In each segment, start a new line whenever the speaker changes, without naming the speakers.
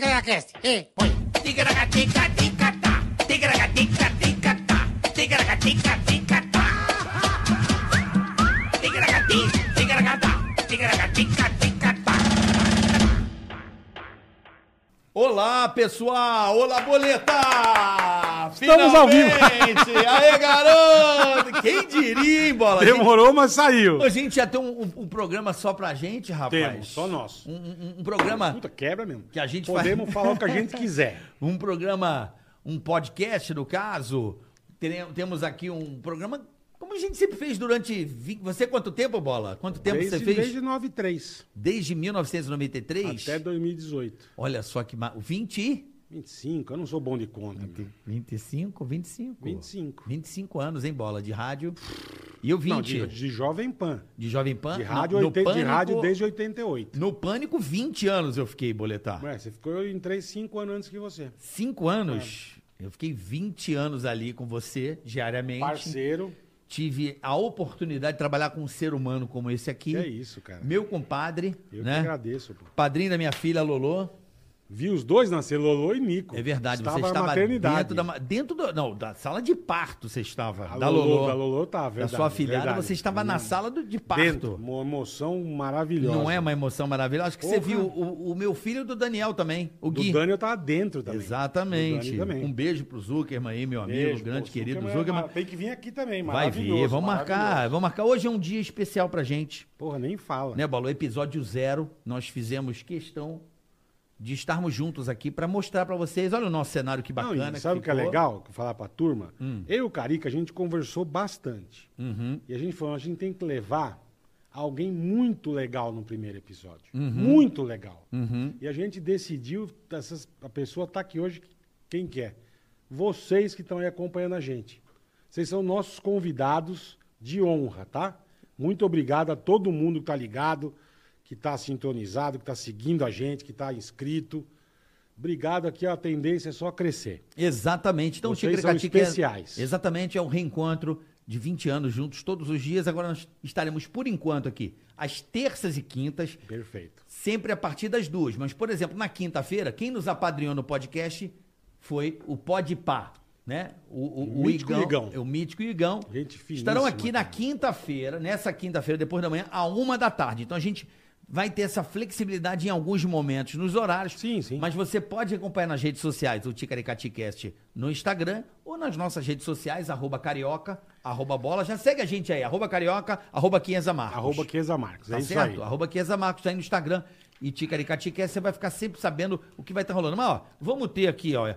Tigaracast, ei, põe. Tigaracatica, ticatá. Tigaracatica, ticatá. Tigaracatica, ticatá. Tigaracati, tigaracatá. Tigaracatica, ticatá.
Olá, pessoal! Olá, boleta!
Estamos ao vivo.
Finalmente! Aê, garoto! Quem diria, hein, bola?
Demorou, mas saiu.
A gente, a gente ia ter um, um- um programa só pra gente, rapaz.
Temos, só nosso.
Um, um- um programa,
Puta, quebra mesmo.
Que a gente
Podemos
faz-
falar o que a gente quiser.
um programa, um podcast, no caso. Tere- Temos aqui um programa, como a gente sempre fez durante... vi- Você quanto tempo, Bola? Quanto tempo
desde,
você fez?
Desde 93
Desde 1993?
até 2018.
Olha só que... ma- 20 e...
25, eu não sou bom de conta. meu.
25, 25.
25.
25 anos, hein, Bola, de rádio. E eu 20.
Não, de, de Jovem Pan.
De Jovem Pan?
De rádio,
no, no
80, de
Pânico-
rádio desde 88.
No Pânico, 20 anos eu fiquei, Boletar.
Ué, você ficou em 3, 5 anos antes que você.
Cinco anos.
É.
Eu fiquei 20 anos ali com você, diariamente.
Parceiro.
Tive a oportunidade de trabalhar com um ser humano como esse aqui.
Que é isso, cara.
Meu compadre,
Eu que
né?
agradeço, pô.
Padrinho da minha filha, Lolô.
Vi os dois nascer, Lolo e Nico.
É verdade,
estava
você
na
estava
maternidade.
dentro da... ma- Dentro do, não, da sala de parto você estava.
A
da
Lolo,
Lolô.
Da Lolo tá,
da
verdade.
sua afilhada,
verdade.
você estava na sala do- de parto.
Dentro, uma emoção maravilhosa.
Não é uma emoção maravilhosa? Acho que você
Porra.
viu o, o meu filho e do Daniel também, o
Do
Gui.
Dani eu tava dentro também. Do
Exatamente.
Dani também.
Um beijo pro Zuckerman aí, meu amigo,
Beijo,
grande
pô,
querido
Zuckerman é
Zuckerman.
mar- Tem que vir aqui também,
Vai ver,
maravilhoso,
vamos marcar,
maravilhoso.
vamos marcar. Hoje é um dia especial pra gente,
Porra, nem fala.
né, Bola? O Episódio zero, nós fizemos questão de estarmos juntos aqui pra mostrar pra vocês. Olha o nosso cenário que
Não, e
bacana.
sabe o que é
ficou. Hum.
legal? Que Falar pra turma. Eu e o Carica, a gente conversou bastante.
Uhum.
E a gente falou, a gente tem que levar alguém muito legal no primeiro episódio.
Uhum.
Muito legal. E a gente decidiu, essas, a pessoa tá aqui hoje, quem que é? Vocês que estão aí acompanhando a gente. Vocês são nossos convidados de honra, tá? Muito obrigado a todo mundo que tá ligado, que tá sintonizado, que tá seguindo a gente, que tá inscrito. Obrigado aqui, ó, a tendência é só crescer.
Exatamente. Então,
Vocês
Tigre
são
Catica é-
especiais.
Exatamente, é um reencontro de 20 anos juntos todos os dias. Agora nós estaremos, por enquanto, aqui às terças e quintas,
Perfeito.
sempre a partir das duas. Mas, por exemplo, na quinta-feira, quem nos apadrinhou no podcast foi o Podpá, né? O, o, o
Mítico
Igão,
Igão.
é O Mítico e o Igão.
Gente finíssima,
Estarão aqui na
cara.
quinta-feira, nessa quinta-feira, depois da manhã, a uma da tarde. Então a gente vai ter essa flexibilidade em alguns momentos, nos horários.
Sim, sim.
Mas você pode acompanhar nas redes sociais o TicaracatiCast no Instagram ou nas nossas redes sociais, arroba carioca, arroba bola. Já segue a gente aí, arroba carioca, arroba Quinhenza Marcos.
Arroba Queza Marcos.
Ah, Tá
é
certo?
isso aí.
Arroba Kiesa Marcos tá aí no Instagram e Ticaricatiquer, você vai ficar sempre sabendo o que vai estar rolando. Mas, ó, vamos ter aqui, ó,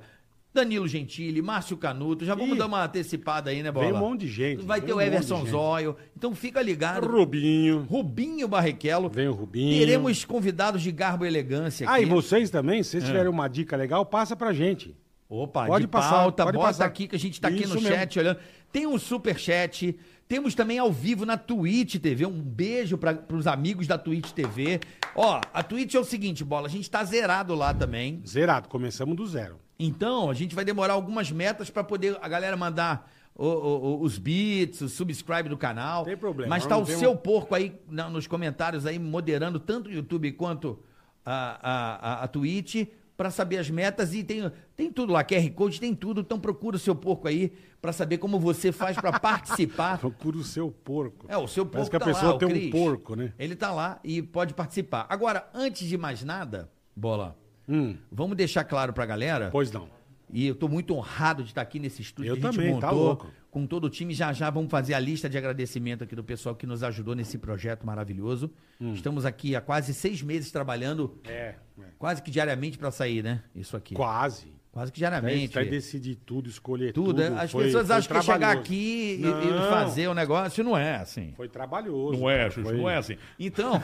Danilo Gentili, Márcio Canuto, já vamos
Ih,
dar uma antecipada aí, né, Bola?
vem um monte de gente,
Vai
vem
ter
um
o
monte de
Everson
gente.
Zóio, então fica ligado.
Rubinho.
Rubinho Barrichello.
Vem um o Rubinho.
Teremos convidados de garbo e elegância aqui. né? É.
Ah, e vocês também, se vocês tiverem uma dica legal, passa pra gente.
Opa,
Pode
de
passar,
pauta,
pode
bota
passar.
aqui que a gente tá aqui
Isso
no
mesmo.
chat olhando. Tem um superchat, temos também ao vivo na Twitch TV, um beijo para pros amigos da Twitch TV. Ó, a Twitch é o seguinte, bola, a gente tá zerado lá também.
Zerado, começamos do zero.
Então, a gente vai demorar algumas metas para poder a galera mandar o- o- o- os beats, o subscribe do canal.
Tem problema,
Mas tá
não
o
tem
seu
um-
porco aí na- nos comentários aí, moderando tanto o YouTube quanto a, a, a, a Twitch para saber as metas e tem, tem tudo lá, QR Code, tem tudo. Então procura o seu porco aí para saber como você faz para participar.
Procura o seu porco.
É, o seu porco
Parece que a
tá
pessoa
lá, o
tem um
Cris.
porco, né?
Ele tá lá e pode participar. Agora, antes de mais nada, bola,
Hum,
vamos deixar claro pra galera.
pois não.
E eu tô muito honrado de estar aqui nesse estúdio
Eu
que a gente
também,
montou.
tá louco.
Com todo o time, já já vamos fazer a lista de agradecimento aqui do pessoal que nos ajudou nesse projeto maravilhoso.
Hum.
Estamos aqui há quase seis meses trabalhando,
É, é.
quase que diariamente para sair, né? Isso aqui.
quase.
Quase que
Daí
diariamente.
vai decidir tudo, escolher
tudo.
tudo.
é, As
Foi-
pessoas
foi
acham que chegar
trabalhoso.
aqui e- e,
Não,
fazer o negócio não é assim.
Foi trabalhoso.
Não é,
cara,
Xuxa,
foi-
não é assim.
Então,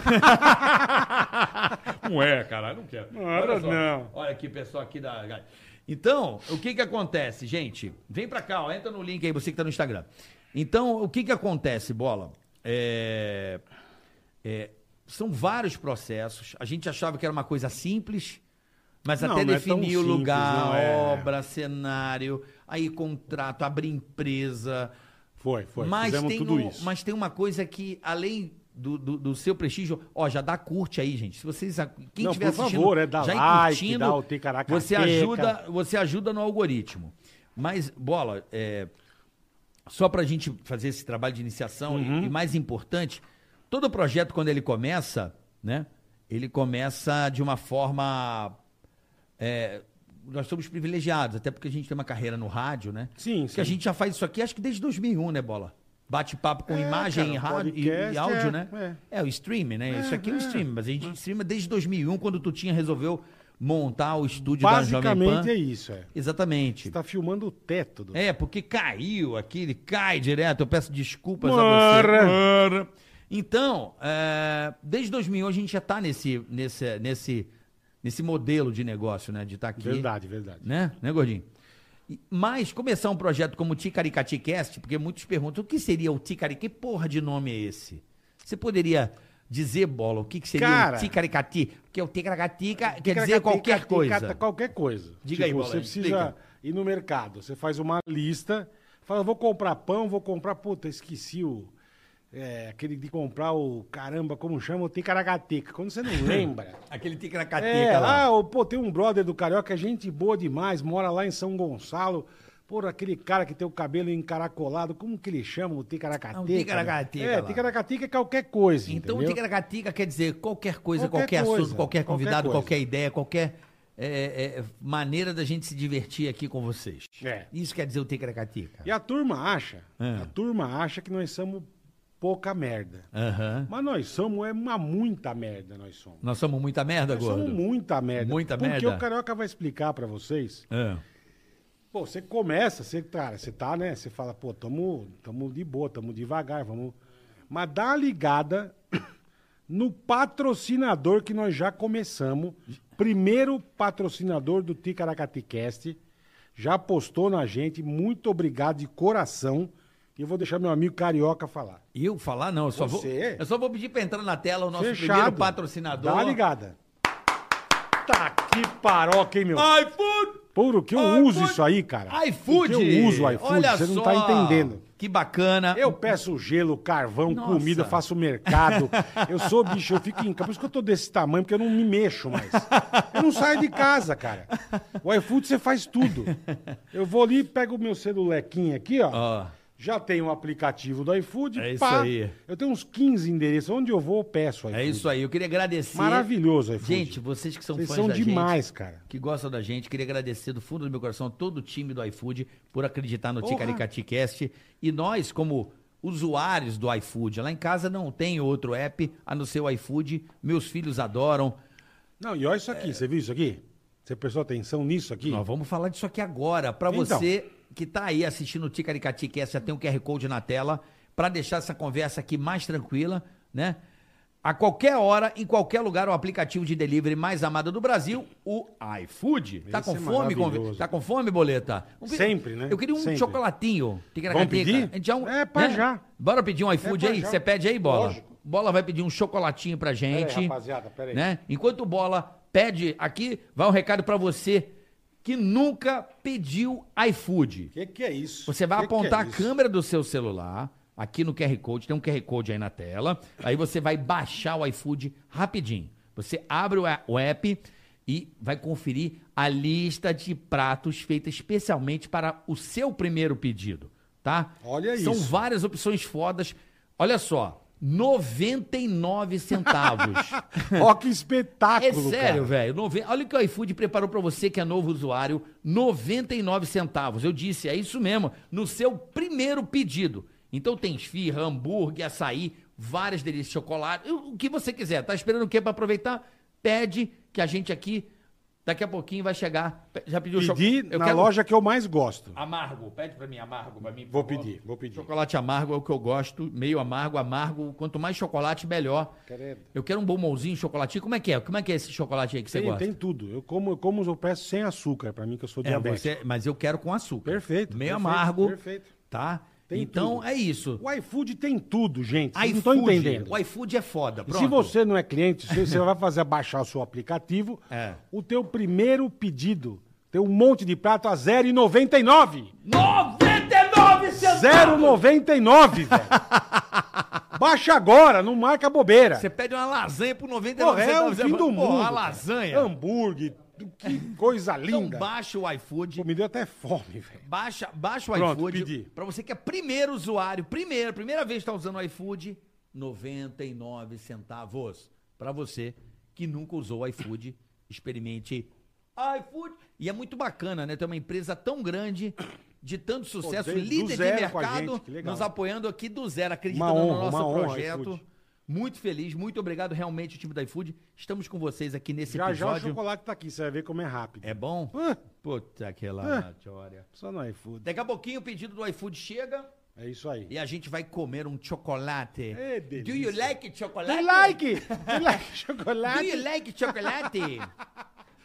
Não é, caralho, não quero.
Ora, não.
olha aqui, pessoal aqui da. Então, o que que acontece, gente? Vem pra cá, ó, entra no link aí, você que tá no Instagram. Então, o que que acontece, bola? É, é, são vários processos. A gente achava que era uma coisa simples, mas
Não,
até
não é tão
definir o
simples,
lugar,
não, é.
obra, cenário, aí contrato, abrir empresa.
Foi, foi.
Mas
Fizemos
tem,
tudo
um-
isso.
mas tem uma coisa que, além do, do- do seu prestígio, ó, já dá curte aí, gente. Se vocês, a- quem
Não,
estiver
por
assistindo,
favor, é, dá
já ir
like,
curtindo,
dá o ticaracateca.
você ajuda, você ajuda no algoritmo. Mas bola, é, só pra gente fazer esse trabalho de iniciação
Uhum.
e, e mais importante, todo projeto quando ele começa, né? Ele começa de uma forma é, nós somos privilegiados, até porque a gente tem uma carreira no rádio, né?
Sim,
Porque
sim.
a gente já faz isso aqui, acho que desde 2001, né, Bola? Bate-papo com
É,
imagem
cara,
e rádio e- e,
podcast,
áudio,
é,
né? É. o stream, né? isso aqui é, o stream, mas a gente streama desde 2001, quando tu tinha resolveu montar o estúdio da Jovem Pan.
Basicamente é isso, é.
Exatamente.
Você tá filmando o teto do.
É, porque caiu aqui, ele cai direto. Eu peço desculpas a
Mora.
você. Mora. Então, é, desde 2001 a gente já tá nesse, nesse, nesse, nesse modelo de negócio, né? De estar aqui.
Verdade, verdade.
Né, né, Gordinho? E- Mas começar um projeto como o Ticaricaticast, porque muitos perguntam o que seria o Ticari, que porra de nome é esse? Você poderia dizer, Bola, o que, que seria
Cara.
o Ticaricati? Porque o Ticaricatica quer
Tica-
dizer
tica-
qualquer
tica-
coisa.
tica- Qualquer coisa. Tipo,
Diga aí, Bola,
Você precisa
explica.
ir no mercado, você faz uma lista, fala, vou comprar pão, vou comprar, puta, esqueci o... é, aquele de comprar o, caramba, como chama, o ticaracateca. Quando você não lembra...
Aquele Ticaricatica
É,
lá.
lá, ô, pô, tem um brother do Carioca, gente boa demais, mora lá em São Gonçalo. Por aquele cara que tem o cabelo encaracolado, como que ele chama? O ticaracateca.
Ah, o ticaracateca
É,
lá.
ticaracateca é qualquer coisa,
Então,
entendeu?
ticaracatica quer dizer qualquer coisa,
Qualquer
qualquer,
coisa,
assunto, qualquer convidado,
qualquer
qualquer,
coisa.
ideia, qualquer é, é, maneira da gente se divertir aqui com vocês.
É.
Isso quer dizer o ticaracatica.
E a turma acha,
É.
a turma acha que nós somos pouca merda.
Aham.
Mas nós somos é uma muita merda, nós somos.
Nós somos muita merda,
Nós
Tá gordo.
somos muita merda.
Muita
porque
merda?
o Carioca vai explicar pra vocês.
É.
Pô, você começa, você, cara, você tá, né? Você fala, pô, tamo, tamo de boa, tamo devagar, vamos. Mas dá uma ligada no patrocinador que nós já começamos. Primeiro patrocinador do Ticaracaticast. Já postou na gente. Muito obrigado de coração. E eu vou deixar meu amigo carioca falar.
Eu falar não, eu só, vou,
Você?
eu só vou pedir pra entrar na tela o nosso
Fechado.
primeiro patrocinador.
Dá uma ligada. Tá que paroca, hein, meu?
iFood!
Puro que eu uso isso aí, cara.
Ah, iFood!
O que eu uso o iFood,
Olha
você não
só.
tá entendendo.
Que bacana.
Eu peço gelo, carvão,
Nossa.
comida, faço mercado. Eu sou bicho, eu fico em casa. Por isso que eu tô desse tamanho, porque eu não me mexo mais. Eu não saio de casa, cara. O iFood você faz tudo. Eu vou ali, pego o meu celulequinho aqui, ó.
Ó.
Já tenho o aplicativo do iFood.
É isso
pá.
aí.
Eu tenho uns 15 endereços. Onde eu vou, eu peço iFood.
É isso aí, eu queria agradecer.
Maravilhoso iFood.
Gente, vocês que são
Vocês
fãs
são
da gente,
demais, cara.
que gostam da gente, queria agradecer do fundo do meu coração todo o time do iFood por acreditar no
Porra.
Ticaricaticast. E nós, como usuários do iFood, lá em casa não tem outro app a não ser o iFood. Meus filhos adoram.
Não, e olha isso aqui, você viu isso aqui? Você prestou atenção nisso aqui?
Nós vamos falar disso aqui agora. Pra
Então.
você que tá aí assistindo o Ticaricaticast, já tem o QR Code na tela, pra deixar essa conversa aqui mais tranquila, né? A qualquer hora, em qualquer lugar, o aplicativo de delivery mais amado do Brasil, o iFood. tá
Esse
com
é
fome, convi-
maravilhoso.
Tá com fome, boleta? Um pe-
Sempre, né?
Eu queria um
Sempre.
chocolatinho. Ticaracateca.
Vamos pedir?
A gente já um-
É, pra já. É
Bora pedir um iFood
pra
aí?
já.
Você pede aí, bola?
Lógico.
Bola vai pedir um chocolatinho pra gente.
Pera aí, rapaziada, pera aí.
Né? né? Enquanto o Bola pede aqui, vai um recado pra você que nunca pediu iFood.
Que que é isso?
Você vai
Que que é
apontar a
isso?
câmera do seu celular aqui no QR Code, tem um QR Code aí na tela. Aí você vai baixar o iFood rapidinho. Você abre o a- o app e vai conferir a lista de pratos feita especialmente para o seu primeiro pedido, tá?
Olha
São
isso.
várias opções fodas. Olha só, 99 centavos.
Ó que espetáculo,
É sério,
cara.
velho. Nove- Olha o que o iFood preparou pra você que é novo usuário, 99 centavos. Eu disse, é isso mesmo, no seu primeiro pedido. Então tem esfirra, hambúrguer, açaí, várias delícias, chocolate, o o que você quiser. Tá esperando o quê pra aproveitar? Pede que a gente aqui daqui a pouquinho vai chegar. Pe- Já pediu
Pedi
chocolate?
na loja que eu mais gosto.
amargo. Pede pra mim amargo pra mim. por
Vou
favor.
pedir, vou pedir.
Chocolate amargo é o que eu gosto, meio amargo, amargo. Quanto mais chocolate, melhor.
Credo.
Eu quero um bombonzinho, chocolatinho. Como é que é? Como é que é esse chocolate aí que você
Tem,
gosta?
tem tudo. Eu como, eu como, eu peço sem açúcar, pra mim que eu sou
É,
diabético.
você- mas eu quero com açúcar.
Perfeito,
Meio
perfeito,
amargo.
perfeito.
Tá?
Tem
então
tudo.
é isso.
O iFood tem tudo, gente. Vocês não estão
iFood.
entendendo.
O iFood é foda.
E
Pronto.
se você não é cliente, se você vai fazer baixar o seu aplicativo,
É.
o teu primeiro pedido tem um monte de prato a 0,99.
99 centavos!
0,99, velho. Baixa agora, não marca bobeira.
Você pede uma lasanha por 99
Porra, é o
centavos.
fim do
Porra,
mundo.
Uma
cara. É um
lasanha.
Hambúrguer, que coisa
Então
linda.
baixa o
Pô,
iFood.
me deu até fome, velho.
Baixa, baixa o
Pronto,
iFood.
pedi.
Pra você que é primeiro usuário, primeiro, primeira vez que tá usando o iFood, 99 centavos. Pra você que nunca usou o iFood, experimente iFood. E é muito bacana, né? Tem uma empresa tão grande, de tanto sucesso,
desde- do
líder de
zero com a
mercado,
gente, que legal.
nos apoiando aqui do zero, acreditando
Uma
no
honra,
nosso
uma honra,
projeto.
iFood.
muito feliz, muito obrigado realmente o time do iFood. Estamos com vocês aqui nesse
Já já o
episódio.
chocolate tá aqui, você vai ver como é rápido.
é bom?
Ah,
Puta que lá,
Ah.
olha.
só no iFood.
Daqui a pouquinho o pedido do iFood chega
É isso aí.
e a gente vai comer um chocolate.
É, delícia.
Do you like chocolate?
Me like! Me like,
Do
chocolate!
you like chocolate?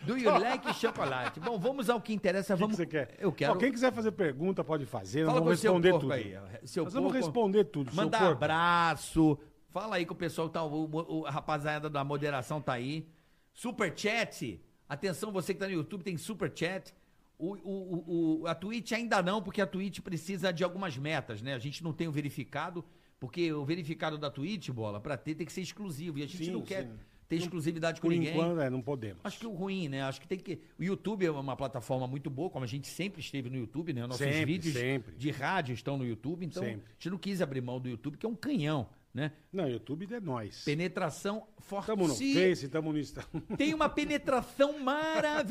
Do you like chocolate? Bom, vamos ao que interessa.
O que que
Vamos.
você quer?
Eu quero.
Ó, quem quiser fazer pergunta, pode fazer. Nós
Fala com o
vamos
seu
responder
corpo
tudo.
aí. ó, Seu
Nós vamos
corpo.
responder tudo. seu
Manda
corpo.
abraço. Fala aí que o pessoal tá. O, o- a rapaziada da moderação tá aí. Super chat. Atenção, você que tá no YouTube, tem super chat. O, o- o- o- a Twitch ainda não, porque a Twitch precisa de algumas metas, né? A gente não tem o verificado, porque o verificado da Twitch, bola, pra ter tem que ser exclusivo. E a gente
Sim,
não quer
sim.
ter exclusividade com
Por
ninguém.
enquanto, é, não podemos.
Acho que o ruim, né? Acho que tem que. O YouTube é uma plataforma muito boa, como a gente sempre esteve no YouTube, né? Nossos
Sempre,
vídeos
sempre.
de rádio estão no YouTube, então
Sempre.
a gente não quis abrir mão do YouTube, que é um canhão, né?
Não, YouTube é nós.
Penetração forte.
Tamo no
Se
Face, tamo no Insta.
Tem uma penetração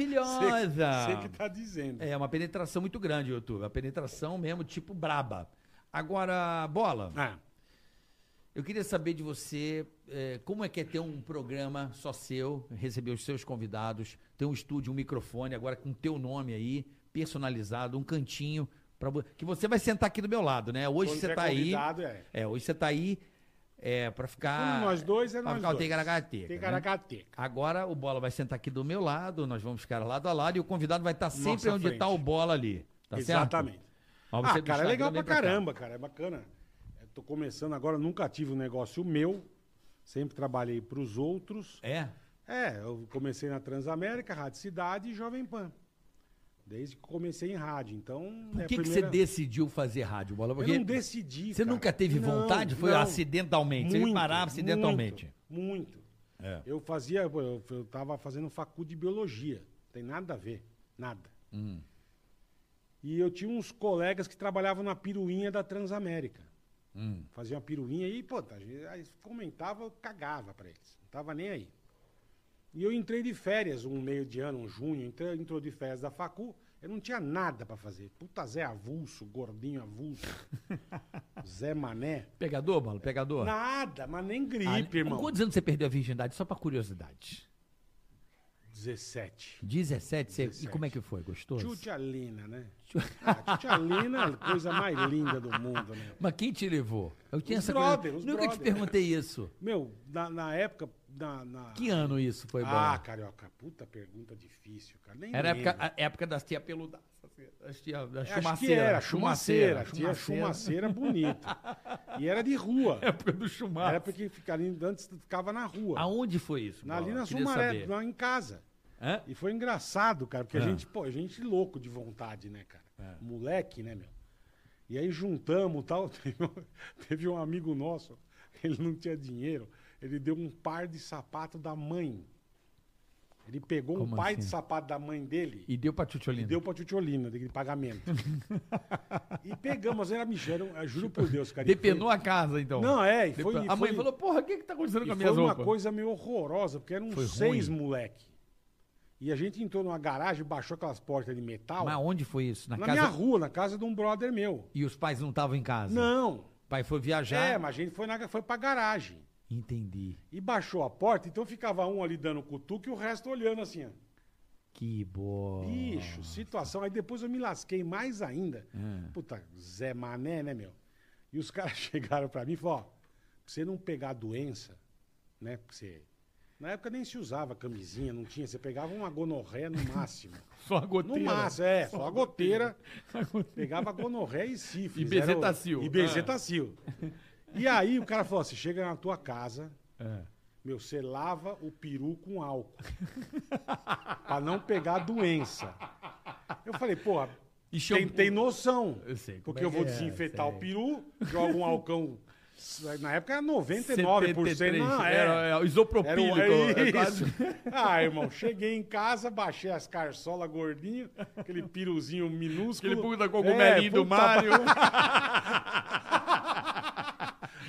maravilhosa.
Você que tá dizendo.
É uma penetração muito grande, YouTube. A penetração mesmo, tipo braba. Agora, bola.
Ah,
Eu queria saber de você eh, como é que é ter um programa só seu, receber os seus convidados, ter um estúdio, um microfone agora com teu nome aí, personalizado, um cantinho para que você vai sentar aqui do meu lado, né? Hoje
Quando
você
tiver
tá aí,
convidado, é.
é, hoje você tá aí é para ficar
Quando nós dois, é
pra
nós
ficar o
dois.
Ticaracateca,
tem
né?
caracateca.
Agora o Bola vai sentar aqui do meu lado, nós vamos ficar lado a lado e o convidado vai estar sempre
Nossa
onde está
frente.
o Bola ali, tá certo?
Exatamente.
Ó, você do
Ah, cara, é
Instagram
legal
vem
pra
cá.
caramba, cara. É bacana. Eu tô começando agora, nunca tive um negócio meu. Sempre trabalhei pros outros.
É?
É, eu comecei na Transamérica, Rádio Cidade e Jovem Pan. Desde que comecei em rádio. Então,
Por
é a
que, que você
primeira-
decidiu fazer rádio, Bola? Porque
Eu não decidi.
Você
cara.
nunca teve
Não,
vontade? Foi
não.
acidentalmente. Você
Muito,
parava acidentalmente.
Muito. muito.
É.
Eu fazia, pô, eu, eu tava fazendo faculdade de biologia. Tem nada a ver. Nada. E eu tinha uns colegas que trabalhavam na piruinha da Transamérica. Fazia uma piruinha e, pô, tá, aí comentava, eu cagava pra eles. Não tava nem aí. E eu entrei de férias, um meio de ano, um junho, entrou, entrou de férias da facu, eu não tinha nada pra fazer. Puta Zé avulso, gordinho avulso, Zé Mané.
Pegador, Bola? Pegador?
Nada, mas nem
Ah,
gripe,
com
irmão.
Quantos anos você perdeu a virgindade? Só pra curiosidade.
17.
17, você- e
17.
como é que foi? Gostoso?
Tchutchalina, né? Ah, Tchutchalina é a coisa mais linda do mundo, né?
Mas quem te levou? Eu tinha
Os
essa
brother,
curiosidade.
os
Nunca te
brother.
perguntei isso.
Meu, na, na época. Na, na...
Que ano isso foi,
Ah,
Bola?
carioca, puta pergunta difícil, cara. Nem
Era a
lembro.
época, a época das tia peludas. Das tia, da
Acho que
chumaceira.
era, chumaceira. Tinha chumaceira bonita. E era de rua.
Época do
Era
chumaceiro.
porque ficava, antes ficava na rua.
É Aonde foi isso?
na, ali
Bola?
na
Queria
Sumaré,
saber.
lá em casa.
Hã?
E foi engraçado, cara, porque
Ah.
a gente, pô, a gente louco de vontade, né, cara?
É.
Moleque, né, meu? E aí juntamos e tal. Teve um, teve um amigo nosso, ele não tinha dinheiro, ele deu um par de sapato da mãe. Ele pegou
Como
um par de
assim?
sapato da mãe dele
E deu pra Tchutcholina.
e deu pra Tutiolina de pagamento. e pegamos, era Michel, eu juro por Deus, cara. e foi-
Depenou a casa, então.
Não, é, e foi-
Depen-
e
a mãe
foi-
falou, porra, o que que tá acontecendo com
E
a minha
foi uma
roupa?
coisa meio horrorosa, porque eram
Foi
seis
ruim.
moleque. E a gente entrou numa garagem, baixou aquelas portas de metal.
Mas onde foi isso? Na,
na
casa...
minha rua, na casa de um brother meu.
E os pais não estavam em casa?
Não.
O pai foi viajar?
É, mas a gente foi, na, foi pra garagem.
Entendi.
E baixou a porta, então ficava um ali dando cutuque e o resto olhando assim, ó.
Que boa.
Bicho, situação. Aí depois eu me lasquei mais ainda.
É.
Puta, Zé Mané, né, meu? E os caras chegaram pra mim e falaram, ó, pra você não pegar a doença, né? Porque você... Na época nem se usava camisinha, não tinha. Você pegava uma gonorreia no máximo.
Só a
No
goteira.
máximo, é. Só a goteira.
Só a goteira.
Pegava gonorreia e sífilis.
E
era o-
bezetacil.
E bezetacil. E aí o cara falou, ó, você chega na tua casa,
É.
meu, você lava o peru com álcool. pra não pegar a doença. Eu falei, porra,
E
tem,
shampoo?
tem noção.
Eu sei como
porque
é
eu
que
vou
é,
desinfetar
sei.
o peru, jogo um alcão Na época era 99%.
73.
Não,
era,
era,
era isopropílico.
era, um-
é
isso.
quase-
Ah, irmão, cheguei em casa, baixei as carçolas gordinho, aquele piruzinho minúsculo. É,
Aquele puta cogumelinho do
puta-
Mario.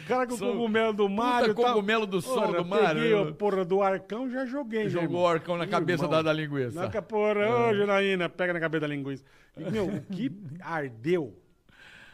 cara com o
Sou-
cogumelo do Mario. e tal.
cogumelo do sol
Porra,
do Mario.
Peguei a porra do arcão já joguei.
Jogou
irmão.
o arcão na cabeça da- da linguiça.
Na ca- porra, é
É.
ô, Janaína, pega na cabeça da linguiça. E, meu, o que ardeu,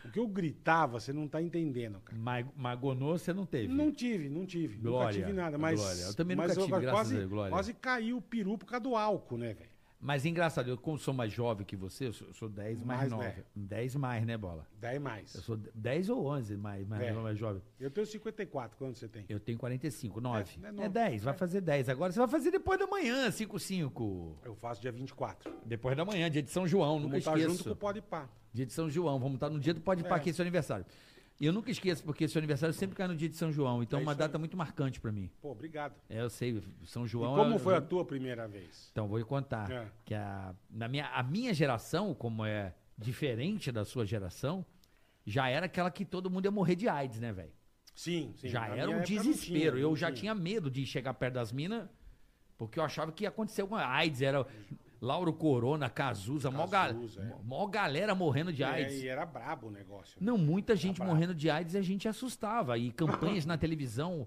o que eu gritava, você não tá entendendo, cara.
Ma- Magonô você não teve.
Não tive, não tive. nunca
Glória,
tive nada, mas.
glória. Eu também
mas
nunca tive, graças
quase,
a Deus, glória.
Quase caiu o peru por causa do álcool, né, velho?
Mas engraçado, eu como sou mais jovem que você, eu sou, eu sou 10 mais,
Mais,
nove.
né?
10 mais, né, Bola?
Daí mais.
Eu
Eu,
sou 10 ou 11 mais, mais,
É.
mais jovem.
tenho 54, quanto você tem?
Eu tenho 45, 9.
não
É,
é novo.
10, vai fazer 10. Agora você vai fazer depois da manhã, 5, 5.
Eu faço dia 24.
Depois da manhã, dia de São João, nunca
Vamos estar
esqueço.
tá junto com o Pode Pá.
Dia de São João, vamos estar no dia do Pode Pá, que é seu aniversário. E eu nunca esqueço, porque seu aniversário sempre cai no dia de São João, então é
É
uma
isso aí.
data muito marcante pra mim.
Pô, obrigado.
É, eu sei, São João...
e como
é-
foi a tua primeira vez?
Então, vou lhe contar
É.
que a, na minha, a minha geração, como é diferente da sua geração, já era aquela que todo mundo ia morrer de AIDS, né, velho?
Sim, sim.
Já
Na
era
minha
um
época não
desespero.
tinha,
eu
não
já tinha medo de chegar perto das minas, porque eu achava que ia acontecer alguma AIDS. Era Lauro Corona, Cazuza, mó, ga-
Cazuza, é.
mó galera morrendo de
É,
AIDS.
E era brabo o negócio. né?
Não, muita gente
brabo.
morrendo de AIDS e a gente assustava. E campanhas na televisão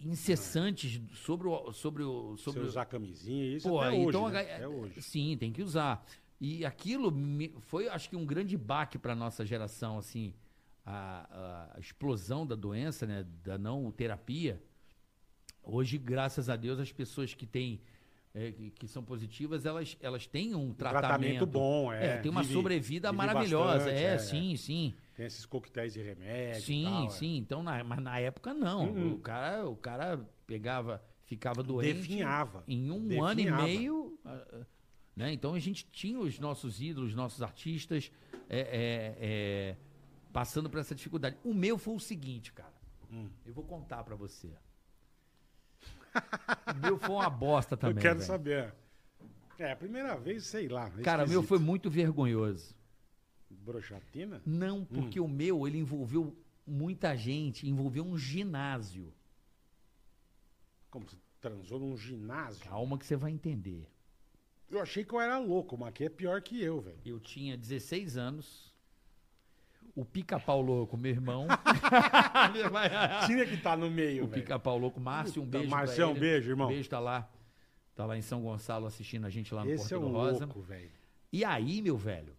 incessantes sobre o. Sobre o sobre
Sobre
o-
usar camisinha e isso
Pô,
até
então
hoje,
a
né?
ga-
Até hoje.
Sim, tem que usar. E aquilo me- foi, acho que, um grande baque para nossa geração, assim, a, a explosão da doença, né, da não terapia. Hoje, graças a Deus, as pessoas que têm eh, que- que são positivas, elas, elas têm um tratamento,
tratamento bom, é.
tem uma
Vive-
sobrevida
vive
maravilhosa,
bastante,
é,
é.
sim, sim.
Tem esses coquetéis de remédio. e
Sim,
tal, é. Uhum.
sim. Então, na- mas na época não. O cara, o cara pegava, ficava doente.
Definhava.
Em um
Definhava.
ano e meio, ah, ah, né? Então a gente tinha os nossos ídolos, nossos artistas é, é, é, passando por essa dificuldade. O meu foi o seguinte, cara.
Hum.
Eu vou contar pra você. o meu foi uma bosta também.
eu quero
velho.
saber. É, a primeira vez, sei lá. é
Cara, o meu
esquisito.
foi muito vergonhoso.
Broxatina?
Não, porque o meu, ele envolveu muita gente, envolveu um ginásio.
Como você transou num ginásio?
Calma que você vai entender.
Eu achei que eu era louco, mas aqui é pior que eu, velho.
Eu tinha 16 anos. O pica-pau louco, meu irmão.
Tinha que tá no meio,
o
velho.
pica-pau louco, Márcio, um
Puta,
beijo.
Marcião,
pra ele.
beijo, irmão.
Um beijo, tá lá. Tá lá em São Gonçalo assistindo a gente lá no
Esse
Porto
é
do
um
Rosa.
louco, velho.
E aí, meu velho,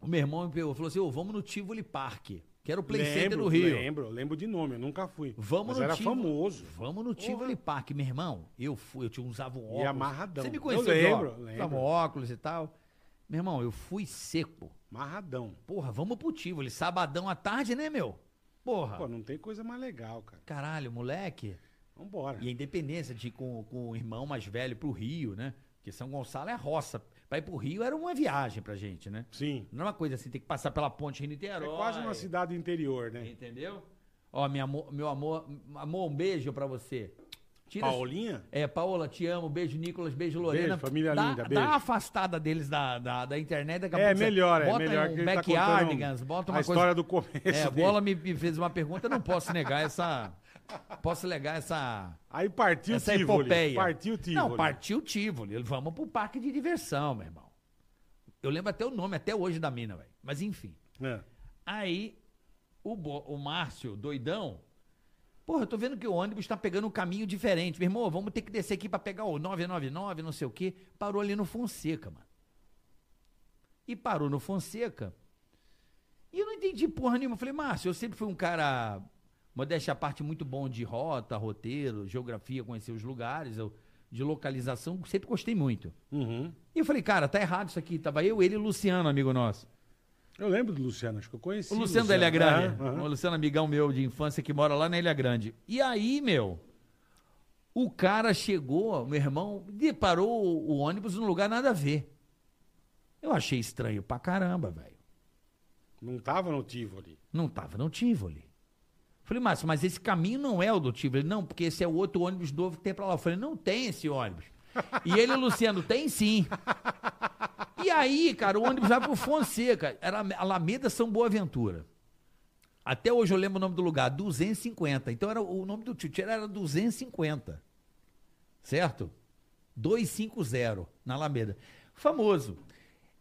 o meu irmão me pegou, falou assim: ô, vamos no Tivoli Park, que era o Play Center do Rio.
Lembro, lembro de nome, eu nunca fui.
Vamos
mas
no
era
Tivoli-
famoso.
Vamos no Tivoli Park, meu irmão. Eu fui, eu tinha usava um óculos.
amarradão.
Você me
Eu
conheceu, de Tá
lembro,
óculos.
lembro.
Usava um óculos e tal. Meu irmão, eu fui seco.
Marradão.
Porra, vamos pro Tivoli. Sabadão à tarde, né, meu? Porra.
Pô, não tem coisa mais legal, cara.
Caralho, moleque.
Vambora.
E a independência de ir com, com o irmão mais velho pro Rio, né? Porque São Gonçalo é roça. Pra ir pro Rio era uma viagem pra gente, né?
Sim.
Não é uma coisa assim, tem que passar pela ponte
É
Rio-Niterói.
quase uma cidade interior, né?
Entendeu? Ó, minha, amor- meu amor, amor, um beijo pra você. Tira
Paulinha?
É, Paola, te amo. Beijo, Nicolas. Beijo, Lorena.
Beijo, família
dá,
linda,
Dá
beijo.
uma afastada deles da, da, da internet. Daqui a
É,
pouco você
melhor, é
bota
melhor que
Um
ele tá
backyardigans,
contando
bota
a
uma coisa...
história do começo
É, a
dele.
Bola me, me fez uma pergunta, eu não posso negar essa... Posso negar essa...
Aí partiu
essa é
Tivoli.
epopeia.
Partiu Tivoli.
Não, partiu Tivoli. Vamos pro parque de diversão, meu irmão. Eu lembro até o nome, até hoje, da mina, velho. Mas enfim.
É.
Aí, o, Bo- o Márcio, doidão, porra, eu tô vendo que o ônibus tá pegando um caminho diferente. Meu irmão, vamos ter que descer aqui pra pegar o 999, não sei o quê. Parou ali no Fonseca, mano. E parou no Fonseca. E eu não entendi porra nenhuma. Eu falei, Márcio, eu sempre fui um cara, modéstia à parte, muito bom de rota, roteiro, geografia, conhecer os lugares, eu, de localização, sempre gostei muito.
Uhum.
E eu falei, cara, tá errado isso aqui. Tava eu, ele e o Luciano, amigo nosso.
Eu lembro do Luciano, acho que eu conheci.
O Luciano da Ilha Grande.
né? Aham, aham.
O Luciano, amigão meu de infância que mora lá na Ilha Grande. E aí, meu, o cara chegou, meu irmão, deparou o- o ônibus num lugar nada a ver. Eu achei estranho pra caramba, velho.
Não tava no Tivoli.
Não tava no Tivoli. Falei, Márcio, mas esse caminho não é o do Tivoli. Ele, Não, porque esse é o outro ônibus novo que tem pra lá. Eu falei, não tem esse ônibus. E ele, Luciano, tem sim. E aí, cara, o ônibus vai pro Fonseca. Era Alameda São Boaventura. Até hoje eu lembro o nome do lugar, 250. Então era o nome do tchutcher era 250. Certo? 250 na Alameda. Famoso.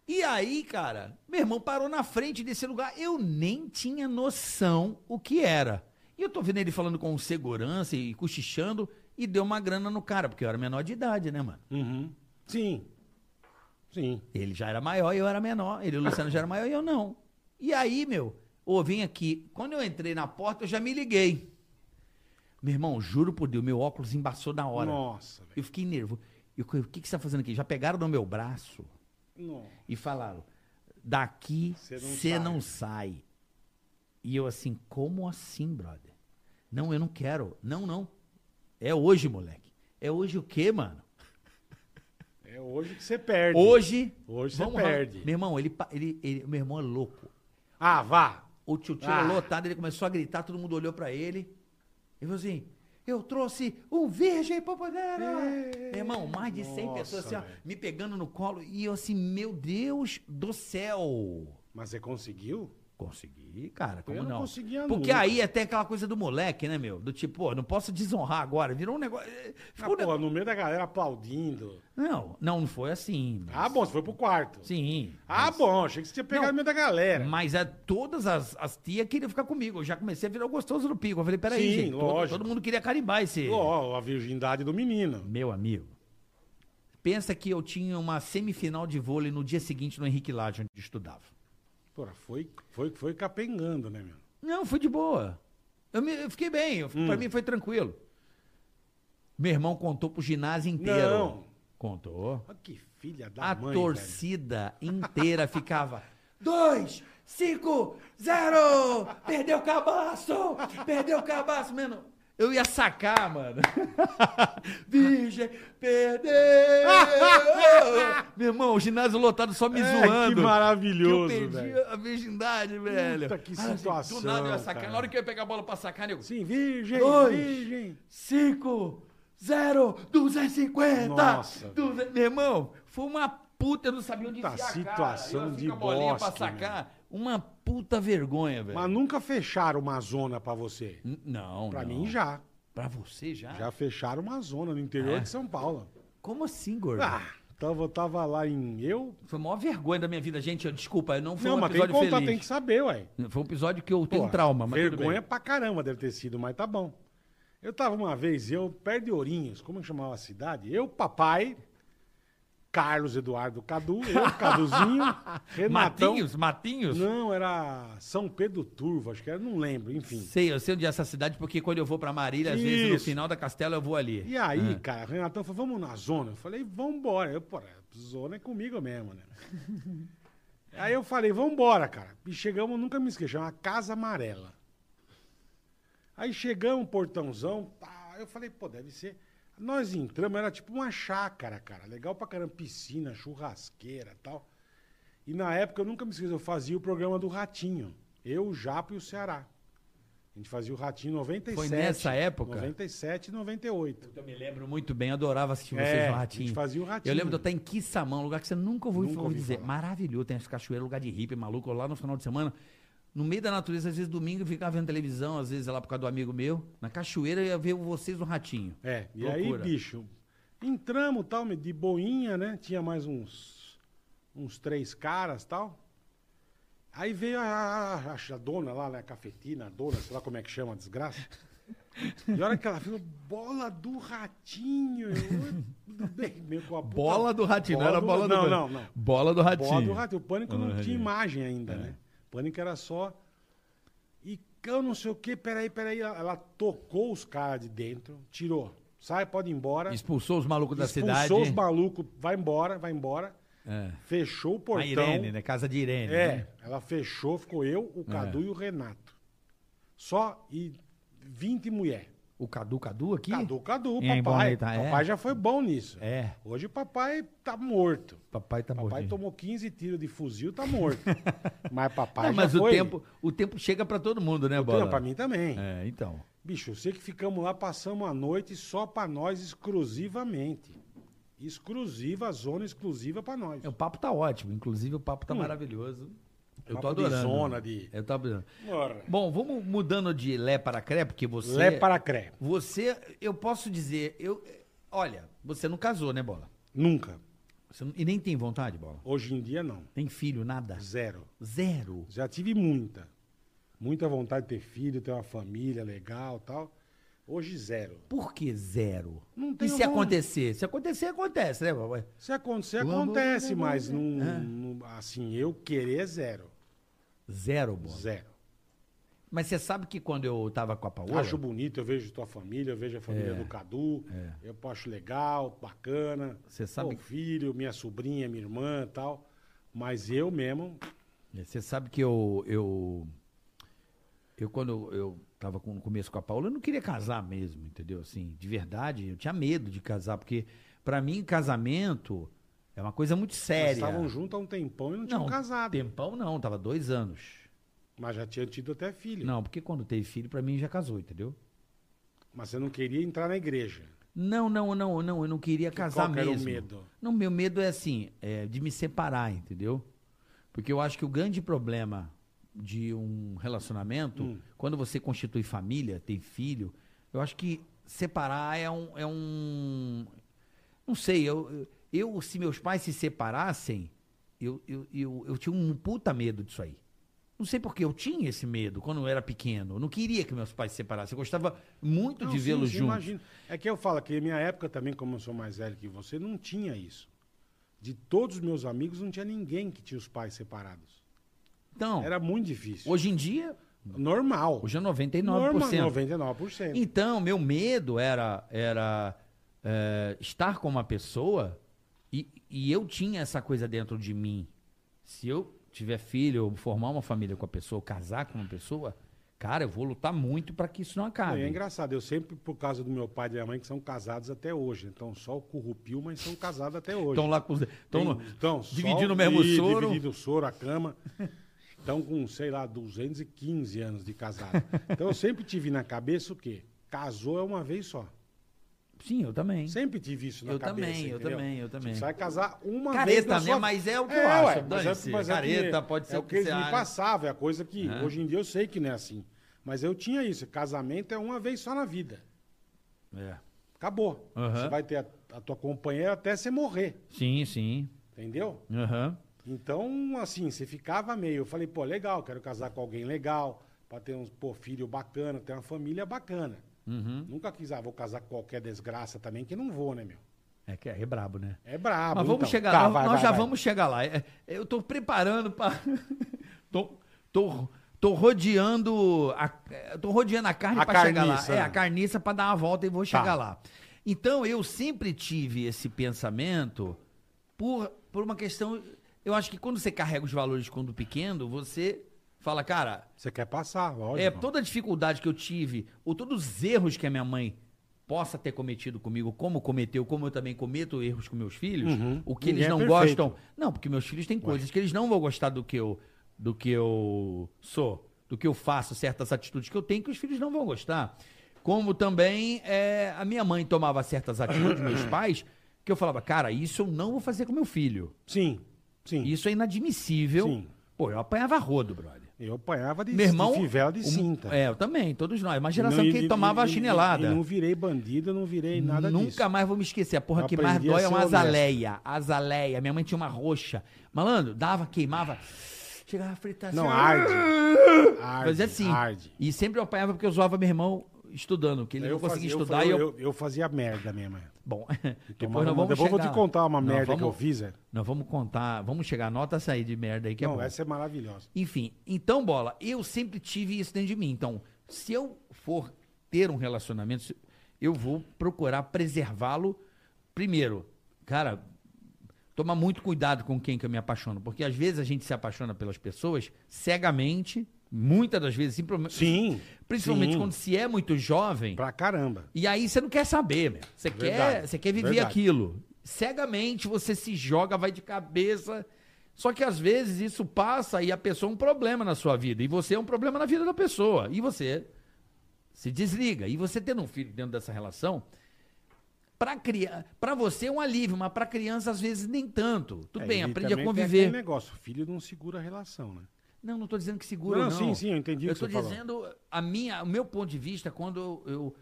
E aí, cara, meu irmão parou na frente desse lugar. Eu nem tinha noção o que era. E eu tô vendo ele falando com segurança e cochichando e deu uma grana no cara, porque eu era menor de idade, né, mano?
Uhum. Sim. Sim.
Ele já era maior e eu era menor. Ele, o Luciano, já era maior e eu não. E aí, meu, ô, vim aqui. Quando eu entrei na porta, eu já me liguei. Meu irmão, juro por Deus, meu óculos embaçou na hora.
Nossa, velho.
Eu fiquei nervoso. Eu, o que, que você tá fazendo aqui? Já pegaram no meu braço
Nossa.
e falaram: daqui
Você não
você
sai.
não, sai. E eu assim, como assim, brother? Não, eu não quero. Não, não. É hoje, moleque. É hoje o quê, mano?
É hoje que você perde.
Hoje.
Hoje você
vamos lá.
perde.
Meu irmão, ele, pa- ele, ele- meu irmão é louco.
Ah, vá.
O tio tio
Ah.
lotado, ele começou a gritar, todo mundo olhou pra ele. Ele falou assim: Eu trouxe um virgem popodera!
Ei.
né?" Meu irmão, mais de 100
Nossa,
pessoas assim, ó,
velho.
me pegando no colo. E eu assim: Meu Deus do céu!
Mas você conseguiu?
Consegui, cara, como
Eu não
não?
conseguia
Porque
nunca.
aí é até aquela coisa do moleque, né, meu? Do tipo, pô, não posso desonrar agora. Virou um negócio.
Ah,
ficou um
porra,
negócio-
no meio da galera aplaudindo.
Não, não, não foi assim. mas-
Ah, bom, você foi pro quarto.
Sim.
Ah, bom, achei que você tinha pegado
Não.
no meio da galera.
Mas é, todas as, as tias queriam ficar comigo. Eu já comecei a virar o gostoso do pico. Eu falei, peraí,
Sim,
gente. todo-
lógico.
Todo, mundo queria carimbar esse.
Ó, a virgindade do menino.
Meu amigo. Pensa que eu tinha uma semifinal de vôlei no dia seguinte no Henrique Lage, onde eu estudava.
Porra, foi, foi, foi capengando, né, meu?
Não, foi de boa. Eu, me- eu fiquei bem. Eu,
Hum.
Pra mim foi tranquilo. Meu irmão contou pro ginásio inteiro.
Não.
Contou.
Olha que filha da
A
mãe, velho.
torcida inteira ficava. Dois, cinco, zero! Perdeu o cabaço! Perdeu o cabaço, mano! Eu ia sacar, mano. Virgem, perdeu! Meu irmão, o ginásio lotado só me
É,
zoando.
que maravilhoso,
que eu perdi
velho.
a virgindade, velho.
que
Ah, assim,
situação,
Do nada eu ia sacar.
cara.
Na hora que eu ia pegar a bola pra sacar, nego.
Sim, virgem,
Dois.
virgem.
5, 0, 250.
Nossa,
Duze- Meu irmão, foi uma puta, eu não sabia onde
Puta
enfiar a cara.
situação
Eu fico
de
a bolinha
bosque,
pra sacar. Uma puta vergonha, velho.
Mas nunca fecharam uma zona pra você.
N- Não,
Pra
não.
mim já.
Pra você já?
Já fecharam uma zona no interior
É?
de São Paulo.
Como assim, gordo?
Ah, tava, tava lá em eu.
Foi a maior vergonha da minha vida, gente. eu- Desculpa, eu não foi
não,
um
mas tem que
episódio
contar, tem
feliz.
que saber, ué.
Foi um episódio que eu tenho
Pô,
trauma, mas tudo
Vergonha
bem.
pra caramba deve ter sido, mas tá bom. Eu tava uma vez, eu, perto de Ourinhos, como que chamava a cidade? Eu, papai, Carlos Eduardo Cadu, eu, Caduzinho, Renatão.
Matinhos, Matinhos.
Não, era São Pedro Turvo, acho que era, não lembro, enfim.
Sei, eu sei onde é essa cidade, porque quando eu vou pra Marília, às vezes no
Isso.
final da Castela eu vou ali.
E aí,
É.
cara, o Renatão falou, vamos na zona. Eu falei, vambora. Eu, porra, zona é comigo mesmo, né? aí eu falei, vambora, cara. E chegamos, nunca me esqueci, chama Casa Amarela. Aí chegamos, um portãozão, pá, eu falei, pô, deve ser. Nós entramos, era tipo uma chácara, cara. Legal pra caramba, piscina, churrasqueira e tal. E na época eu nunca me esqueço, eu fazia o programa do Ratinho. Eu, o Japo e o Ceará. A gente fazia o Ratinho em 97.
Foi nessa época?
97 e 98.
Eu me lembro muito bem, adorava assistir vocês
É,
no
a
Ratinho.
gente fazia o Ratinho.
Eu lembro de eu estar em Quissamã, um lugar que você nunca ouviu
Nunca ouvi
dizer.
falar.
Maravilhoso, tem as cachoeiras, lugar de hippie, maluco, lá no final de semana. No meio da natureza, às vezes domingo, eu ficava vendo televisão, às vezes lá por causa do amigo meu. Na cachoeira eu ia ver vocês no Ratinho.
É, e
Loucura.
aí, bicho, entramos tal, de boinha, né? Tinha mais uns uns três caras tal. Aí veio a, a- a- a dona lá, né? A cafetina, a dona, sei lá como é que chama, a desgraça. E a hora que ela viu, bola do ratinho. Eu, "Oi, tudo bem, meio com a puta-
Bola do Ratinho, não era bola do
Não,
Pânico.
não, não.
Bola do Ratinho.
Bola do ratinho. O pânico
Bola do
não
Ratinho.
tinha
É.
imagem ainda, né? O pânico era só. E eu não sei o quê, peraí, peraí. Ela ela tocou os caras de dentro, tirou. Sai, pode ir embora.
Expulsou os malucos da
expulsou
cidade.
os malucos, vai embora, vai embora.
É.
Fechou o
A
portão.
Irene, né? Casa de Irene.
então-
É.
É,
né?
ela fechou, ficou eu, o Cadu e o Renato. Só e 20 mulher.
O Cadu, Cadu aqui?
Cadu, Cadu,
Em
papai.
Bonita, é.
Papai já foi bom nisso.
É.
Hoje o papai tá morto.
Papai tá
Papai
morto.
tomou 15 tiros de fuzil, tá morto. mas papai
Não,
já
mas o
foi.
tempo, o tempo chega pra todo mundo, né, Bola?
Não, pra mim também.
É, então.
Bicho, eu sei que ficamos lá, passamos a noite só pra nós exclusivamente. Exclusiva, zona exclusiva pra nós.
É, O papo tá ótimo, inclusive o papo tá maravilhoso. Eu tô
Hum. Papo de
adorando.
zona de-
Eu tô adorando.
Bora.
Bom, vamos mudando de Lé para Cré, porque você.
Lé para cré.
Você, eu posso dizer, eu. Olha, você não casou, né, Bola?
Nunca.
Você não- e nem tem vontade, Bola?
Hoje em dia, não.
Tem filho, nada?
Zero.
Zero.
Já tive muita. Muita vontade de ter filho, ter uma família legal tal. Hoje, zero.
Por que zero?
Não
e
tenho
se
vontade.
acontecer? Se acontecer, acontece, né, Bola?
Se acontecer,
Lambo-
acontece,
Lambo-
mas não,
É.
não- assim, eu querer é zero.
Zero, Bola.
Zero.
Mas você sabe que quando eu tava com a Paola.
Acho bonito, eu vejo tua família, eu vejo a família
É.
do Cadu. Eu acho legal, bacana.
Você É. sabe
Meu
que-
filho, minha sobrinha, minha irmã e tal. Mas eu mesmo,
É, Você sabe que eu. Eu, eu quando eu tava com, no começo com a Paula, eu não queria casar mesmo, entendeu? Assim, de verdade, eu tinha medo de casar, porque pra mim casamento é uma coisa muito
nós
séria.
estavam juntos há um tempão e não, tinham casado.
Tempão não, tava dois anos.
Mas já tinha tido até filho.
Não, porque quando teve filho, pra mim já casou, entendeu?
Mas você não queria entrar na igreja.
Não, não, não, não, eu não queria casar
qual que era o
mesmo.
medo?
Não, meu medo é assim, é de me separar, entendeu? Porque eu acho que o grande problema de um relacionamento,
Hum.
quando você constitui família, tem filho, eu acho que separar é um. É um não sei, eu, eu, se meus pais se separassem, eu, eu, eu, eu tinha um puta medo disso aí. Não sei porque eu tinha esse medo quando eu era pequeno. Eu não queria que meus pais se separassem. Eu gostava muito
Não,
de
sim,
vê-los
sim,
juntos.
imagino. É que eu falo que na minha época também, como eu sou mais velho que você, não tinha isso. De todos os meus amigos, não tinha ninguém que tinha os pais separados.
Então,
Era muito difícil.
hoje em dia,
Normal.
hoje é 99%.
Normal, 99%.
Então, meu medo era, era é, estar com uma pessoa e, e eu tinha essa coisa dentro de mim. Se eu tiver filho, eu formar uma família com a pessoa, casar com uma pessoa, cara, eu vou lutar muito para que isso não
Não,
acabe.
e é engraçado, eu sempre, por causa do meu pai e da minha mãe, que são casados até hoje. Então, só o currupio, mas são casados até hoje.
Estão lá com os. Estão
Tem- então, só
dividindo
o-
o mesmo
e-
soro.
Dividindo o soro, a cama. Estão com, sei lá, 215 anos de casado. Então, eu sempre tive na cabeça o quê? Casou é uma vez só.
Sim, eu também.
Sempre tive isso na
Eu
cabeça.
também, eu
entendeu? Tipo,
também, eu também.
Você vai casar uma vez
Careta,
na sua-
né? Mas é o que eu acho,
ué, mas
dane-se.
é- mas é
Careta,
que-
pode ser
É
o
o
que
que eles
você
me
acha.
passavam, é a coisa que
É.
hoje em dia eu sei que não é assim. Mas eu tinha isso. Casamento é uma vez só na vida.
É.
Acabou.
Aham.
Você vai ter a, a tua companheira até você morrer,
Sim, sim.
entendeu?
Aham.
Então, assim, você ficava meio. Eu falei, pô, legal, quero casar com alguém legal, pra ter um pô, filho bacana, ter uma família bacana.
Uhum.
Nunca quis, ah, vou casar com qualquer desgraça também, que não vou, né, meu?
É que é, é brabo, né?
É brabo.
Mas vamos
então.
chegar
Tá,
lá,
vai,
nós
vai,
já
vai.
vamos chegar lá. É, Eu tô preparando para tô, tô, tô rodeando a é, tô rodeando a carne
A
para chegar lá.
carniça,
É,
né?
a carniça para dar uma volta e vou chegar
Tá.
lá. Então eu sempre tive esse pensamento por por uma questão, eu acho que quando você carrega os valores quando pequeno, você fala, cara,
Você quer passar, lógico.
é, toda a dificuldade que eu tive, ou todos os erros que a minha mãe possa ter cometido comigo, como cometeu, como eu também cometo erros com meus filhos,
Uhum.
o que eles
Ninguém é
não
perfeito.
gostam. Não, porque meus filhos têm coisas que eles não vão gostar do que eu do que eu sou, do que eu faço, certas atitudes que eu tenho que os filhos não vão gostar. Como também é, a minha mãe tomava certas atitudes, meus pais, que eu falava, cara, isso eu não vou fazer com meu filho.
Sim, sim.
Isso é inadmissível.
Hum. Sim.
Pô, eu apanhava rodo, brother.
Eu apanhava de,
Meu irmão.
de fivela de
um-
cinta.
é, eu também, todos nós. Uma geração
Não, e-
que
e-
tomava
e-
a chinelada.
E, não virei bandido, não virei nada
Nunca
disso.
mais vou me esquecer. A porra
Eu
que mais
aprendi a
dói é
ser
uma
honesto.
azaleia. Azaleia. Minha mãe tinha uma roxa. Malandro, dava, queimava. Chegava a fritar
Não,
ah,
arde. arde
Fazia assim.
Arde.
E sempre eu apanhava porque eu zoava meu irmão estudando, que ele não conseguia
fazia-
estudar.
eu,
e eu,
eu, eu fazia merda mesmo. é.
Bom,
Tomava
depois nós
uma-
vamos
depois eu vou
chegar
te
lá.
contar uma
Não,
merda que eu
vamos-
fiz. é.
Nós vamos contar, vamos chegar, anota essa aí de merda aí que é
Não,
bom.
essa é maravilhosa.
Enfim, então, bola, eu sempre tive isso dentro de mim. Então, se eu for ter um relacionamento, se- eu vou procurar preservá-lo. Primeiro, cara, tomar muito cuidado com quem que eu me apaixono, porque às vezes a gente se apaixona pelas pessoas cegamente, muitas das vezes, simplesmente-
Sim.
principalmente
sim.
quando se é muito jovem.
Pra caramba.
E aí você não quer saber, meu. Você, quer,
Verdade,
você quer viver
verdade.
aquilo. Cegamente você se joga, vai de cabeça. Só que às vezes isso passa e a pessoa é um problema na sua vida. E você é um problema na vida da pessoa. E você se desliga. E você tendo um filho dentro dessa relação, pra, criar, pra você é um alívio, mas pra criança às vezes nem tanto. Tudo
É,
bem,
e
aprende a
também Tem aquele
conviver.
negócio, o filho não segura a relação, né?
Não, não tô dizendo que seguro, não.
Não, sim, sim, eu entendi o
Eu
que
tô
você falou.
dizendo a minha, o meu ponto de vista quando eu... eu-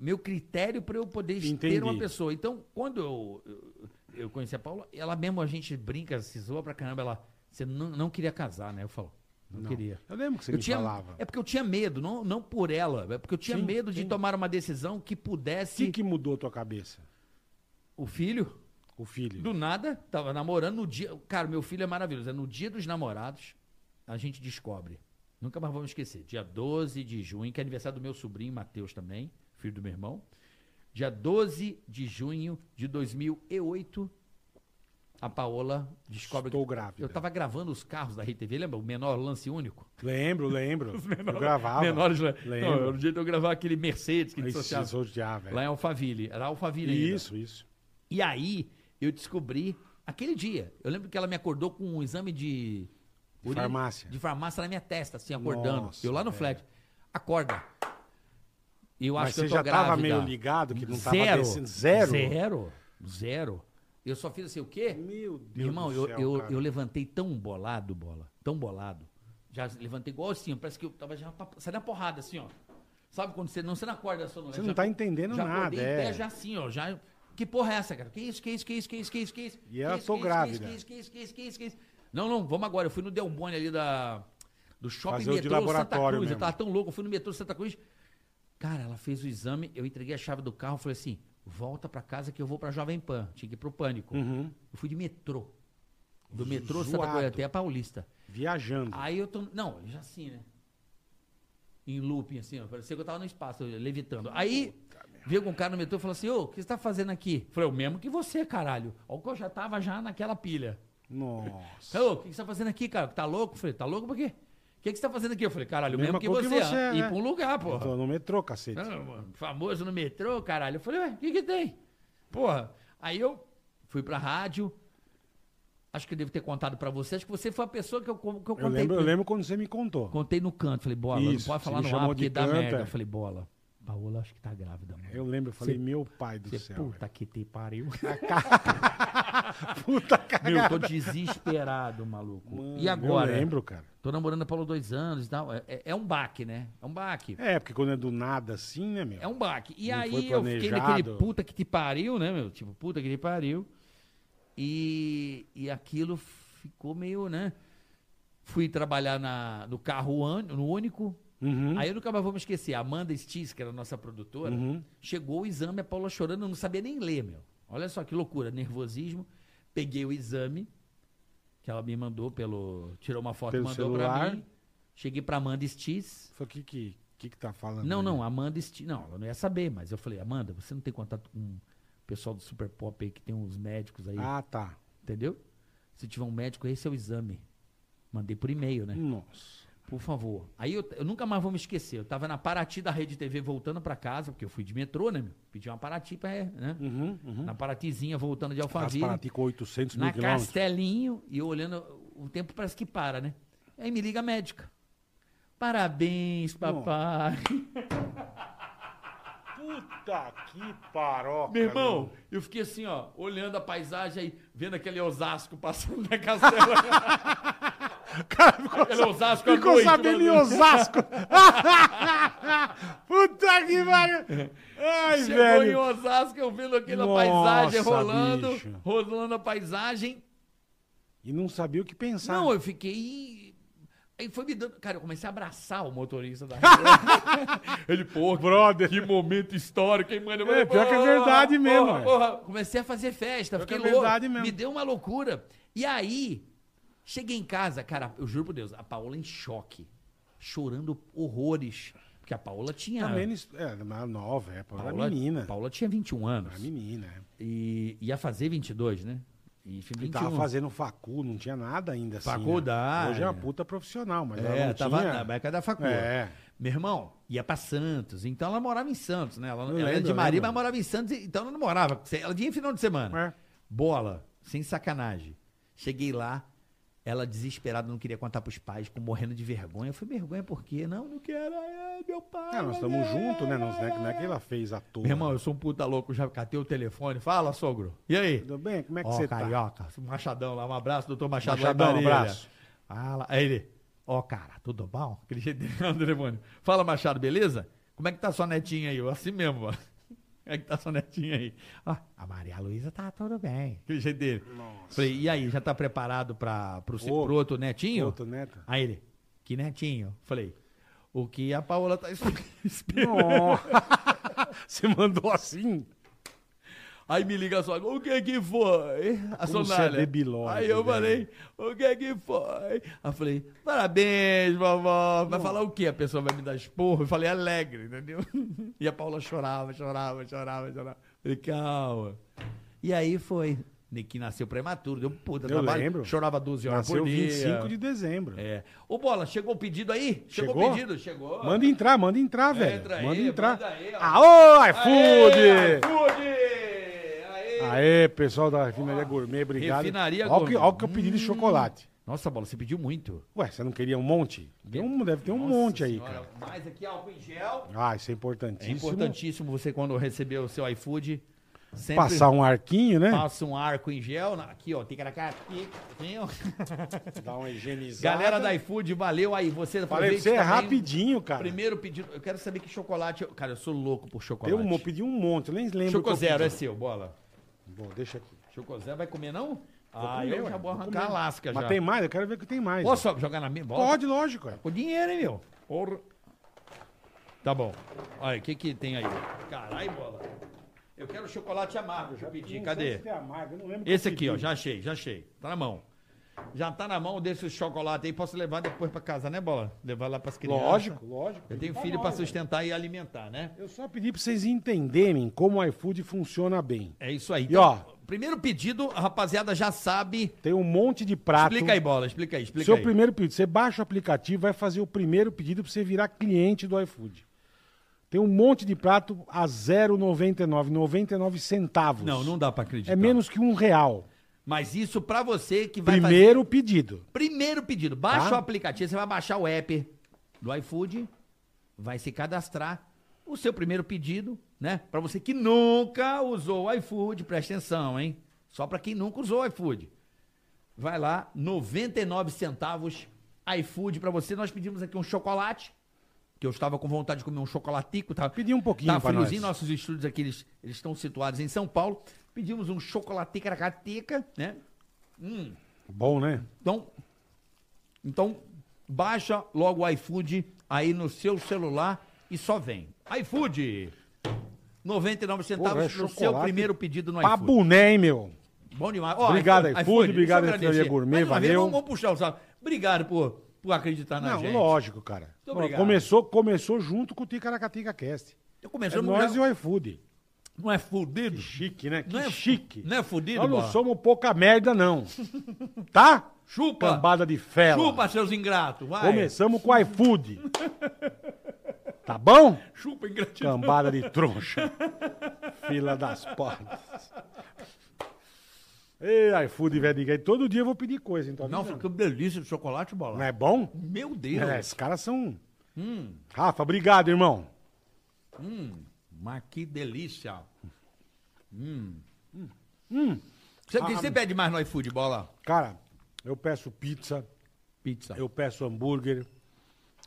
meu critério para eu poder
Entendi.
ter uma pessoa. Então, quando eu, eu, eu conheci a Paula, ela mesmo, a gente brinca, se zoa pra caramba, ela... Você não, não queria casar, né? Eu falo, não,
Não.
queria.
Eu lembro que você
eu
me
tinha,
falava.
É porque eu tinha medo, não, não por ela. É porque eu tinha
Sim,
medo de
sim.
tomar uma decisão que
O
pudesse...
que, que mudou tua cabeça?
O filho...
O filho.
Do nada, tava namorando no dia. Cara, meu filho é maravilhoso. É no dia dos namorados, a gente descobre. Nunca mais vamos esquecer. Dia 12 de junho, que é aniversário do meu sobrinho, Matheus também, filho do meu irmão. Dia 12 de junho de 2008, a Paola descobre.
Estou grávida.
Eu tava gravando os carros da RTV, lembra? O menor lance único.
Lembro, lembro. eu gravava.
Menores.
Lembro.
Não, no dia de eu gravar aquele Mercedes que
Aí se
dissociava.
sorteava.
Lá em
velho.
Alphaville. Era Alphaville ainda.
Isso, isso.
E aí eu descobri aquele dia. Eu lembro que ela me acordou com um exame de
De farmácia.
de farmácia na minha testa, assim acordando.
Nossa, é.
eu lá no flat. Acorda. Eu
Mas
acho que
você
eu tô
já tava
grávida.
meio ligado que não tava
zero,
descendo- zero?
zero, zero. Eu só fiz assim o quê?
Meu Deus
Meu irmão,
do
eu,
céu,
eu,
cara.
eu levantei tão bolado, bola, tão bolado. Já levantei igual assim, parece que eu tava já pra- saindo na porrada assim, ó. Sabe quando você não, você não acorda só
Você não tá entendendo
já
nada,
acordei em
é.
pé, já assim, ó, já que porra é essa, cara? Que isso, que isso, que isso, que isso, que isso, que isso?
E
Que
ela
isso,
tô
que isso,
grávida.
Que isso, que isso, que isso, que isso, que isso, que isso. Não, não, vamos agora. Eu fui no Delbone ali da do shopping
Fazer o de
metrô Santa
laboratório
Cruz. Eu
mesmo.
tava tão louco, eu fui no metrô Santa Cruz. Cara, ela fez o exame, eu entreguei a chave do carro, falei assim: "Volta pra casa que eu vou pra Jovem Pan". Tinha que ir pro pânico. Eu fui de metrô. Do metrô Santa
Uhum. Zoado.
Cruz até a Paulista.
Viajando.
Aí eu tô. Não, já assim, né? Em looping, assim, ó. Parecia que eu tava no espaço, eu levitando. Aí veio com um cara no metrô e falou assim: Ô, o que você tá fazendo aqui? Eu Falei, o mesmo que você, caralho. Ó, que eu já tava já naquela pilha.
Nossa.
Ô, o que você tá fazendo aqui, cara? Tá louco? Eu Falei, tá louco por quê? O que, que você tá fazendo aqui? Eu falei, caralho, o mesmo
Mesma
que
coisa
você.
que você,
ah, Ir
né?
pra um lugar,
Eu
porra. Ah,
tô no metrô, cacete.
Não, mano, famoso no metrô, caralho. Eu falei, ué, o que que tem? Porra. Aí eu fui pra rádio. Acho que eu devo ter contado pra você. Acho que você foi a pessoa que eu, que eu contei.
eu, lembro, eu
primeiro.
lembro quando você me contou.
Contei no canto, falei, bola,
Isso,
não pode falar
você me
no ar
chamou de
porque dá
canto,
merda.
é.
Eu falei, bola, Paola acho que tá grávida, mano.
Eu lembro, eu falei,
Você-
meu pai do
Você,
céu.
puta que te pariu.
velho. puta cagada.
Meu, eu tô desesperado, maluco. e agora?
Eu lembro, cara.
Tô namorando a Paula há dois anos e tal. É, é- é um baque, né? É um baque. É.
É, porque quando é do nada assim, né, meu?
um baque. E
Não foi
aí eu fiquei naquele
planejado.
puta que te pariu, né, meu? Tipo, puta que te pariu. E, e aquilo ficou meio, né? Fui trabalhar na, no carro ân- no único,
Uhum.
Aí eu nunca mais vou me esquecer. A Amanda Stis, que era a nossa produtora, chegou o exame, a Paula chorando, eu não sabia nem ler, meu. Olha só que loucura, nervosismo. Peguei o exame, que ela me mandou pelo. Tirou uma foto e
Pelo
mandou pra
celular.
mim. Cheguei pra Amanda Stis.
Falei, o que que, que que tá falando?
Não,
aí?
não, Amanda Stis. Não, ela não ia saber, mas eu falei, Amanda, você não tem contato com o pessoal do Super Pop aí que tem uns médicos aí,
Ah, tá.
entendeu? Se tiver um médico, esse é o exame. Mandei por e-mail, né?
Nossa.
Por favor. Aí eu, eu nunca mais vou me esquecer. Eu tava na Paraty da Rede TV voltando pra casa, porque eu fui de metrô, né? meu? Pedi uma Paraty pra, né?
Uhum, uhum.
Na Paratizinha voltando de
As
Alphaville.
Paraty com 800 mil
na
quilômetros.
Castelinho e eu olhando, o tempo parece que para, né? Aí me liga a médica. Parabéns, papai.
Puta que paroca.
Meu irmão, eu fiquei assim, ó, olhando a paisagem aí, vendo aquele Osasco passando na Castela.
O cara ficou,
Ele é Osasco à
ficou
noite, né,
sabendo em
mano.
Osasco. Puta
Hum.
que pariu. Ai,
Chegou em
velho.
Osasco, eu vendo aquela
Nossa,
paisagem rolando,
bicho.
rolando a paisagem.
E não sabia o que pensar.
Não, eu fiquei. Aí foi me dando. Cara, eu comecei a abraçar o motorista da Hilux. Ele, porra,
Brother.
que momento histórico, hein, mano?
É, pior que é verdade mesmo,
Porra,
é.
porra. Comecei a fazer festa,
Pior que
fiquei
é
louco.
verdade mesmo.
Me deu uma loucura. E aí, cheguei em casa, cara, eu juro por Deus, a Paola em choque, chorando horrores. Porque a Paola tinha.
Também não est- é, na nova, é, pra
Paola,
menina.
Paola tinha 21 anos.
Pra menina, é.
E ia fazer 22, né? E um. enfim,
E tava
21.
fazendo facu, não tinha nada ainda assim. né?
Faculdade.
Hoje é uma puta profissional, mas ela
É,
não
tava
tinha.
na beca da facul.
É.
Meu irmão ia pra Santos, então ela morava em Santos, né? Ela, ela
lembro,
era de
eu
Maria,
lembro.
mas morava em Santos, então ela não morava. Ela vinha em final de semana.
É.
Bola, sem sacanagem. Cheguei lá, ela desesperada, não queria contar pros pais, com morrendo de vergonha. Eu falei, vergonha por quê? Não, não quero, é, meu pai.
É, nós estamos juntos, né? Não é, não é que ela fez à toa.
Meu irmão, eu sou um puta louco, já catei o telefone. Fala, sogro. E aí?
Tudo bem? Como é que
Ó,
você tá?
carioca, Machadão lá, um abraço, doutor Machado. Ah,
Machadão,
lá em Marília.
um abraço.
Fala. Aí ele, Ó, cara, tudo bom? Aquele jeito dele no telefone. Fala, Machado, beleza? Como é que tá sua netinha aí? Eu, assim mesmo, ó. Como é que tá sua netinha aí? Ó, a Maria Luísa tá tudo bem. Aquele jeito dele. Falei, e aí, já tá preparado pra, pro, se-
Ô,
pro outro netinho?
outro neto.
Aí ele, que netinho? Falei, o que a Paola tá es- esperando.
Você mandou assim?
Aí me liga só, o que que foi? A
Como você é
Sonália.
debilóide, né,
Aí eu
velho.
falei, o que que foi? Aí eu falei, parabéns, vovó. Vai falar o quê? A pessoa vai me dar esporro? Eu falei, alegre, entendeu? E a Paula chorava, chorava, chorava, chorava. Eu Falei, calma. E aí foi. Que nasceu prematuro, deu um puta
Eu
trabalho.
lembro.
Chorava 12 horas
Nasceu
por dia.
25 de dezembro.
É. Ô, Bola, chegou o pedido aí? Chegou, o
Chegou?
pedido? Chegou.
Manda entrar, manda entrar, velho.
É, Entra aí,
manda entrar.
manda aí, ó.
Aô,
Aê,
iFood!
iFood! Aê!
Aê, pessoal da Refinaria Gourmet, obrigado.
Refinaria
Olha o que-
Gourmet. Hum.
Olha o que eu pedi de chocolate.
Nossa, Bola, você pediu muito.
Ué, você não queria um monte? Tem um- deve ter um
Nossa
monte aí,
senhora,
cara.
Mais aqui álcool em gel.
Ah, isso é
É
importantíssimo.
importantíssimo você quando receber o seu iFood, sempre
Passar um arquinho, né?
passa um arco em gel na- aqui, ó, ticaracá, aqui, vem, ó.
Dá uma higienizada.
Galera da iFood, valeu aí, você
Falei pra
aproveita
você, é
também.
rapidinho, cara.
Primeiro pedido, eu quero saber que chocolate, eu- cara, eu sou louco por chocolate.
Eu mo- pedi um monte, eu nem lembro. o que
Choco
eu
Zero é
pedi.
seu, bola.
Bom, deixa aqui.
Choco Zero vai comer não?
Vou
Ah,
comer,
eu
ué,
já vou
vou
arrancar a
comer.
lasca
Mas
já.
tem mais? Eu quero ver que tem mais.
Posso só jogar na minha bola?
Pode, lógico. é.
Com dinheiro, hein, meu? Porra. Tá bom. Olha, o que que tem aí? Caralho, bola. Eu quero chocolate amargo, já pedi.
Não sei
Cadê?
se tem amargo, eu não lembro o que
Esse
eu
aqui, ó,
pedi.
já achei, já achei. Tá na mão. Já tá na mão desse chocolate aí. Posso levar depois pra casa, né, bola? Levar lá pras crianças.
Lógico, lógico.
tá. Eu
pedi
tenho
pra
filho
nós,
pra
velho.
sustentar e alimentar, né?
Eu só pedi pra vocês entenderem como o iFood funciona bem.
É isso aí.
E, ó,
primeiro pedido, a rapaziada já sabe.
Tem um monte de prato.
Explica aí, bola, explica aí, explica
Seu
aí.
primeiro pedido. Você baixa o aplicativo, vai fazer o primeiro pedido pra você virar cliente do iFood. Tem um monte de prato a 0,99, 99 centavos.
Não, não dá pra acreditar.
É menos que um real.
Mas isso pra você que vai fazer
Primeiro pedido.
Primeiro pedido, baixa
Tá?
o aplicativo, você vai baixar o app do iFood, vai se cadastrar. O seu primeiro pedido, né? Pra você que nunca usou o iFood, presta atenção, hein? Só pra quem nunca usou o iFood. Vai lá, 99 centavos iFood pra você. Nós pedimos aqui um chocolate, que eu estava com vontade de comer um chocolatico, tá?
Pedi um pouquinho
tá
pra
friozinho,
nós.
nossos estúdios aqui, eles, eles estão situados em São Paulo. Pedimos um chocolateca, né?
Bom, né?
Então, então baixa logo o iFood aí no seu celular e só vem. iFood, 99
Porra, é
centavos no seu
chocolate
primeiro pedido no iFood.
Pabuné, hein, meu?
Bom demais. Ó,
Obrigado, iFood,
deixa
obrigado,
eu
Refinaria
agradecer.
Gourmet,
Mais uma vez,
valeu.
Vamos, vamos puxar o saco. Obrigado por, por acreditar na
Não,
gente.
lógico, cara.
Muito obrigado.
Começou, começou junto com o Ticaracatica Cast.
Eu
É
começamos
nós
já-
e o iFood.
Não é fudido?
Chique, né? Que
Não é-
chique.
não é fudido,
Nós não
Bola?
somos pouca merda, não. tá?
Chupa.
Cambada de fela.
Chupa, seus ingratos, vai.
Começamos com o iFood. tá bom?
Chupa, ingratidão.
Cambada de trouxa. Fila das portas. Ei, iFood, velho. de gay. Todo dia eu vou pedir coisa, então.
Não,
avisando.
ficou delícia de chocolate, bola.
não é bom?
Meu Deus.
É, esses caras são. Rafa, obrigado, irmão.
Mas que delícia! Hum.
Hum. Ah,
Sabe o que você pede mais no iFood, bola?
Cara, eu peço pizza,
Pizza.
eu peço hambúrguer,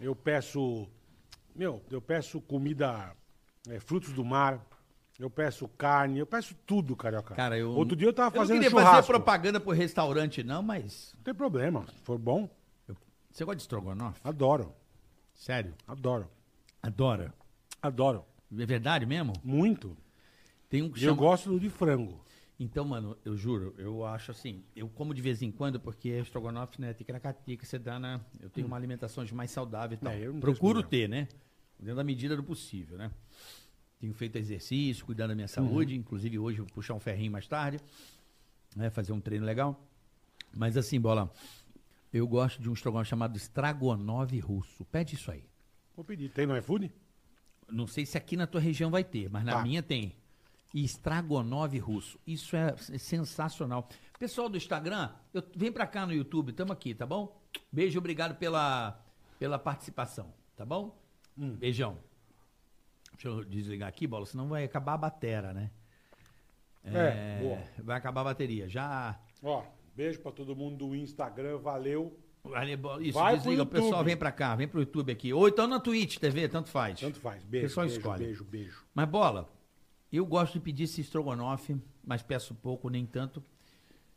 eu peço. Meu, eu peço comida, é, frutos do mar, eu peço carne, eu peço tudo, carioca.
Cara, eu.
Outro dia eu tava
não
fazendo
queria fazer
churrasco.
propaganda pro restaurante, não, mas.
Não tem problema, se for bom,
eu- Você gosta de estrogonofe?
adoro,
Sério?
adoro,
Adora.
adoro.
É verdade mesmo?
Muito.
Tem um que
E eu
chama...
gosto do de frango.
Então, mano, eu juro, eu acho assim, eu como de vez em quando, porque estrogonofe, né, ticaracatica, você dá na... Eu tenho uma alimentação mais saudável e tal.
É, eu não
Procuro
tenho
ter, né? Dentro da medida do possível, né? Tenho feito exercício, cuidando da minha saúde,
Uhum.
inclusive hoje eu vou puxar um ferrinho mais tarde, né, fazer um treino legal. Mas assim, bola, eu gosto de um estrogonofe chamado estragonove russo. Pede isso aí.
Vou pedir. Tem no iFood?
Não sei se aqui na tua região vai ter, mas na
Tá.
minha tem. E Estragonove russo. Isso é s- sensacional. Pessoal do Instagram, eu, vem pra cá no YouTube, tamo aqui, tá bom? Beijo, obrigado pela, pela participação, tá bom?
Hum.
Beijão. Deixa eu desligar aqui, bola, senão vai acabar a batera, né?
É, boa.
Vai acabar a bateria. Já
Ó, beijo pra todo mundo do Instagram, valeu.
Ali, Isso,
Vai pro
desliga. O pessoal
YouTube.
vem pra cá, vem pro YouTube aqui. Ou então na Twitch TV, tanto faz.
Tanto faz. Beijo,
Pessoal
beijo,
escolhe.
beijo, beijo.
Mas bola, eu gosto de pedir esse estrogonofe, mas peço pouco, nem tanto.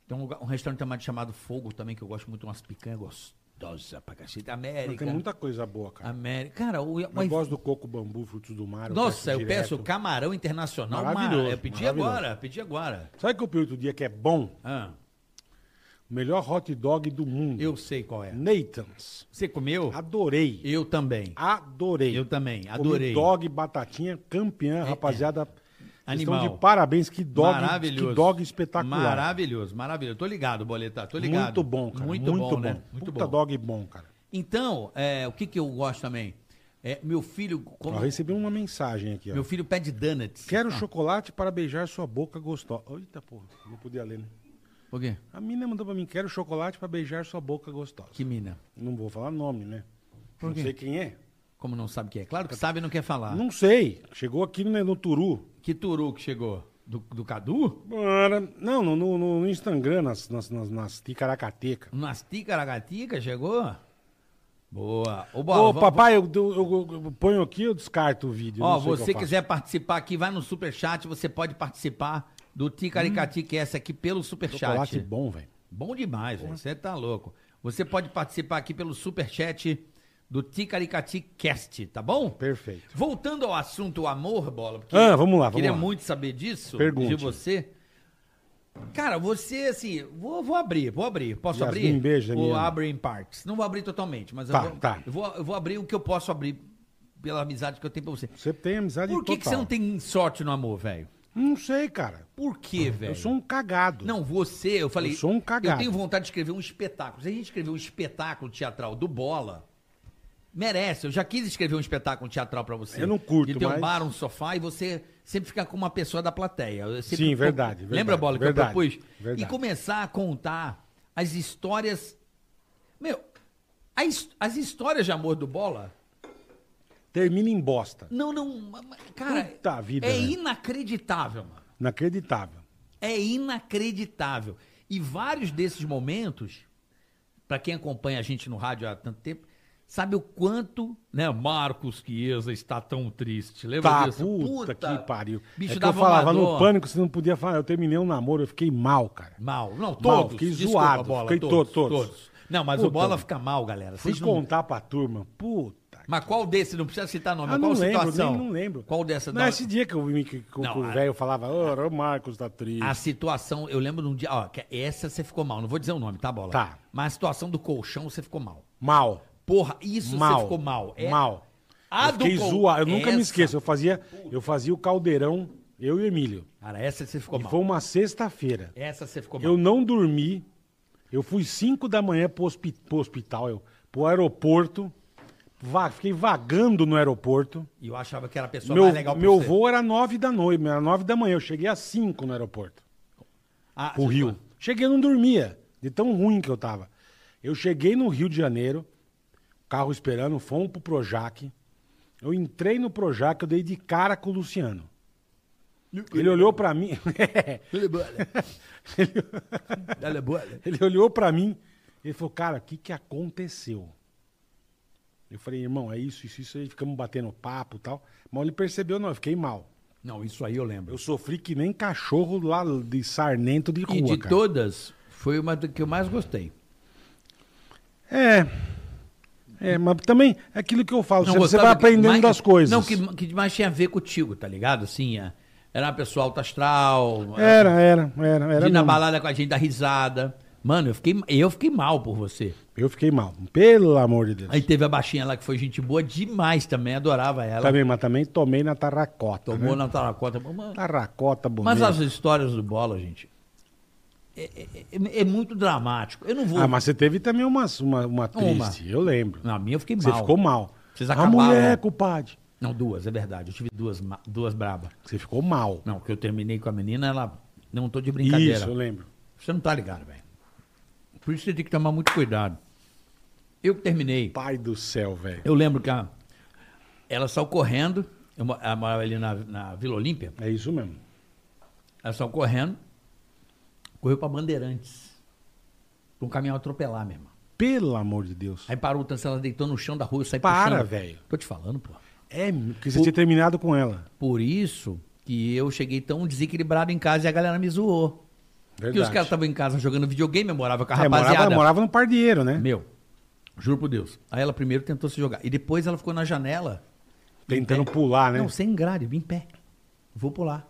Tem um, lugar- um restaurante chamado- chamado Fogo também, que eu gosto muito, umas picanhas gostosas pra cacete.
Mas
América.
Tem muita coisa boa, cara.
América. Cara, o,
Eu
Ah, mas-
gosto do coco bambu, frutos do mar.
nossa, eu
direto.
peço camarão internacional.
Maravilhoso,
mar- Eu pedi
maravilhoso.
agora, pedi agora.
Sabe o que eu pedi outro dia que é bom?
Ah,
O melhor hot dog do mundo.
eu sei qual é.
Nathan's.
Você comeu?
Adorei.
Eu também.
Adorei.
Eu também,
Comi
adorei.
dog, batatinha, campeã, rapaziada.
Animal.
Estão de parabéns, que dog,
maravilhoso.
que dog espetacular.
Maravilhoso, maravilhoso. Tô ligado, Boleta, tô ligado.
Muito bom, cara.
Muito, bom, né?
Muito
Muito
Puta
bom.
dog bom, cara.
Então, é, o que que eu gosto também? É, meu filho, como-
Eu recebi uma mensagem aqui, ó.
meu Ah. filho pede donuts.
Quero chocolate para beijar sua boca gostosa. Eita, porra, não podia ler, né?
Por quê?
A mina mandou pra mim, quero chocolate para beijar sua boca gostosa.
Que mina.
Não vou falar nome, né?
Por
não
quê?
sei quem é.
Como não sabe o que é? Claro que sabe e não quer falar.
Não sei. Chegou aqui no, no Turu.
Que turu que chegou? Do, do Cadu?
Bora. Não, no, no- no Instagram, nas, nas, nas, nas ticaracatecas.
Nas ticaragatica chegou? Boa. Ô, Bola,
Ô,
vamos-
papai, eu, eu- eu- eu ponho aqui, eu descarto o vídeo.
Ó,
não sei o que eu
você
faço.
quiser participar aqui, vai no superchat, você pode participar do Ticaricatica essa aqui pelo
Hum. Chocolate
superchat.
bom, velho.
Bom demais, velho. Você tá louco. Você pode participar aqui pelo superchat do Ticaricati Cast, tá bom?
Perfeito.
Voltando ao assunto amor, bola. Porque
Ah, vamos lá, vamos
Queria
lá.
muito saber disso,
Pergunte.
de você. Cara, você, assim, vou, vou abrir, vou abrir. Posso
Yasmin,
abrir?
beijo,
Ou
minha.
abro em partes. Não vou abrir totalmente, mas
Tá,
eu, vou,
tá.
eu, vou, eu vou abrir o que eu posso abrir pela amizade que eu tenho pra você.
Você tem amizade
Por que,
total.
que você não tem sorte no amor, velho?
Não sei, cara.
Por quê, velho?
Eu sou um cagado.
Não, você, eu falei.
Eu sou um cagado.
Eu tenho vontade de escrever um espetáculo. Se a gente escrever um espetáculo teatral do Bola, merece. Eu já quis escrever um espetáculo teatral pra você.
Eu não curto,
De ter um
mas-
bar, um sofá e você sempre ficar com uma pessoa da plateia. Eu sempre-
Sim, verdade, verdade,
Lembra, Bola, que
verdade,
eu propus?
verdade.
E começar a contar as histórias. Meu, a his- as histórias de amor do Bola.
Termina em bosta.
Não, não. ma- ma- Cara,
Puta vida, né?
é
velho.
inacreditável, mano.
Inacreditável.
É inacreditável. E vários desses momentos, pra quem acompanha a gente no rádio há tanto tempo, sabe o quanto, né, Marcos Chiesa está tão triste. Lembra
Tá,
disso?
puta, que pariu.
Bicho
é que eu
dava
falava
uma
no
dor.
pânico, você não podia falar. Eu terminei um namoro, eu fiquei mal, cara.
Mal. Não, todos.
Mal, fiquei zoado, fiquei
todos,
to- todos.
Não, mas o
Puta,
Bola
mano.
fica mal, galera.
Fui
Vocês não...
contar pra turma. Puta.
Mas qual desse? Não precisa citar nome.
Ah,
mas
não
qual
lembro,
situação?
nem, não lembro.
Qual dessa?
Não,
da-
esse dia que, eu, vi que, que
Não,
o
a-
velho falava, ô, o Marcos tá triste.
A situação, eu lembro de um dia, ó, que essa você ficou mal, não vou dizer o nome, tá, Bola?
Tá.
Mas a situação do colchão você ficou mal.
Mal.
Porra, isso
mal.
você ficou mal. É-
Mal.
A
eu
do
fiquei
col-
zoado. Eu nunca me
essa-
esqueço. Eu fazia, eu fazia o caldeirão, eu e o Emílio.
Cara, essa você ficou
E
mal.
foi uma sexta-feira.
Essa você ficou mal.
Eu não dormi. Eu fui 5 da manhã pro, hospi- pro hospital, eu, pro aeroporto. Va- fiquei vagando no aeroporto.
E eu achava que era a pessoa
Meu,
mais legal pra
meu
você.
voo era 9 da noite, era 9 da manhã. Eu cheguei às 5 no aeroporto,
Ah,
pro
você
Rio.
ficou-
Cheguei, eu não dormia, de tão ruim que eu tava. Eu cheguei no Rio de Janeiro, carro esperando, fomos pro Projac. Eu entrei no Projac, eu dei de cara com o Luciano. Ele olhou pra mim.
Ele é bola. Ele é bola.
Ele olhou pra mim ele falou, cara, o que, que aconteceu? Eu falei, irmão, é isso, isso, isso. Aí ficamos batendo papo e tal. Mas ele percebeu, não, eu fiquei mal.
Não, isso aí eu lembro.
Eu sofri que nem cachorro lá de sarnento de rua,
e de
cara.
todas, foi uma do que eu mais gostei.
É. É, mas também é aquilo que eu falo, você, você
gostava
vai
que
aprendendo
mais-
das coisas.
Não, que, que mais tinha a ver contigo, tá ligado? Assim, é, era uma pessoa alta astral.
Era, era, era, É, era.
né? de ir na
mesmo.
balada com a gente, dar risada. Mano, eu fiquei, eu fiquei mal por você.
Eu fiquei mal, pelo amor de Deus.
Aí teve a baixinha lá que foi gente boa demais também, adorava ela.
Também, Tá mas também tomei na tarracota.
Tomou
né?
na taracota. Mas,
Tarracota bonita. Ah,
mas as histórias do Bola, gente, é, é- é- é muito dramático. Eu não vou...
Ah, mas você teve também umas, uma, uma triste, eu lembro.
Na minha eu fiquei
Você
mal.
ficou mal.
Vocês
a
acabaram. né?
mulher, compadre.
Não, duas, é verdade. Eu tive duas, ma- duas brabas.
Você ficou mal.
Não, que eu terminei com a menina, ela... Não tô de brincadeira.
Isso, eu lembro.
Você não tá ligado, velho. Por isso você tem que tomar muito cuidado. Eu que terminei...
Pai do céu, velho.
Eu lembro que a- ela saiu correndo, eu mo- ela morava ali na, na Vila Olímpia,
É isso mesmo.
ela saiu correndo, correu pra Bandeirantes. Pra um caminhão atropelar, meu irmão.
Pelo amor de Deus.
Aí parou o tanto, ela deitou no chão da rua, eu saí
Para,
puxando.
velho.
Tô te falando, pô.
É, porque você tinha terminado com ela.
Por isso que eu cheguei tão desequilibrado em casa e a galera me zoou. Porque os
Verdade.
caras estavam em casa jogando videogame, eu morava com a
É,
rapaziada.
morava, morava no pardieiro, né?
Meu, juro por Deus. Aí ela primeiro tentou se jogar. E depois ela ficou na janela.
Tentando pular, né?
Não, sem grade, em pé. Vou pular.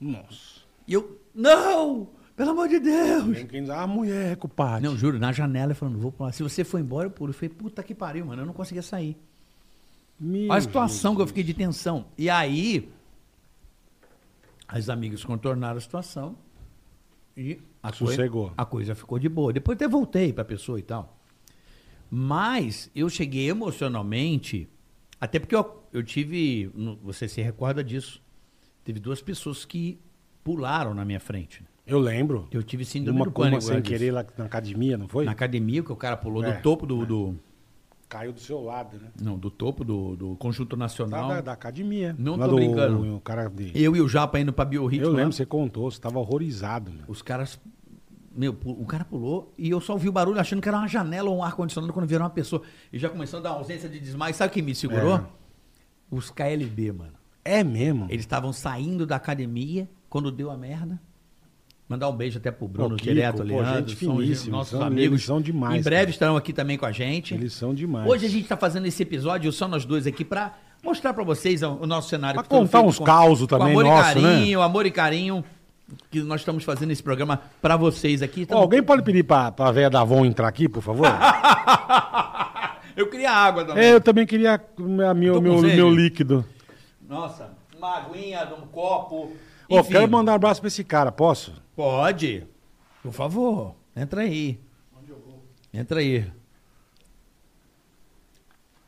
Nossa.
E eu, não! Pelo amor de Deus!
Tem quem diz, ah, mulher, compadre.
Não, juro, na janela eu falando, vou pular. Se você for embora, eu pulo. Eu falei, puta que pariu, mano, eu não conseguia sair.
Meu
Olha a situação que eu fiquei de tensão. E aí, as amigas contornaram a situação e a, coi-
Sossegou.
a coisa ficou de boa. Depois até voltei pra pessoa e tal. Mas eu cheguei emocionalmente, até porque eu, eu tive, no- você se recorda disso, teve duas pessoas que pularam na minha frente. né?
Eu lembro.
Eu tive síndrome
Uma
do
coma
pânico.
sem
antes.
querer lá na academia, não foi?
Na academia, que o cara pulou
É,
do topo do, do-
Caiu do seu lado, né?
Não, do topo do, do conjunto
Lá
nacional.
Da, da academia.
Não
Lá
tô
do-
brincando. é
O cara de...
Eu e o Japa indo pra biorritmo.
Eu
lá.
lembro, você contou, você tava horrorizado, né? meu.
Os caras. Meu, pu- o cara pulou e eu só ouvi o barulho achando que era uma janela ou um ar-condicionado quando vieram uma pessoa. E já começou a dar ausência de desmaio. Sabe quem me segurou?
É.
Os KLB, mano.
É mesmo?
Eles estavam saindo da academia quando deu a merda. Mandar um beijo até pro Bruno
Ô, Kiko,
direto,
pô,
Leandro.
gente
são os
finíssima,
nossos
são-
amigos.
eles são demais,
Em breve
cara.
estarão aqui também com a gente.
Eles são demais.
Hoje a gente tá fazendo esse episódio, só nós dois aqui, pra mostrar pra vocês o o nosso cenário.
Pra
que foi
contar
feito
uns causos
com
também
amor
nosso, né?
e carinho, amor e carinho, que nós estamos fazendo esse programa pra vocês aqui.
Ó,
Tamo-
alguém pode pedir pra, pra véia da Avon entrar aqui, por favor?
Ah, Eu queria água também.
é, eu também queria a meu,
Tô com
meu,
sede.
meu líquido.
Nossa, uma aguinha, um copo.
Ó,
Enfim,
quero mandar um abraço pra esse cara, posso?
Pode. Por favor, entra aí. Entra aí.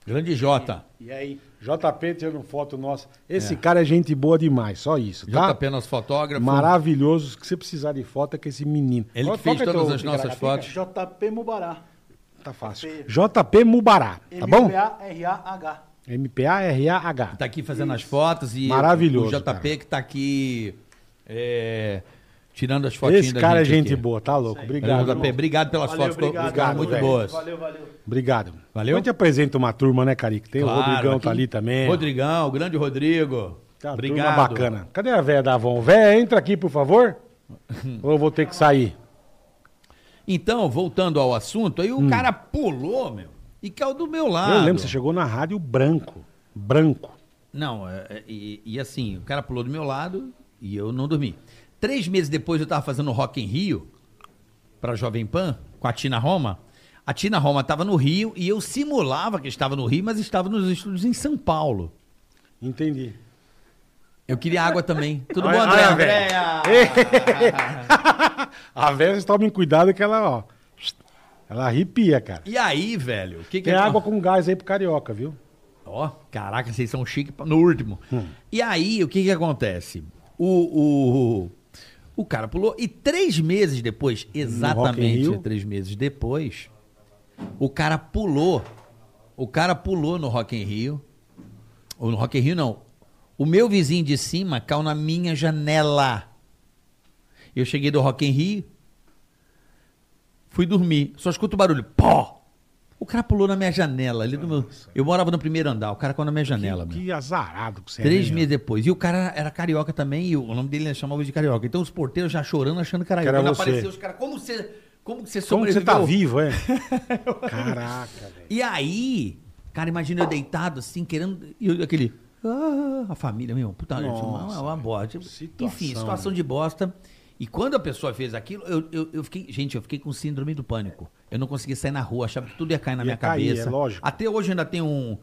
Grande Jota.
E aí? JP tirando foto nossa. Esse cara é gente boa demais, só isso, tá?
JP, nosso fotógrafo.
Maravilhoso. Que você precisar de foto é com esse menino.
Ele
Qual-
que
qual
fez
é
todas
teu
as nossas fotos.
Ticaracatica?
JP Mubará.
Tá fácil.
JP.
JP Mubará, tá bom?
M-P-A-R-A-H.
M-P-A-R-A-H.
Tá aqui fazendo as fotos e
Maravilhoso,
o JP
cara.
que tá aqui é, tirando as fotinhas
Esse cara é gente
aqui.
boa, tá louco?
Obrigado,
Obrigado.
JP. Obrigado pelas
Valeu,
fotos, ficou-
obrigado.
ficaram muito
velho.
boas.
Valeu, valeu.
Obrigado.
Valeu?
Eu te apresento uma turma, né, Carica? Tem o
Claro,
Rodrigão tá
aqui-
ali também.
Rodrigão, grande Rodrigo.
Tá,
Obrigado.
Turma bacana. Cadê a véia da Avon? Véia, entra aqui, por favor. Ou eu vou ter que sair?
Então, voltando ao assunto, aí o cara pulou, meu, e caiu do meu lado.
Hum. eu lembro, você chegou na rádio branco. Branco.
Não, é, é, e, e assim, o cara pulou do meu lado e eu não dormi. Três meses depois eu tava fazendo Rock em Rio, pra Jovem Pan, com a Tina Roma. A Tina Roma tava no Rio e eu simulava que estava no Rio, mas estava nos estúdios em São Paulo.
Entendi.
Eu queria água também. Tudo
Olha-
bom, André?
olha a
Andréa?
A véia, vocês tomem cuidado que ela, ó. Ela arrepia, cara.
E aí, velho? O que que
Tem
eu-
água com gás aí pro carioca, viu?
Ó, caraca, vocês são chiques pra- no último. E aí, o que que acontece? O, o, o cara pulou e três meses depois, exatamente
Rio?
três meses depois, o cara pulou. O cara pulou no Rock in Rio. Ou no Rock in Rio, não. O meu vizinho de cima caiu na minha janela. Eu cheguei do Rock in Rio, fui dormir. Só escuto o barulho. Pó! O cara pulou na minha janela. Ali do meu... Eu morava no primeiro andar. O cara caiu na minha janela. meu.
Que azarado que você
Três
né,
meses depois. E o cara era carioca também, e o nome dele chamava de carioca. Então os porteiros já chorando, achando que era
Que
eu.
era
Quando
você.
apareceu os caras, como você, como que você
meu? Como que você
sobreviveu?
tá vivo, é? Caraca, velho.
E aí, cara, imagina eu deitado assim, querendo. E eu- aquele. "Ah", a família, meu, puta,
Nossa,
é uma, uma, uma bosta.
situação, né?
Enfim, situação de bosta. E quando a pessoa fez aquilo, eu, eu, eu fiquei. Gente, eu fiquei com síndrome do pânico. Eu não conseguia sair na rua, achava que tudo ia cair na
Ia
minha
cair,
cabeça.
é lógico.
Até hoje ainda tem um.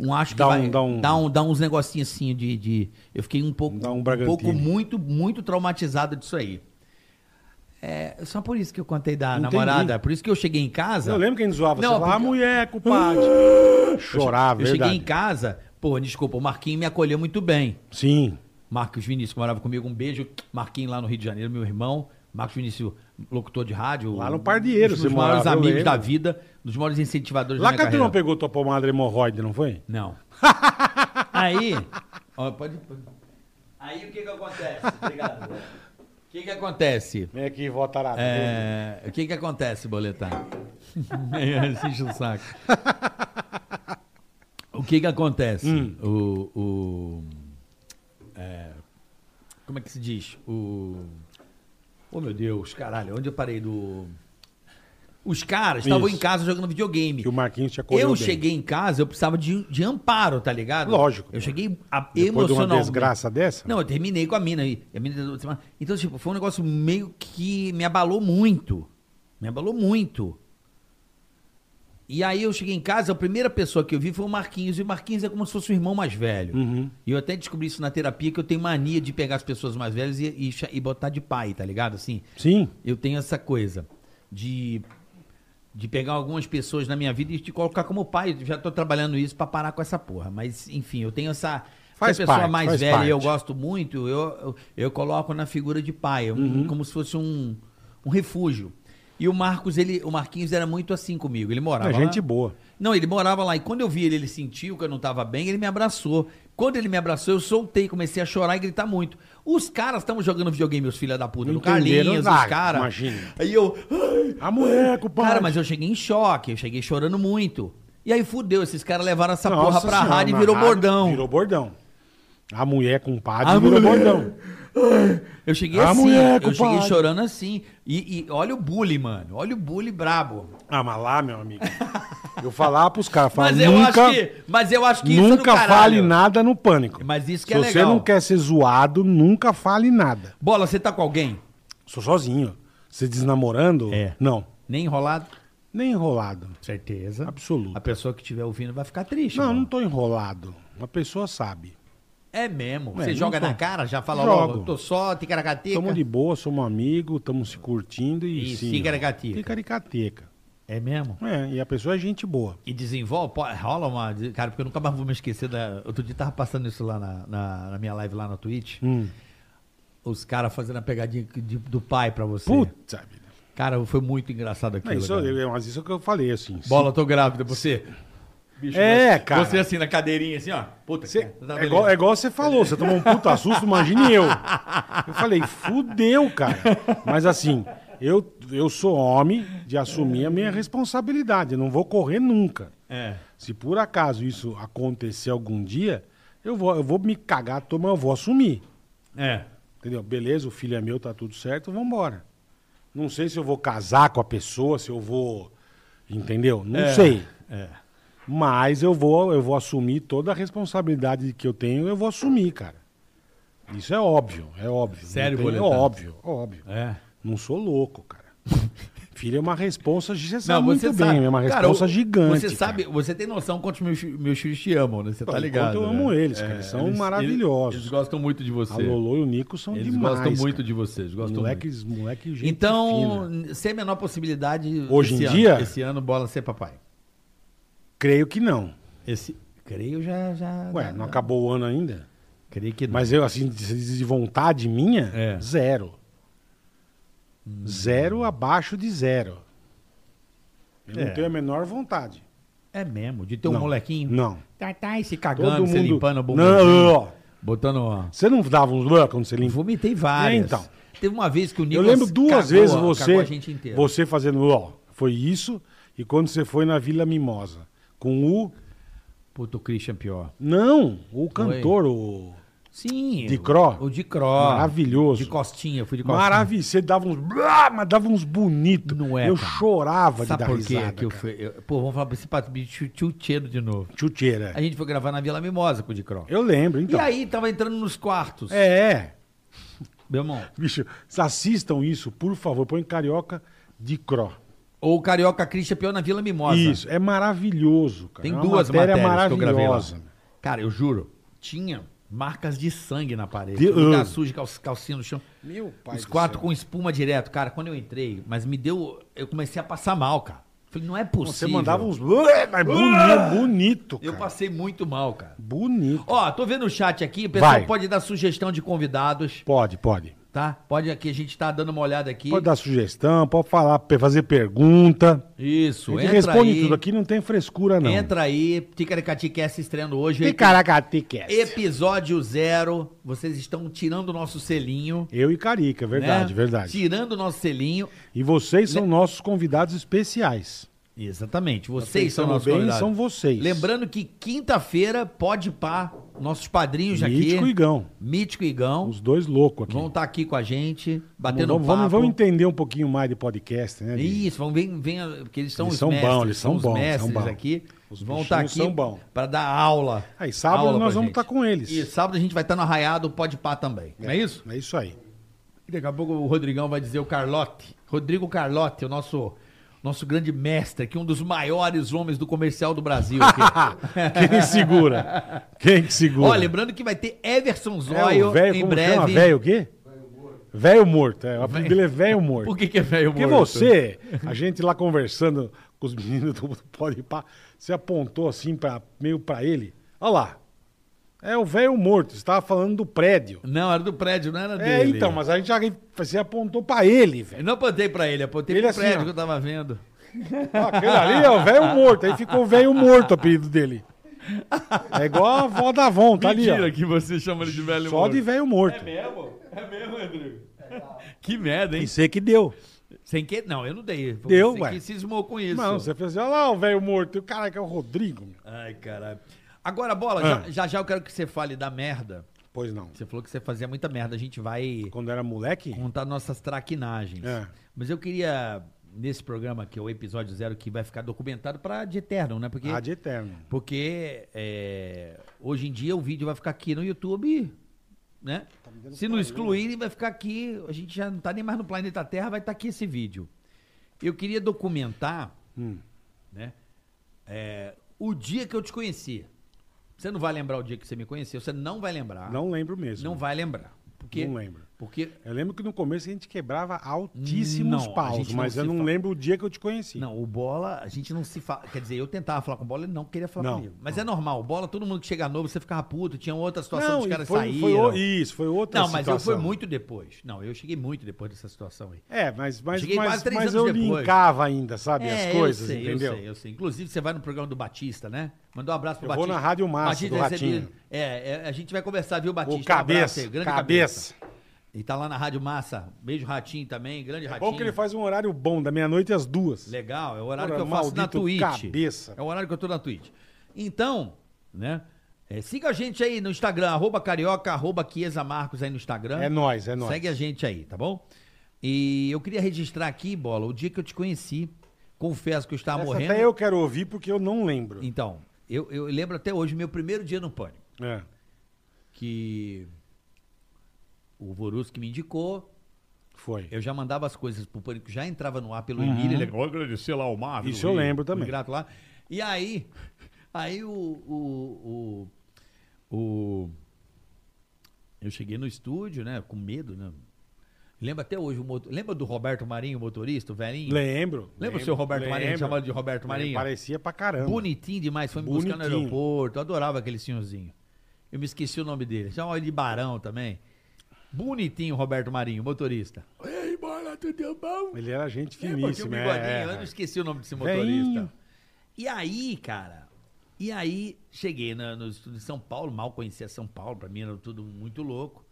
Um acho que
Dá um-
vai,
dá um-
dá, um, dá uns negocinhos assim de, de. Eu fiquei um pouco.
Dá
pouco
um Bragantino.
muito, muito traumatizado disso aí. É, só por isso que eu contei da
Entendi.
namorada. Por isso que eu cheguei em casa.
Eu lembro quem zoava.
Não,
você falava, ah,
porque-
mulher, compadre. Chorava,
Eu
verdade.
cheguei em casa, pô, desculpa, o Marquinho me acolheu muito bem.
Sim.
Marcos Vinícius, que morava comigo, um beijo. Marquinho lá no Rio de Janeiro, meu irmão. Marcos Vinícius, locutor de rádio.
Lá no Pardieiro,
Um
você
dos maiores
morava, eu
amigos
lembro.
da vida, um dos maiores incentivadores
Lá
da
que a
minha
turma
carreira.
pegou tua pomada hemorroide, não foi?
Não. Aí, ó, pode, pode- Aí o que que acontece? Obrigado. O que que acontece?
Vem aqui, vó tarada.
É, o que que acontece, Boletar? É, enche o saco. o que que acontece?
Hum.
O, o é, como é que se diz? O oh meu Deus, caralho, onde eu parei do? Os caras estavam
Isso.
em casa jogando videogame.
Que o Marquinhos te acolheu
Eu
bem.
cheguei em casa, eu precisava de, de amparo, tá ligado?
Lógico.
Eu cheguei a,
Depois de uma
emocionalmente.
desgraça dessa?
Não, eu terminei com a mina aí. A mina da outra semana. Então, tipo, foi um negócio meio que me abalou muito. Me abalou muito. E aí eu cheguei em casa, a primeira pessoa que eu vi foi o Marquinhos. E o Marquinhos é como se fosse o irmão mais velho.
Uhum.
E eu até descobri isso na terapia, que eu tenho mania de pegar as pessoas mais velhas e, e cha- e botar de pai, tá ligado? Assim,
Sim.
eu tenho essa coisa de, de pegar algumas pessoas na minha vida e te colocar como pai. Eu Já tô trabalhando isso pra parar com essa porra. Mas, enfim, eu tenho essa.
Faz
se a pessoa
parte,
mais
faz
velha e eu
parte.
gosto muito, eu, eu, eu coloco na figura de pai, um-
Uhum.
como se fosse um, um refúgio. E o Marcos, ele, o Marquinhos era muito assim comigo. Ele morava
É gente
lá.
boa.
Não, ele morava lá e quando eu vi ele, ele sentiu que eu não tava bem, ele me abraçou. Quando ele me abraçou, eu soltei, comecei a chorar e gritar muito. Os caras estavam jogando videogame, os filha da puta,
Não
do Carlinhos,
entenderam
os
nada,
caras.
imagina.
Aí eu. "Ai,
A "Ah, mulher, compadre.
Cara, mas eu cheguei em choque, eu cheguei chorando muito. E aí fudeu, esses caras levaram essa
Nossa
porra pra
senhora,
rádio e
na
virou bordão.
Virou bordão. A mulher com o padre
A
virou
mulher.
bordão.
Eu cheguei
A
assim,
Ah, mulher,
eu cheguei
compadre.
chorando assim. E, e olha o bully, mano. Olha o bully brabo.
Ah, mas lá, meu amigo. Eu falar pros caras, falar,
Mas
nunca,
eu acho que. Mas eu acho que isso é do
nunca
caralho.
fale nada no pânico.
Mas isso que
Se
é
você
legal.
não quer ser zoado, nunca fale nada.
Bola, você tá com alguém?
Sou sozinho. Você desnamorando?
É.
Não.
Nem enrolado?
Nem enrolado.
Certeza.
Absoluto.
A pessoa que estiver ouvindo vai ficar triste.
Não,
mano.
não tô enrolado. A pessoa sabe.
É mesmo.
É,
Você
não
joga
tô.
na cara, já fala
Jogo.
logo, tô só, ticaracateca.
Tamo de boa, somos amigo, estamos se curtindo e,
E
sim.
ticaricateca.
Ticaricateca.
É mesmo.
É, e a pessoa é gente boa.
E desenvolve, pô, rola uma. Cara, porque eu nunca mais vou me esquecer da. Outro dia tava passando isso lá na, na- na minha live lá na Twitch.
Hum.
Os caras fazendo a pegadinha de- do pai pra você.
Puta vida.
Cara, foi muito engraçado
Não,
aquilo.
isso,
cara.
eu, mas isso é o que eu falei, assim. se-
Bola, tô grávida, você. Bicho,
É,
você-
cara.
Você assim, na cadeirinha, assim, ó. Puta,
Cê-
cara, tá
é, igual,
beleza.
é igual você falou, você tomou um puta susto, imagine eu. Eu falei, fudeu, cara. Mas assim, eu, eu sou homem de assumir a minha responsabilidade, eu não vou correr nunca.
É.
Se por acaso isso acontecer algum dia, eu vou, eu vou me cagar, tomar, eu vou assumir.
É.
Entendeu? Beleza, o filho é meu, tá tudo certo, vambora. Não sei se eu vou casar com a pessoa, se eu vou. Entendeu? Não
É,
sei.
é.
Mas eu vou, eu vou assumir toda a responsabilidade que eu tenho, eu vou assumir, cara. Isso é óbvio, é óbvio. Não
Sério,
tem, É
Boletar?
óbvio, óbvio.
É.
Não sou louco, cara. Filho é uma responsa, você sabe
Não,
muito
você
bem,
sabe.
é uma
Cara,
responsa
o-
gigante.
Você sabe, você tem noção quantos meus, fi- meus filhos te amam, né? Você
Pô,
tá
enquanto
ligado.
eu
né?
amo eles, cara, eles são maravilhosos.
Eles, gostam muito de você.
cara. A Lolo e o Nico são
eles
demais.
gostam muito
cara.
de vocês, gostam muito.
Moleques, moleque gente
Então,
fina.
n- sem a menor possibilidade
Hoje
esse
em
ano-
dia?
esse ano bola ser papai.
Creio que não.
Esse creio já já
Ué,
já-
não acabou o ano ainda?
Creio que não.
Mas eu, assim, de- de de vontade minha,
É.
zero. Zero abaixo de zero. Eu
É.
não tenho a menor vontade.
é mesmo, de ter um
Não,
molequinho.
não.
Tá, tá, e se cagando, se limpando a bunda. um.
Não, ó,
Botando ó.
Você não dava uns blá quando você limpa?
Vomitei várias.
É, então.
Teve uma vez que o
Eu
Nicolas
lembro duas
cagou-
vezes
cagou
você,
a gente inteira.
você fazendo ó. Foi isso. E quando você foi na Vila Mimosa. Com o.
Puto Christian pior.
Não, o cantor, o.
Sim.
De
o-
Cro?
O de Cro.
Maravilhoso.
De costinha, eu fui de costinha.
Maravilhoso. Você dava uns. blá, mas dava uns bonitos.
Não é,
Eu
cara.
chorava de
Sabe
dar
por quê?
risada.
que eu
cara.
fui, eu- pô, vamos falar pra esse pato bicho tchucheiro de novo.
Chuteira.
A gente foi gravar na Vila Mimosa com o de Cro.
Eu lembro, então.
E aí, tava entrando nos quartos.
É,
Meu irmão.
bicho, assistam isso, por favor. Põe carioca de cro.
Ou o Carioca Christian pior na Vila Mimosa.
Isso, é maravilhoso, cara.
Tem
é uma
duas
matéria
matérias que eu gravei lá.
maravilhosa.
Cara, eu juro, tinha marcas de sangue na parede.
De-
Lugar
Ah.
sujo, cal- calcinha no chão.
Meu pai
Os
do
quatro
céu.
com espuma direto. Cara, quando eu entrei, mas me deu... Eu comecei a passar mal, cara. Falei, não é possível.
Você mandava um uns. Ué, Mas bonito, bonito
Eu
cara.
passei muito mal, cara.
Bonito.
Ó, tô vendo o chat aqui, o pessoal
Vai.
pode dar sugestão de convidados,
Pode, pode.
tá? Pode aqui, a gente tá dando uma olhada aqui.
Pode dar sugestão, pode falar, pe- fazer pergunta. A
Isso,
gente
entra
responde
aí.
tudo. Aqui não tem frescura, não.
Entra aí, Ticaracati Cast estreando hoje.
Tem caracateca.
Episódio zero. Vocês estão tirando o nosso selinho.
Eu e Carica, verdade,
né?
verdade.
Tirando o nosso selinho.
E vocês são nossos convidados especiais.
Exatamente. Vocês
Tá pensando
são nossos
bem,
convidados.
são vocês.
Lembrando que quinta-feira pode pá, nossos padrinhos
Mítico
aqui. é-
e Gão.
Mítico e Gão.
Os dois loucos aqui.
Vão estar aqui com a gente, batendo
vamos,
papo.
vamos, vamos entender um pouquinho mais de podcast, né? de-
Isso, vamos ver, ver- porque eles são
Eles
os
são
mestres,
bons, eles são
os
bons, são
mestres
bons.
aqui.
Os
vão estar
bichinhos
aqui
são bons.
para dar aula.
Aí, sábado
Aula
nós
pra
vamos
gente.
estar com eles.
E sábado a gente vai estar no Arraiado Pode Pá também. Não é isso?
É isso aí.
E Daqui a pouco o Rodrigão vai dizer o Carlote. Rodrigo Carlote, o nosso, nosso grande mestre, que é um dos maiores homens do comercial do Brasil. aqui.
Quem segura? Quem que segura?
Ó, lembrando que vai ter Everson
é
Zóio
o velho,
em
como
breve.
chama? Velho o quê? Velho morto. É, o apelido dele é velho morto.
Por que, que é velho
Porque
morto?
você, a gente lá conversando com os meninos do do Pode Pá, você apontou assim, pra, meio pra ele. Olha lá. É o velho morto. Você tava falando do prédio.
Não, era do prédio, não era
É,
dele.
então, mas a gente já você apontou pra ele, velho.
Eu não apontei pra ele, apontei
Ele
pro
assim,
prédio
ó.
que eu tava vendo.
Ah, Aquele ali é o velho morto. Aí ficou o velho morto o apelido dele. É igual a avó da Avon, tá ali,
Mentira
ó.
que você chama ele de velho
Só
morto.
de velho morto.
mesmo? É mesmo, Rodrigo? Que merda, hein?
E você que deu.
Sem que... Não, eu não dei. Foi
Deu,
você
ué.
que cismou com isso.
Não, você fez assim, olha lá o velho morto. E o cara que é o Rodrigo. meu.
Ai, caralho. Agora, Bola,
Ah.
já, já já eu quero que você fale da merda.
Pois não.
Você falou que você fazia muita merda. A gente vai
Quando era moleque,
contar nossas traquinagens.
É.
Mas eu queria, nesse programa que é o episódio zero, que vai ficar documentado pra de eterno, né? Porque,
há Ah, de eterno.
porque é, hoje em dia o vídeo vai ficar aqui no YouTube, né?
Tá
Se não excluírem, vai ficar aqui. A gente já não tá nem mais no planeta Terra, vai estar aqui esse vídeo. Eu queria documentar
Hum.
né? É, o dia que eu te conheci. Você não vai lembrar o dia que você me conheceu, você não vai lembrar.
Não lembro mesmo.
Não vai lembrar. Porque,
Não lembro.
Porque.
Eu lembro que no começo a gente quebrava altíssimos
Não, a
paus,
gente não
mas eu
se
não
fala.
lembro o dia que eu te conheci.
Não, o bola, a gente não se fala. Quer dizer, eu tentava falar com o bola, ele não queria falar
Não,
comigo. Mas é normal, o bola, todo mundo que chega novo, você ficava puto, tinha outra situação
Não,
dos
e
caras
foi,
saíram.
foi o- isso, foi outra
não, mas eu fui
situação.
muito depois. Não, eu cheguei muito depois dessa situação aí.
É, mas, mas,
Cheguei
mas,
quase três
mas
anos
eu
depois.
linkava ainda, sabe?
É,
as coisas,
eu sei,
entendeu?
Eu sei, eu sei. Inclusive, você vai no programa do Batista, né? Mandou um abraço pro
Eu vou
Batista.
na Rádio Márcio, do
recebe-
Ratinho.
É, é, a gente vai conversar, viu, Batista?
O
Um abraço
cabeça,
aí, grande
cabeça.
E tá lá na Rádio Massa. Beijo, Ratinho também, grande
É
Ratinho.
bom que ele faz um horário bom, da meia-noite às duas.
Legal, é o horário
Ora,
que eu faço na
maldito
Twitch.
cabeça.
É o horário que eu tô na Twitch. Então, né? é, siga a gente aí no Instagram, arroba carioca, arroba Chiesa Marcos aí no Instagram.
É nóis, é nóis.
Segue a gente aí, tá bom? E eu queria registrar aqui, Bola, o dia que eu te conheci. Confesso que eu estava
Essa
morrendo.
até eu quero ouvir porque eu não lembro.
Então, eu, eu lembro até hoje, meu primeiro dia no Pânico,
É.
que o Voruski me indicou,
Foi.
eu já mandava as coisas pro Pânico, já entrava no ar pelo Emílio, ele, vou agradecer lá ao Marvel.
Uhum. Isso eu lembro também.
Grato lá. E aí, aí o, o, o, o- eu cheguei no estúdio, né, com medo, né, lembra até hoje, o motor, lembra do Roberto Marinho, o motorista, o velhinho?
Lembro.
Lembra o seu Roberto Marinho,
lembro.
chamado de Roberto Marinho?
Parecia pra caramba.
Bonitinho demais, foi me buscar no
Bonitinho.
aeroporto. eu Adorava aquele senhorzinho. Eu me esqueci o nome dele. Chama ele de Barão também. Bonitinho, Roberto Marinho, motorista. Ei, bola, tudo bom?
Ele era gente
É, porque o
finíssima.
bigodinho,
é,
eu
é.
não esqueci o nome desse motorista.
Veinho.
E aí, cara, e aí cheguei na- no estúdio de São Paulo, mal conhecia São Paulo, pra mim era tudo muito louco.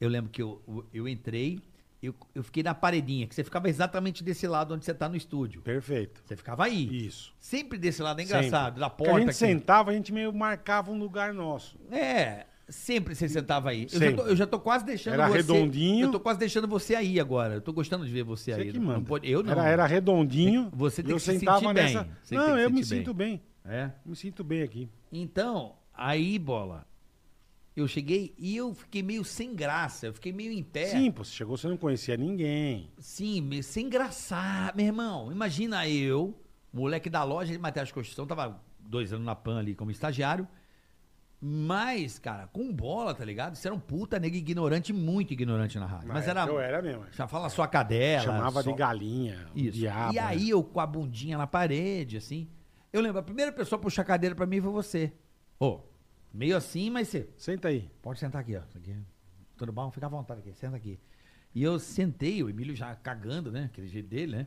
Eu lembro que eu, eu- eu entrei, eu, eu fiquei na paredinha, que você ficava exatamente desse lado onde você tá no estúdio.
Perfeito.
Você ficava aí.
Isso.
Sempre desse lado, é engraçado,
Sempre.
da
Porque
porta.
A gente
que-
sentava, a gente meio marcava um lugar nosso.
É, sempre você sentava aí. Eu já,
Sempre.
tô, eu já tô quase deixando
Era
você.
redondinho.
Eu tô quase deixando você aí agora. Eu tô gostando de ver você,
Você
aí.
que
Não-
manda.
não pode- eu não. É,
Era, era redondinho.
Você tem
eu
que se
sentava
sentir bem.
nessa...
Você tem
Não,
que
eu
se
me
sentir
sinto bem.
É?
Me sinto bem aqui.
Então, aí, bola. Eu cheguei e eu fiquei meio sem graça. Eu fiquei meio em pé.
Sim, pô, você chegou, você não conhecia ninguém.
Sim, me- sem graçar. Meu irmão, imagina eu, moleque da loja de materiais de construção, tava dois anos na PAN ali como estagiário. Mas, cara, com bola, tá ligado? Você era um puta nego ignorante, muito ignorante na rádio. Mas, era.
Eu era mesmo.
Já fala sua cadela.
Chamava
só-
de galinha, o
Isso.
diabo. é.
e aí eu com a bundinha na parede, assim. Eu lembro, a primeira pessoa a puxar a cadeira pra mim foi você. Ô, meio assim, mas você.
é. Senta aí.
Pode sentar aqui, ó. Aqui. é Tudo bom? Fica à vontade aqui, senta aqui. E eu sentei, o Emílio já cagando, né? Aquele jeito dele, né?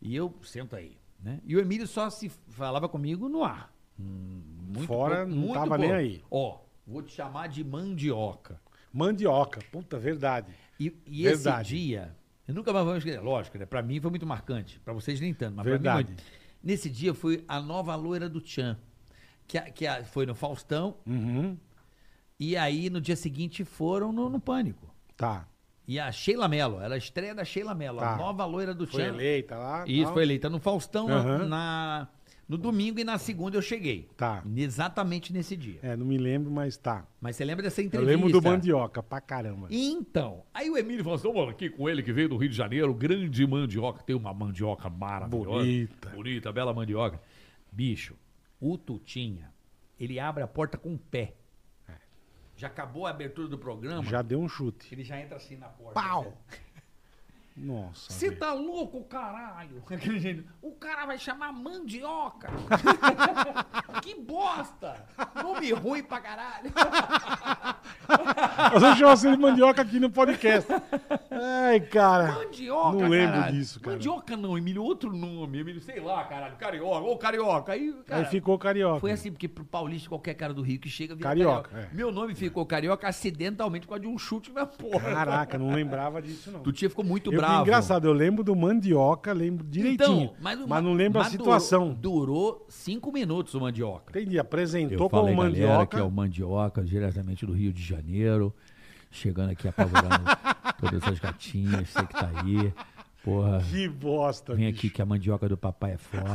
E eu sento aí. Né? E o Emílio só se falava comigo no ar. Hum, Muito
Fora, não tava nem aí.
Ó, vou te chamar de mandioca.
Mandioca, puta verdade.
E, e esse
Verdade.
dia, eu nunca mais vou esquecer. Lógico, né? Pra mim foi muito marcante. Pra vocês nem tanto, mas pra mim
Verdade.
muito. Nesse dia foi a nova loira do Tchan, que, a- que a- foi no Faustão,
Uhum.
e aí no dia seguinte foram no, no Pânico.
Tá.
E a Sheila Mello, era a estreia da Sheila Mello, a
Tá.
nova loira do
Foi
Tchan.
eleita lá.
Isso,
tal.
foi eleita no Faustão na-
Aham.
na, no domingo e na segunda eu cheguei.
Tá.
Exatamente nesse dia.
É, não me lembro, mas tá.
Mas você lembra dessa
Eu
entrevista?
lembro do Bandioca, pra caramba.
Então, aí o Emílio falou assim, "Ô,
Estamos aqui com ele que veio do Rio de Janeiro, grande mandioca. Tem uma mandioca maravilhosa.
Bonita.
Bonita, bela mandioca.
bicho, o Tutinha, ele abre a porta com o pé. Já acabou a abertura do programa,
É. Já deu um chute.
ele já entra assim na porta.
Pau! Nossa.
Você
velho.
tá louco, caralho? Aquele jeito. O cara vai chamar mandioca. que bosta! Nome ruim pra caralho.
Nós vamos chamar você assim de mandioca aqui no podcast. Ai, cara.
Mandioca,
Não lembro
caralho.
disso, cara.
Mandioca não, Emílio, outro nome. Emílio, sei lá, caralho, carioca, ou carioca. Aí, cara,
Aí ficou carioca.
Foi assim, porque pro paulista, qualquer cara do Rio que chega... vira
Carioca, é.
Meu nome ficou carioca acidentalmente por causa de um chute na porra.
Caraca, não lembrava disso, não.
Tutinha ficou muito
Eu-
bravo.
Engraçado, eu lembro do mandioca, lembro direitinho. mas,
o
não lembro a
mas
situação.
Durou, durou cinco minutos o mandioca.
Entendi, apresentou
Eu
como
falei, galera,
mandioca.
que é o Mandioca, diretamente do Rio de Janeiro. Chegando aqui apavorando todas essas gatinhas, sei que tá aí. Porra,
Que bosta,
vem
bicho.
aqui que a mandioca do papai é forte.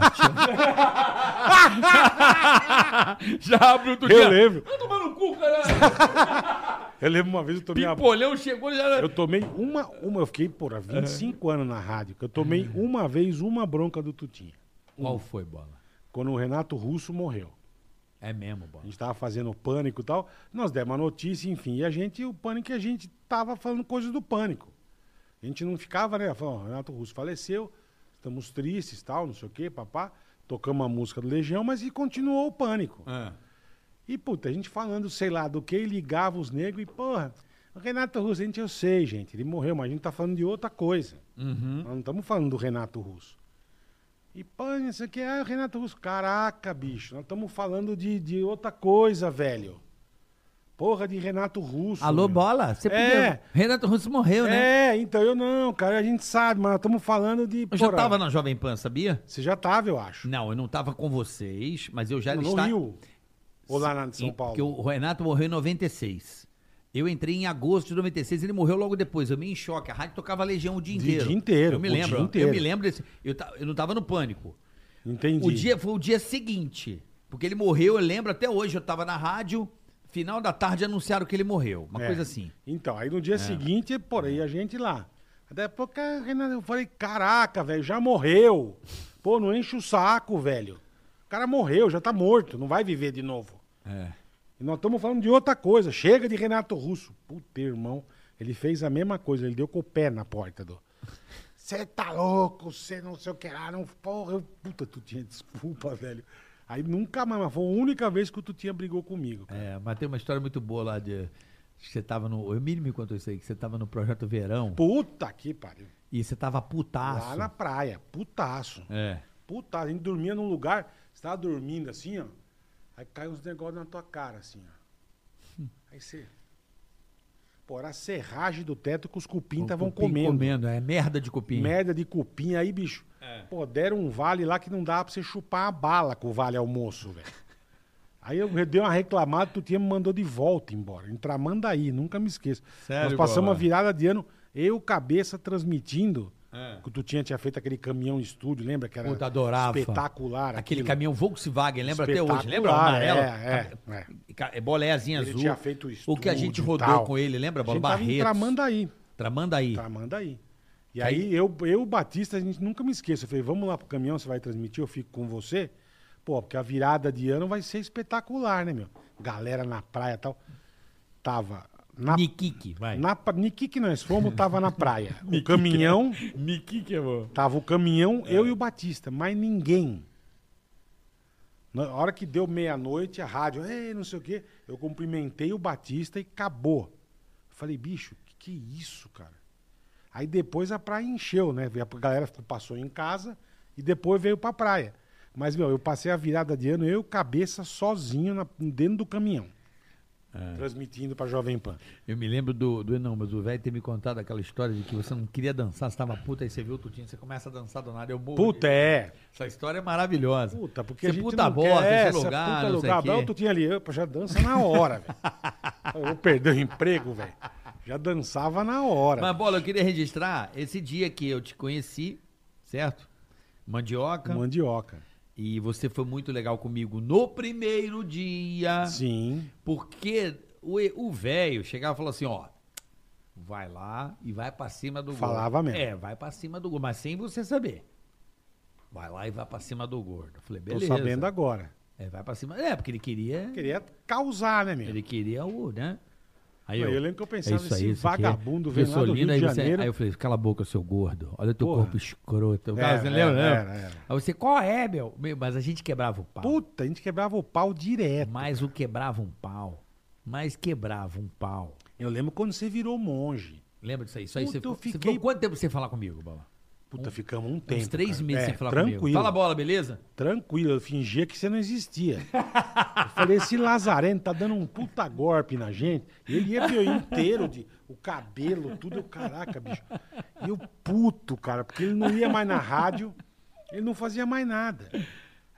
Já abre o
Eu lembro.
Toma no cu,
é
caralho.
Eu lembro uma vez eu tomei uma...
Polhão chegou e já...
Eu tomei uma, uma, eu fiquei, porra, 25 anos na rádio, que eu tomei uma vez uma bronca do Tutinha,
Qual foi, Bola?
quando o Renato Russo morreu.
É mesmo,
A
Bola.
gente tava fazendo o pânico e tal, nós demos a notícia, enfim, e a gente, o pânico, a gente tava falando coisas do pânico. A gente não ficava, né, falando, "Ó, Renato Russo faleceu, estamos tristes, tal, não sei o quê, papá, tocamos a música do Legião, mas e continuou o pânico.
É.
E, puta, a gente falando, sei lá, do que e ligava os negros e, porra, o Renato Russo, gente, eu sei, gente, ele morreu, mas a gente tá falando de outra coisa.
Uhum. Hum?
Nós não estamos falando do Renato Russo. E, pô, isso aqui é o Renato Russo. Caraca, bicho, nós estamos falando de, de outra coisa, velho. Porra de Renato Russo.
Alô,
meu.
Bola? Você
É.
podia... Renato Russo morreu, né?
É, então eu não, cara, a gente sabe, mas nós estamos falando de.
Eu já
porra,
tava na Jovem Pan, sabia?
Você já tava, eu acho.
Não, eu não tava com vocês, mas eu já
No
estava...
Rio. Ou lá na de São
Em-
Paulo.
Porque o Renato morreu em 96. Eu entrei em agosto de 96, ele morreu logo depois. Eu me em choque. A rádio tocava Legião o dia
De-
inteiro.
dia inteiro,
Eu me
o
lembro.
dia inteiro.
Eu me lembro desse. Eu, ta- eu não tava no pânico.
Entendi.
O dia foi o dia seguinte. Porque ele morreu, eu lembro até hoje. Eu tava na rádio, final da tarde anunciaram que ele morreu. Uma
É.
coisa assim.
Então, aí no dia seguinte, por aí a gente lá. Daí a pouco a Renata, eu falei, caraca, velho, já morreu. Pô, não enche o saco, velho. O cara morreu, já tá morto, não vai viver de novo. E nós estamos falando de outra coisa. Chega de Renato Russo. Puta, irmão. Ele fez a mesma coisa, ele deu com o pé na porta do. Você tá louco, você não sei o que lá, não. Porra, eu- puta, tu tinha desculpa, velho. Aí nunca mais, mas foi a única vez que o Tutinha brigou comigo. cara.
É, mas tem uma história muito boa lá de. acho que Você tava no. O Emílio me contou isso aí, que você tava no Projeto Verão
Puta que pariu.
e você tava putaço.
Lá na praia, putaço.
É.
Putaço. A gente dormia num lugar, você tava dormindo assim, ó. Aí caiu uns negócios na tua cara, assim, ó. Aí você. Pô, era a serragem do teto que os cupim estavam
Cupim
comendo.
É merda de cupim. É.
Merda de cupim aí, bicho. Pô, deram um vale lá que não dava pra você chupar a bala com o vale almoço, velho. Aí eu dei uma reclamada, tu tinha me mandou de volta embora. Em Tramandaí, nunca me esqueço.
Sério,
Nós passamos
Bola?
a virada de ano, eu, cabeça, transmitindo. Que tu tinha, tinha feito aquele caminhão estúdio, lembra? Que era
É. Puta, adorava.
espetacular.
Aquele
aquilo.
caminhão Volkswagen, lembra até hoje. Lembra?
Espetacular,
Amarelo.
é, é,
Ca-
é.
ca- é boleiazinha
Ele
azul.
tinha feito
O que a
estúdio
gente
e
rodou
tal.
com ele, lembra?
A
Bola
gente tava em
Barretos. Tramanda...
Tramandaí.
aí.
Tá, manda aí. E
Tá
aí, eu, eu, o Batista, a gente nunca me esqueça. Eu falei, vamos lá pro caminhão, você vai transmitir, eu fico com você. Pô, porque a virada de ano vai ser espetacular, né, meu? Galera na praia e tal. Tava na,
Nikiki, vai.
na pra- Niki que nós fomos, tava na praia. o caminhão,
Niki que é bom.
tava o caminhão, eu e o Batista, mas ninguém. Na hora que deu meia-noite, a rádio, ei, não sei o quê, eu cumprimentei o Batista e acabou. Eu falei, bicho, que, que isso, cara? Aí depois a praia encheu, né? A galera ficou- passou em casa e depois veio pra praia. Mas, meu, eu passei a virada de ano, eu cabeça sozinho na- dentro do caminhão. transmitindo pra Jovem Pan.
Eu me lembro do, do não, mas o velho ter me contado aquela história de que você não queria dançar, você tava puta, aí você viu o Tutinho, você começa a dançar do nada, eu morro.
Puta, é.
Essa história é maravilhosa.
Puta, porque
você
a gente
puta
não
bosta,
quer
esse
essa
lugar,
puta
não sei
lugar.
o quê.
tu tinha ali, eu já dança na hora, velho. Eu vou perder o emprego, velho. Já dançava na hora.
Mas, Bola, eu queria registrar esse dia que eu te conheci, certo? Mandioca.
Mandioca.
E você foi muito legal comigo no primeiro dia.
Sim.
Porque o e- o velho chegava e falou assim, ó. Vai lá e vai pra cima do gordo.
Falava mesmo.
É, vai pra cima do gordo, mas sem você saber. Vai lá e vai pra cima do gordo. Eu falei,
Tô
beleza.
sabendo agora.
É, vai pra cima. É, porque ele queria.
Queria causar, né, meu?
Ele queria o, né? Aí
Eu lembro que eu pensava,
isso aí,
esse
isso aqui é
vagabundo vem lá do Rio
Fessolina, aí
de
você-
Janeiro.
Aí eu falei, cala a boca, seu gordo. Olha teu
Porra.
corpo escroto. O
É,
cara, você
é,
lembra, né?
era, era.
Aí você, qual é, meu? Meu, Mas a gente quebrava o pau.
Puta, a gente quebrava o pau direto.
Mas o quebrava um pau. Mas quebrava um pau.
Eu lembro quando você virou monge.
Lembra disso aí? Isso aí
Puta,
você,
eu
você
fiquei-
ficou quanto tempo sem falar comigo, Bola?
Puta, ficamos um tempo.
Uns três
cara.
meses
É,
sem falar
tranquilo,
comigo. Fala, Bola, beleza?
Tranquilo, eu fingia que você não existia. Eu falei, esse Lazareno tá dando um puta golpe na gente. E ele ia ver eu inteiro, de, o cabelo, tudo. Eu, caraca, bicho. E eu puto, cara, porque ele não ia mais na rádio, ele não fazia mais nada. Aí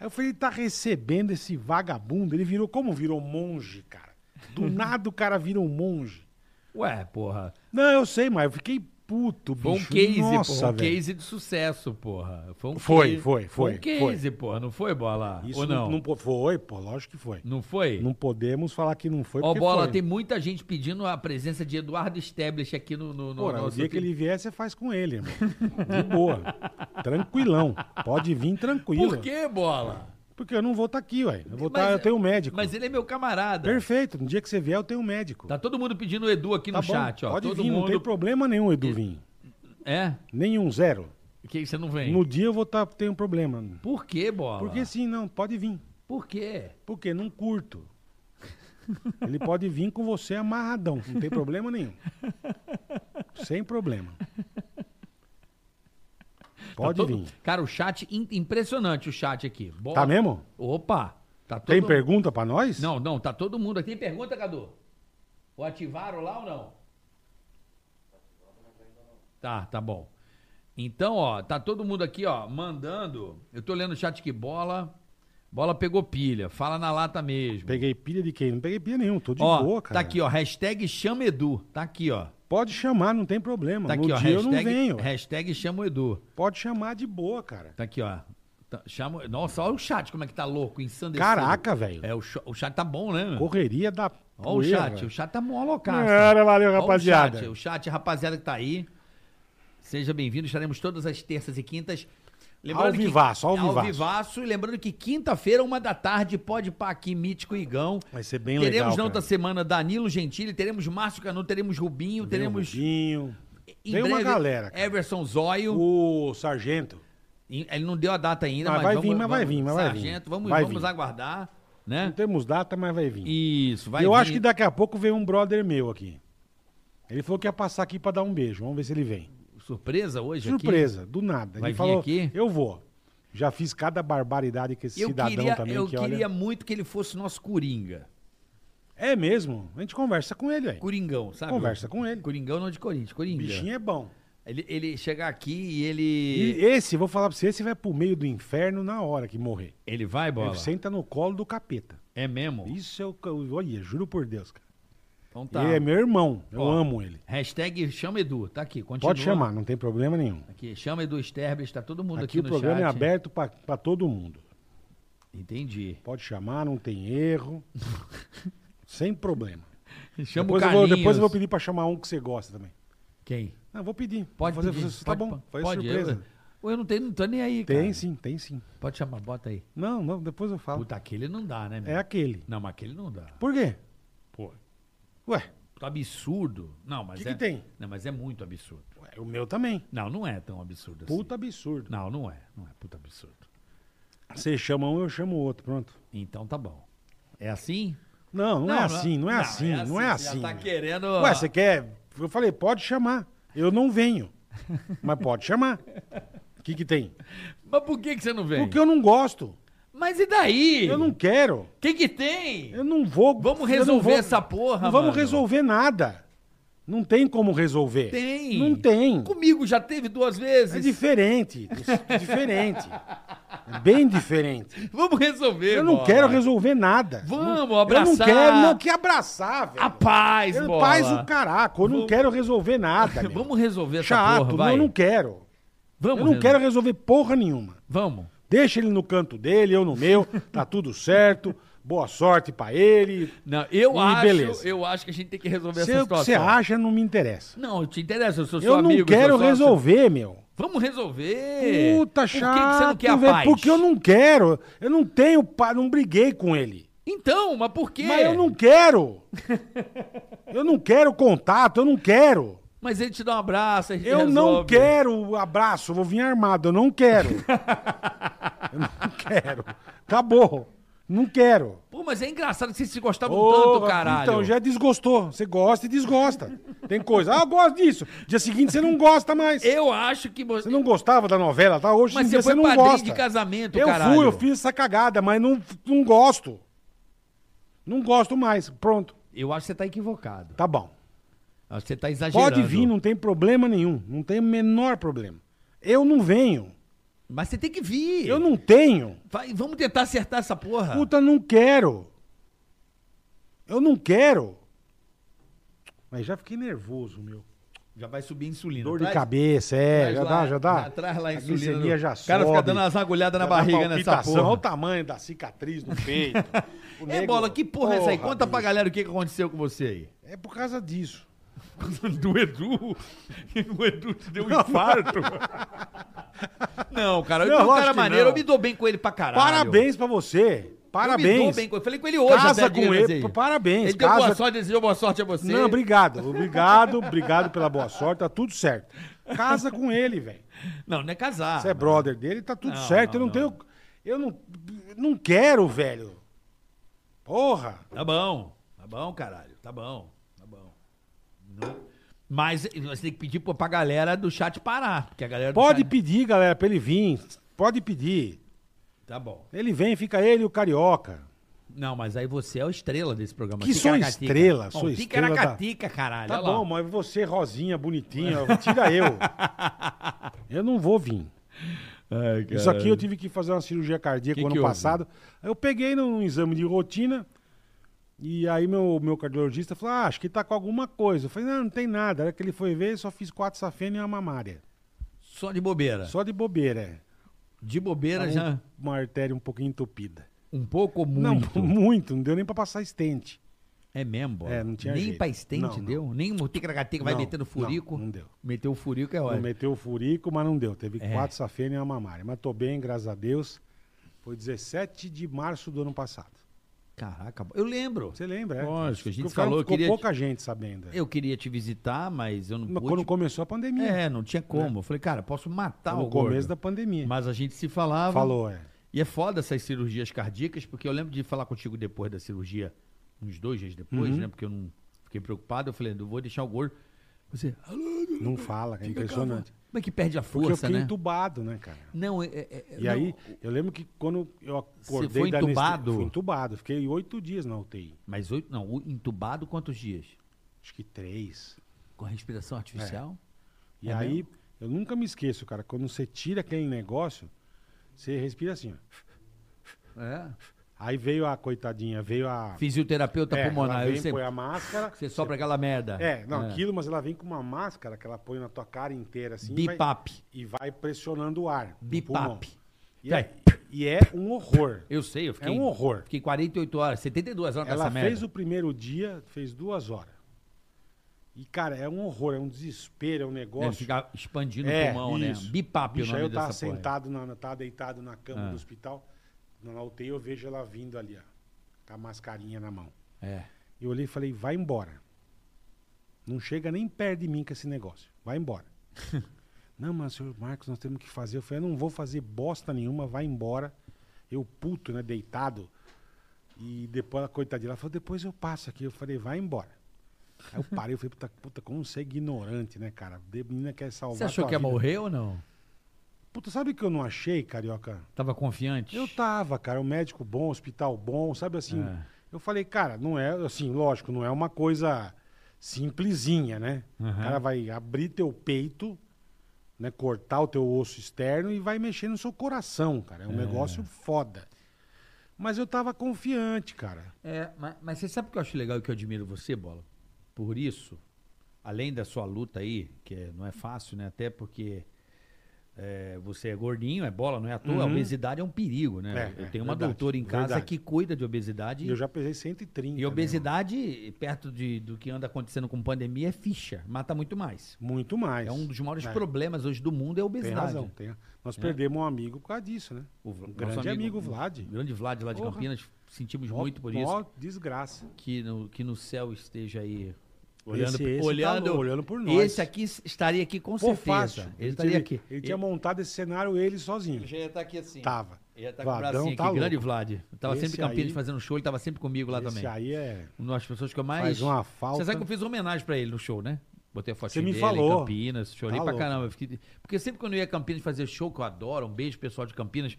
eu falei, ele tá recebendo esse vagabundo. Ele virou, como virou monge, cara? Do nada o cara vira um monge.
Ué, porra.
Não, eu sei, mas eu fiquei puto, bicho.
Foi um case,
Nossa,
porra. Um
velho.
case de sucesso, porra. Foi, um
Foi,
case-
foi,
um
foi,
case, porra. Não foi, Bola?
Isso
Ou
não?
não?
não po- foi, pô, lógico que foi.
Não foi?
Não podemos falar que não foi.
Ó,
porque
Bola,
foi.
tem muita gente pedindo a presença de Eduardo Stablish aqui no, no, no
Porra, o
nosso
dia que ele vier, você faz com ele, irmão. De boa. Tranquilão. Pode vir tranquilo.
Por que, Bola?
Porque eu não vou estar aqui, ué. Eu vou
Mas-
tá, eu tenho um médico.
Mas ele é meu camarada.
Perfeito. No dia que você vier, eu tenho um médico.
Tá todo mundo pedindo o Edu aqui
Tá
no
bom,
chat, ó.
Pode
todo
vir,
mundo.
não tem problema nenhum, Edu Vinho.
É?
Nenhum, zero.
Que você não vem?
No dia eu vou estar, tenho um problema.
Por que, Bola?
Porque sim, não, pode vir.
Por quê?
Porque não curto. Ele pode vir com você amarradão, não tem problema nenhum. Sem problema. Pode
Tá todo-
vir.
Cara, o chat, im- impressionante o chat aqui. Bola.
Tá mesmo?
Opa! Tá todo...
Tem pergunta pra nós?
Não, não, tá todo mundo aqui. Tem pergunta, Cadu? O ativaram lá ou não? Tá, tá bom. Então, ó, tá todo mundo aqui, ó, mandando. Eu tô lendo o chat que bola. Bola pegou pilha. Fala na lata mesmo.
Peguei pilha de quem? Não peguei pilha nenhuma, tô de
ó,
boa, cara.
Tá aqui, ó. Hashtag chama Edu. Tá aqui, ó.
Pode chamar, não tem problema.
Tá
no
aqui, ó.
dia eu
hashtag,
não venho.
hashtag chama o Edu.
Pode chamar de boa, cara.
Tá aqui, ó. Tá- chama... Nossa, olha o chat como é que tá louco, ensandecido.
Caraca, velho.
É, o, cho- o chat tá bom, né? meu?
Correria da
Ó o
poeira.
chat, o chat tá mó loucaço.
Cara, É, valeu,
Ó o
rapaziada.
chat, O chat, rapaziada que tá aí. Seja bem-vindo, estaremos todas as terças e quintas. é
Ao vivaço, ao vivaço.
vivaço. E lembrando que quinta-feira, uma da tarde, pode pá aqui, Mítico e Igão.
Vai ser bem
teremos
legal,
na outra
cara.
semana Danilo Gentili, teremos Márcio Canuto, teremos Rubinho, teremos...
Rubinho.
em
Vem uma
breve, é um
galera, cara.
Everson Zóio.
O sargento.
Ele não deu a data ainda, mas,
Mas vai
vamos,
vir, mas vai
vamos-
vir, mas vai vir.
Sargento, vamos,
Vai
vamos
vir.
aguardar, né?
Não temos data, mas vai vir.
Isso, vai
eu
vir.
acho que daqui a pouco vem um brother meu aqui. Ele falou que ia passar aqui pra dar um beijo. Vamos ver se ele vem.
Surpresa hoje aqui?
Surpresa, do nada.
Vai
ele
vir
falou,
aqui?
eu vou. Já fiz cada barbaridade com esse
Eu
cidadão
queria,
também
eu
que
queria
olha.
muito que ele fosse nosso Coringa.
É mesmo? A gente conversa com ele aí.
Coringão, sabe?
Conversa com ele.
Coringão não de Corinthians, Coringa.
Bichinho é bom.
Ele, ele chegar aqui e
E
ele.
esse, vou falar pra você, esse vai pro meio do inferno na hora que morrer.
Ele vai, bola?
Ele senta no colo do capeta.
É mesmo?
Isso é o. que eu- Olha, juro por Deus, cara.
Então tá.
Ele é meu irmão. Eu
Ó,
amo ele.
Hashtag chama Edu, tá aqui, continua.
Pode chamar, não tem problema nenhum.
Aqui, chama Edu Sterbes, tá todo mundo aqui,
Aqui o
no
programa
chat.
é aberto pra pra todo mundo.
Entendi.
Pode chamar, não tem erro. Sem problema.
Chama
depois,
o
eu vou,
Carlinhos.
depois eu vou pedir pra chamar um que você gosta também.
Quem?
Não, vou pedir.
Pode
Vou fazer,
pedir.
Você, tá
pode,
bom, faz
pode,
surpresa.
Eu, eu não, tenho, não tô nem aí, cara.
Tem sim, tem sim.
Pode chamar, bota aí.
Não, não, depois eu falo.
Puta, aquele não dá, né, meu?
É aquele.
Não, mas aquele não dá.
Por quê?
Pô.
Ué,
Tá absurdo. Não, mas
Que que
é.
tem?
Não, mas é muito absurdo.
ué, o meu também.
Não, não é tão absurdo
Puta
assim.
absurdo.
Não, não é. Não é puta absurdo.
Você chama um, eu chamo o outro, pronto.
Então tá bom. É assim?
Não, não, é assim, não é assim, não é assim.
Você já tá querendo.
Ué, você quer? Eu falei, pode chamar. Eu não venho. Mas pode chamar. O que que tem?
Mas por que, que você não vem?
Porque eu não gosto.
Mas e daí?
Eu
O
não quero.
que que tem?
Eu não vou.
Vamos
eu não
resolver
vou-
essa porra,
Não vamos
mano.
resolver nada. Não tem como resolver.
Tem.
Não tem.
Comigo já teve duas
É
vezes.
diferente. É diferente. É bem diferente.
Vamos resolver,
Eu não
bola.
quero resolver nada.
Vamos
Não- Eu não
abraçar.
quero, não que abraçar, velho.
A paz,
Eu-
bola.
Paz o caraco. Eu não quero resolver nada. meu.
Vamos resolver essa
Chato,
porra,
não,
vai.
eu não quero.
Vamos.
eu não
resol-
quero resolver porra nenhuma.
Vamos.
Deixa ele no canto dele, eu no meu, tá tudo certo. Boa sorte pra ele.
Não, eu
E
acho,
beleza.
eu acho que a gente tem que resolver
Se
essa
o que
situação.
você acha, não me interessa.
Não, te interessa, eu sou seu
Eu não
amigo.
quero
sou sócio.
resolver, meu.
Vamos resolver.
Puta
Por que que
chato,
você não quer a
velho,
paz?
porque eu não quero. Eu não tenho, pa- não briguei com ele.
Então, mas por quê?
Mas eu não quero. eu não quero contato, eu não quero.
Mas ele te dá um abraço, a gente
Eu não
resolve.
quero abraço, eu vou vir armado, eu não quero. eu não quero. Acabou. Não quero.
Pô, mas é engraçado que vocês se gostavam
Ô,
tanto, caralho.
Então, já desgostou. Você gosta e desgosta. Tem coisa. Ah, eu gosto disso. Dia seguinte você não gosta mais.
Eu acho que você...
Você não gostava da novela, tá? Hoje em
Mas
dia
você foi
não
padrinho
gosta.
de casamento,
eu
caralho.
fui, eu fiz essa cagada, mas não, não gosto. Não gosto mais. Pronto,
Eu acho que você tá equivocado.
tá bom.
Acho que você tá exagerando.
Pode vir, não tem problema nenhum. Não tem o menor problema. Eu não venho.
Mas você tem que vir.
Eu não tenho.
Vai, vamos tentar acertar essa porra.
Puta, não quero. Eu não quero. Mas já fiquei nervoso, meu.
Já vai subir a insulina.
Dor de
Traz-
cabeça, é.
traz
Já
lá-
dá, já dá.
Traz lá a
A
insulina.
glicemia já
o cara fica
sobe.
dando umas agulhadas na
Já dá
barriga nessa
palpitação. Olha o
porra.
tamanho da cicatriz no peito. O
É,
nego-
Bola, que porra, é essa aí? Conta pra
bicho.
galera o que que aconteceu com você aí.
É por causa disso.
Do Edu? O Edu te deu um
infarto.
Não, cara, o
Não,
Edu é um
lógico
cara
que
maneiro,
não.
eu me dou bem com ele pra caralho.
Parabéns pra você.
Eu me dou
Parabéns.
bem com ele. Falei com ele hoje,
Casa
até,
com
dias
ele,
aí.
parabéns,
Ele deu boa
casa-
sorte, desejou boa sorte a você.
Não, obrigado. Obrigado, obrigado pela boa sorte, tá tudo certo. Casa com ele, velho.
Não, não é casar.
Você é brother dele, tá tudo
Não,
certo.
não,
eu não, tenho. Eu não, não quero, velho. Porra.
Tá bom, tá bom, caralho. Tá bom, tá bom. Não- Mas você tem que pedir pô, pra galera do chat parar, porque a galera do
Pode
chat...
pedir, galera, pra ele vir. Pode pedir.
Tá bom.
Ele vem, fica ele e o carioca.
Não, mas aí você é a estrela desse programa.
Que sou
Ticaracatica.
estrela,
Bom,
sou estrela da-
Ticaracatica, caralho.
Tá
olha lá.
bom, mas você, Rosinha, bonitinha, tira eu. Eu não vou vir. Isso aqui eu tive que fazer uma cirurgia cardíaca
Que
ano
que houve?
passado. Aí Eu peguei num exame de rotina e aí meu, meu cardiologista falou: ah, acho que tá com alguma coisa. Eu falei: não, não tem nada. A hora que ele foi ver, só fiz quatro safena e uma mamária.
Só de bobeira.
Só de bobeira. é.
De bobeira
Tá
Tá.
um-
já.
Uma artéria um pouquinho entupida.
Um pouco ou muito?
Não, muito, não deu nem pra passar estente.
É mesmo, bola.
É, não tinha
Nem
jeito.
pra estente
Não, não.
deu? Nem um ticaracatica vai
Não,
metendo furico?
não, não deu.
Meteu o furico é
Não
ótimo.
meteu o furico, mas não deu. Teve
É.
quatro safena e uma mamária. Mas tô bem, graças a Deus. Foi 17 de março do ano passado.
Caraca, eu lembro.
Você lembra, é?
Lógico, a gente
Ficou-
falou, eu
ficou
queria-
pouca gente sabendo.
Eu queria te visitar, mas eu não
Mas
pude.
quando começou a pandemia.
É, não tinha como. Eu falei, cara, posso matar
no
o
começo
gordo.
da pandemia.
Mas a gente se falava.
Falou, é.
E é foda essas cirurgias cardíacas, porque eu lembro de falar contigo depois da cirurgia, uns dois dias depois,
Uhum.
né? Porque eu não fiquei preocupado. Eu falei, não vou deixar o gordo. Você, "Ah, alô,
Não fala, é impressionante.
como é que perde a
Porque eu
força,
fiquei
né?
entubado, né, cara?
Não, é, é- é-
E
não,
aí, eu lembro que quando eu acordei
foi
da anestesia-
entubado?
Fui entubado. Fiquei oito dias na UTI.
Mas oito, não, o entubado quantos dias?
Acho que três.
Com a respiração artificial?
E
É
aí, eu nunca me esqueço, cara. Quando você tira aquele negócio, você respira assim, ó.
É.
Aí veio a coitadinha, veio a...
Fisioterapeuta
é,
pulmonar.
ela
Eu
vem,
sei,
põe a máscara.
você sopra aquela merda.
É, não, aquilo, mas ela vem com uma máscara que ela põe na tua cara inteira, assim. e vai-
Bipap.
E vai pressionando o ar. no pulmão.
Bipap.
E é,
Vai.
e é um horror.
Eu sei, eu fiquei.
É um horror.
Fiquei 48 horas, 72 horas
Ela
nessa
fez
merda.
o primeiro dia, fez duas horas. E, cara, é um horror, é um desespero, é um
né?
negócio.
Ficar expandindo
É,
o pulmão,
isso.
né? Bipap é o
Bicho,
nome
aí eu tava
dessa porra.
sentado, na, tava deitado na cama
Ah.
do hospital, na UTI, eu vejo ela vindo ali, ó, com a mascarinha na mão.
É.
Eu olhei e falei, vai embora. Não chega nem perto de mim com esse negócio. Vai embora. não, mas senhor Marcos, nós temos que fazer. Eu falei, eu não vou fazer bosta nenhuma, vai embora. Eu puto, né, deitado. E depois a coitadinha, ela falou, depois eu passo aqui. Eu falei, vai embora. Aí eu parei, eu falei, puta, puta como você é ignorante, né, cara? De- Menina quer salvar
Você achou
tua
que ia
vida.
morrer ou não?
Puta, sabe o que eu não achei, carioca?
Tava confiante?
Eu tava, cara, um médico bom, hospital bom, sabe assim.
É.
Eu falei, cara, não é, assim, lógico, não é uma coisa simplesinha, né? O cara vai abrir teu peito, né, cortar o teu osso externo e vai mexer no seu coração, cara. É um negócio foda. Mas eu tava confiante, cara.
É, mas, mas você sabe o que eu acho legal e que eu admiro você, Bola? Por isso, além da sua luta aí, que é- não é fácil, né? Até porque é, você é gordinho, é bola, não é à toa. A obesidade é um perigo, né?
Uhum. É,
eu
é,
tenho uma
verdade,
doutora em casa
verdade.
que cuida de obesidade.
E eu já pesei 130.
E obesidade, perto de, do que anda acontecendo com pandemia, é ficha. Mata muito mais.
Meu. Muito mais.
É um dos maiores
É,
problemas hoje do mundo é a
Tem
obesidade.
razão. Tem... Nós perdemos um amigo por causa disso, né?
O Vla-
um
nosso
grande amigo, Vlad.
O grande Vlad lá de
Porra.
Campinas. Sentimos
Mó-
muito por
mó
isso.
desgraça.
Que no, que no céu esteja aí.
Esse- esse tá louco, olhando por nós.
Esse aqui estaria aqui com
Pô,
certeza.
fácil.
Ele, estaria
tinha,
aqui.
Ele tinha montado esse cenário ele sozinho.
já ia estar aqui assim.
Tava.
Ele ia estar com o
Vladão
bracinho aqui.
tá
grande
louco.
Vlad. Eu tava sempre
Esse
em Campinas
aí-
fazendo show, ele tava sempre comigo lá
esse
também.
aí é...
Uma das pessoas que eu mais.
Faz uma falta.
Você sabe que eu fiz uma homenagem pra ele no show, né? Botei a
Você
fotinha
me
dele
falou.
em Campinas, chorei
Tá
pra
louco.
caramba. Eu fiquei- Porque sempre quando eu ia a Campinas fazer show, que eu adoro, um beijo pessoal de Campinas,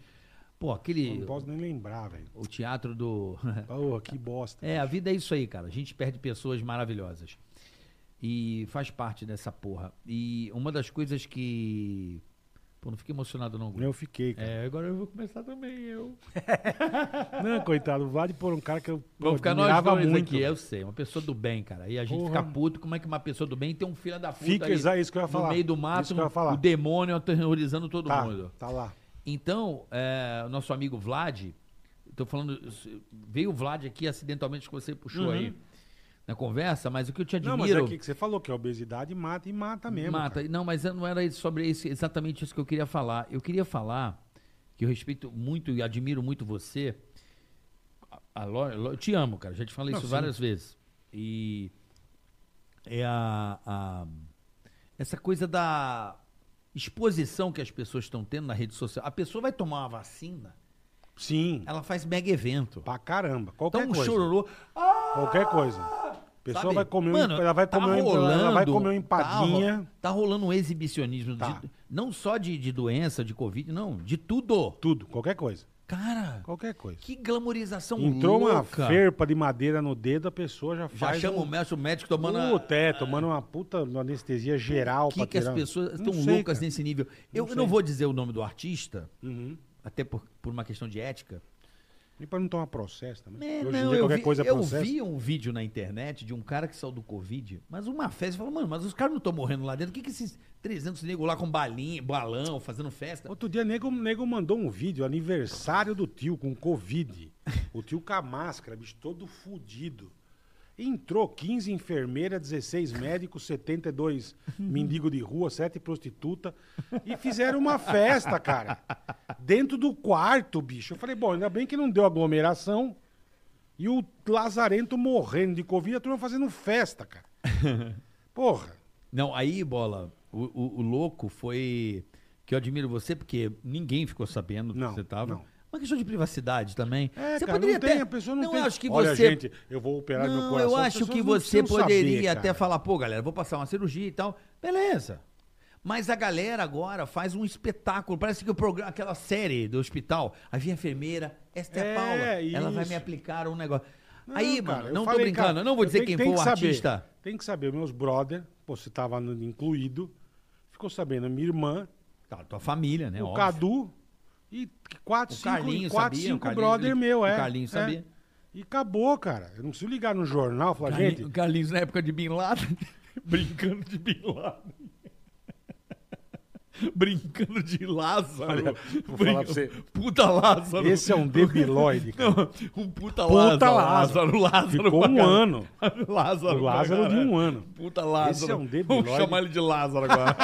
pô,
eu
aquele.
Não posso nem lembrar, velho.
O teatro do.
Porra, que bosta.
é, a vida é isso aí, cara. A gente perde pessoas maravilhosas. E faz parte dessa porra. E uma das coisas que. Pô, não fiquei emocionado, não. Guto.
Eu fiquei, cara.
É, agora eu vou começar também, eu.
Não, coitado, o Vlad por um cara que eu pô,
É. Vamos ficar nós
admirava
dois
muito.
aqui, É eu sei, uma pessoa do bem, cara. E a gente
Porra.
fica puto, como é que uma pessoa do bem tem um filho da puta
Fica,
ali
exa- isso que eu ia falar.
no meio do
Isso
mato,
que eu ia falar.
o demônio aterrorizando todo
Tá,
mundo.
tá lá.
Então, é, o nosso amigo Vlad, tô falando, veio o Vlad aqui acidentalmente que você puxou aí na conversa, mas o que eu te admiro...
Uhum. Não, mas é aqui que você falou que a obesidade mata e mata mesmo.
Mata.
cara.
Não, mas eu não era isso- sobre isso, exatamente isso que eu queria falar. Eu queria falar que eu respeito muito e admiro muito você. A- a Lo- Lo- eu te amo, cara. Já te falei
Não,
isso
sim.
várias vezes. E é a, a- essa coisa da exposição que as pessoas estão tendo na rede social. A pessoa vai tomar uma vacina,
Sim,
ela faz mega evento.
pra caramba. Qualquer
Então um
coisa.
chororô. Ah,
Qualquer coisa. A pessoa
Sabe?
vai comer, um-
Mano,
ela vai
tá
comer, um- ela vai
rolando,
comer uma
Tá,
empadinha.
ro- tá rolando um exibicionismo, de-
Tá.
não só de, de doença, de Covid, não, de tudo.
Tudo, qualquer coisa.
Cara,
Qualquer coisa.
que glamorização
Entrou uma
louca.
ferpa de madeira no dedo, a pessoa já
Já
faz.
chama
um-
o médico, o médico tomando... a-
Puta, é, tomando uma puta anestesia geral
que, que as
tirar- um-
pessoas
Não
estão
sei,
loucas
cara.
nesse nível? Eu não,
sei.
vou dizer o nome do artista,
Uhum.
até por, por uma questão de ética.
E pra não tomar processo também.
É,
Hoje em
não,
dia
eu,
qualquer
vi,
coisa é
eu
processo.
vi um vídeo na internet de um cara que saiu do Covid, mas uma festa, falou, mano, mas os caras não estão morrendo lá dentro. O que, que esses 300 negros lá com balinha, balão, fazendo festa?
Outro dia, nego, nego mandou um vídeo, aniversário do tio com Covid. O tio com a máscara, bicho, todo fudido. Entrou 15 enfermeiras, 16 médicos, 72 mendigo de rua, 7 prostituta e fizeram uma festa, cara. Dentro do quarto, bicho. Eu falei, bom, ainda bem que não deu aglomeração. E o Lazarento morrendo de Covid, a turma fazendo festa, cara. Porra.
Não, aí, bola, o, o- o louco foi. Que eu admiro você, porque ninguém ficou sabendo que
Não,
você tava.
não.
Uma questão de privacidade também.
É,
você
cara,
poderia
não
até.
tem, a pessoa não, tem.
acho que
Olha,
você.
gente, eu vou operar meu
não,
coração.
eu
as
acho
pessoas
que
não
você
precisam
poderia
saber,
até
cara.
falar, pô, galera, vou passar uma cirurgia e tal. Beleza. Mas a galera agora faz um espetáculo. Parece que o programa, aquela série do hospital. Aí vem a enfermeira, esta é,
É,
a Paula. Ela vai
isso.
me aplicar um negócio.
Não,
aí,
cara,
mano,
eu
não tô
falei,
brincando.
cara,
eu não vou
eu
dizer
tenho-
quem
tem
foi o
que saber,
artista.
Tem que saber, meus brother, pô, você tava no- incluído, ficou sabendo, minha irmã,
Tá, tua família, né?
o
óbvio.
Cadu e quatro,
O
cinco,
Carlinho
quatro,
sabia, o
cinco
Carlinho-
brother meu,
o
é.
Carlinho
é.
sabia.
E acabou, cara. Eu não preciso ligar no jornal e falar,
Carli-
gente,
Carlinhos na época de Bin Laden, brincando de Bin Laden. brincando de Lázaro.
Olha, vou falar pra você.
Puta Lázaro.
esse é um debilóide, cara.
Não, um puta,
Puta
Lázaro. Lázaro, Lázaro.
Ficou
pra
um
caralho.
ano.
Lázaro.
O
pra
Lázaro de
caralho.
um ano.
Puta Lázaro.
Esse é um debilóide.
Vamos chamar ele de Lázaro agora.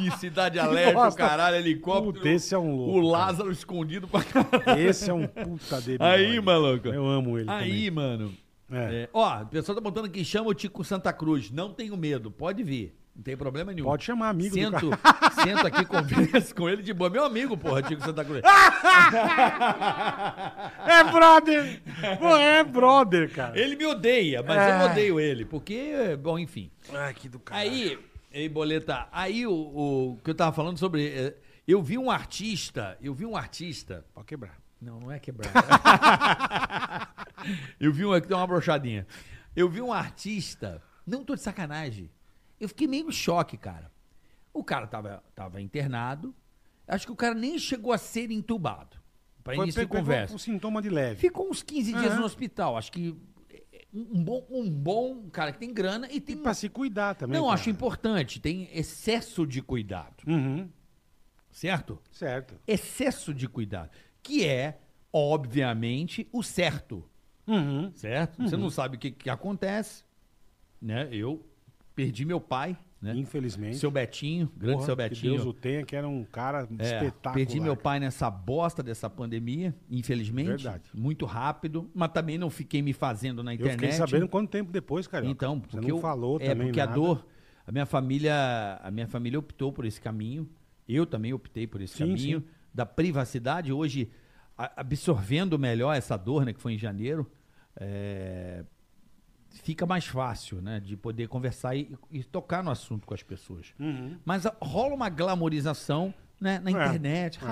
Ih, Cidade Alerta, o
Nossa.
caralho, helicóptero.
Puta, esse é um louco,
O
cara.
Lázaro escondido pra caralho.
Esse é um puta debilóide.
Aí, maluco.
Eu amo ele
Aí,
também.
mano.
É.
É, ó, o pessoal tá botando aqui, chama o Tico Santa Cruz. Não tenho medo, pode vir. Não tem problema nenhum.
Pode chamar, amigo do
Sento, sento aqui, converso com ele de boa. Meu amigo, porra, Tico Santa Cruz.
É brother! Pô, é brother, cara.
Ele me odeia, mas eu odeio ele, porque, bom, enfim.
Ai, que do cara.
Aí, Ei, Boleta, aí o, o que eu tava falando sobre. eh, Eu vi um artista, eu vi um artista.
Pode quebrar.
Não, não é quebrar.
Eu vi um aqui, deu uma brochadinha. Eu vi um artista, não tô de sacanagem. Eu fiquei meio em choque, cara. O cara tava, tava internado. Acho que o cara nem chegou a ser entubado. Pra início de
pegou
conversa.
um sintoma de leve.
Ficou uns 15 dias
Aham.
no hospital. Acho que eh, um bom, um bom cara que tem grana e tem.
E pra se cuidar também.
não,
cara.
acho importante. Tem excesso de cuidado,
Uhum,
certo?
certo.
Excesso de cuidado. Que é, obviamente, o certo.
Uhum.
Certo? Você não sabe o que, que acontece. Né? Eu perdi meu pai, né?
Infelizmente.
Seu Betinho, grande
Porra,
seu
Que Deus
Betinho.
o tenha, que era um cara
É,
espetacular.
perdi meu pai nessa bosta dessa pandemia, infelizmente.
Verdade.
Muito rápido, mas também não fiquei me fazendo na
Eu
internet.
fiquei sabendo quanto tempo depois, cara.
Então, porque
você não
eu-
falou
é,
também
porque
nada.
a dor, a minha família, a minha família optou por esse caminho. Eu também optei por esse
Sim,
caminho
sim.
da privacidade. Hoje, a- absorvendo melhor essa dor, né, que foi em janeiro, é, fica mais fácil, né, de poder conversar e, e tocar no assunto com as pessoas.
Uhum.
Mas a- rola uma glamorização, né, na internet. E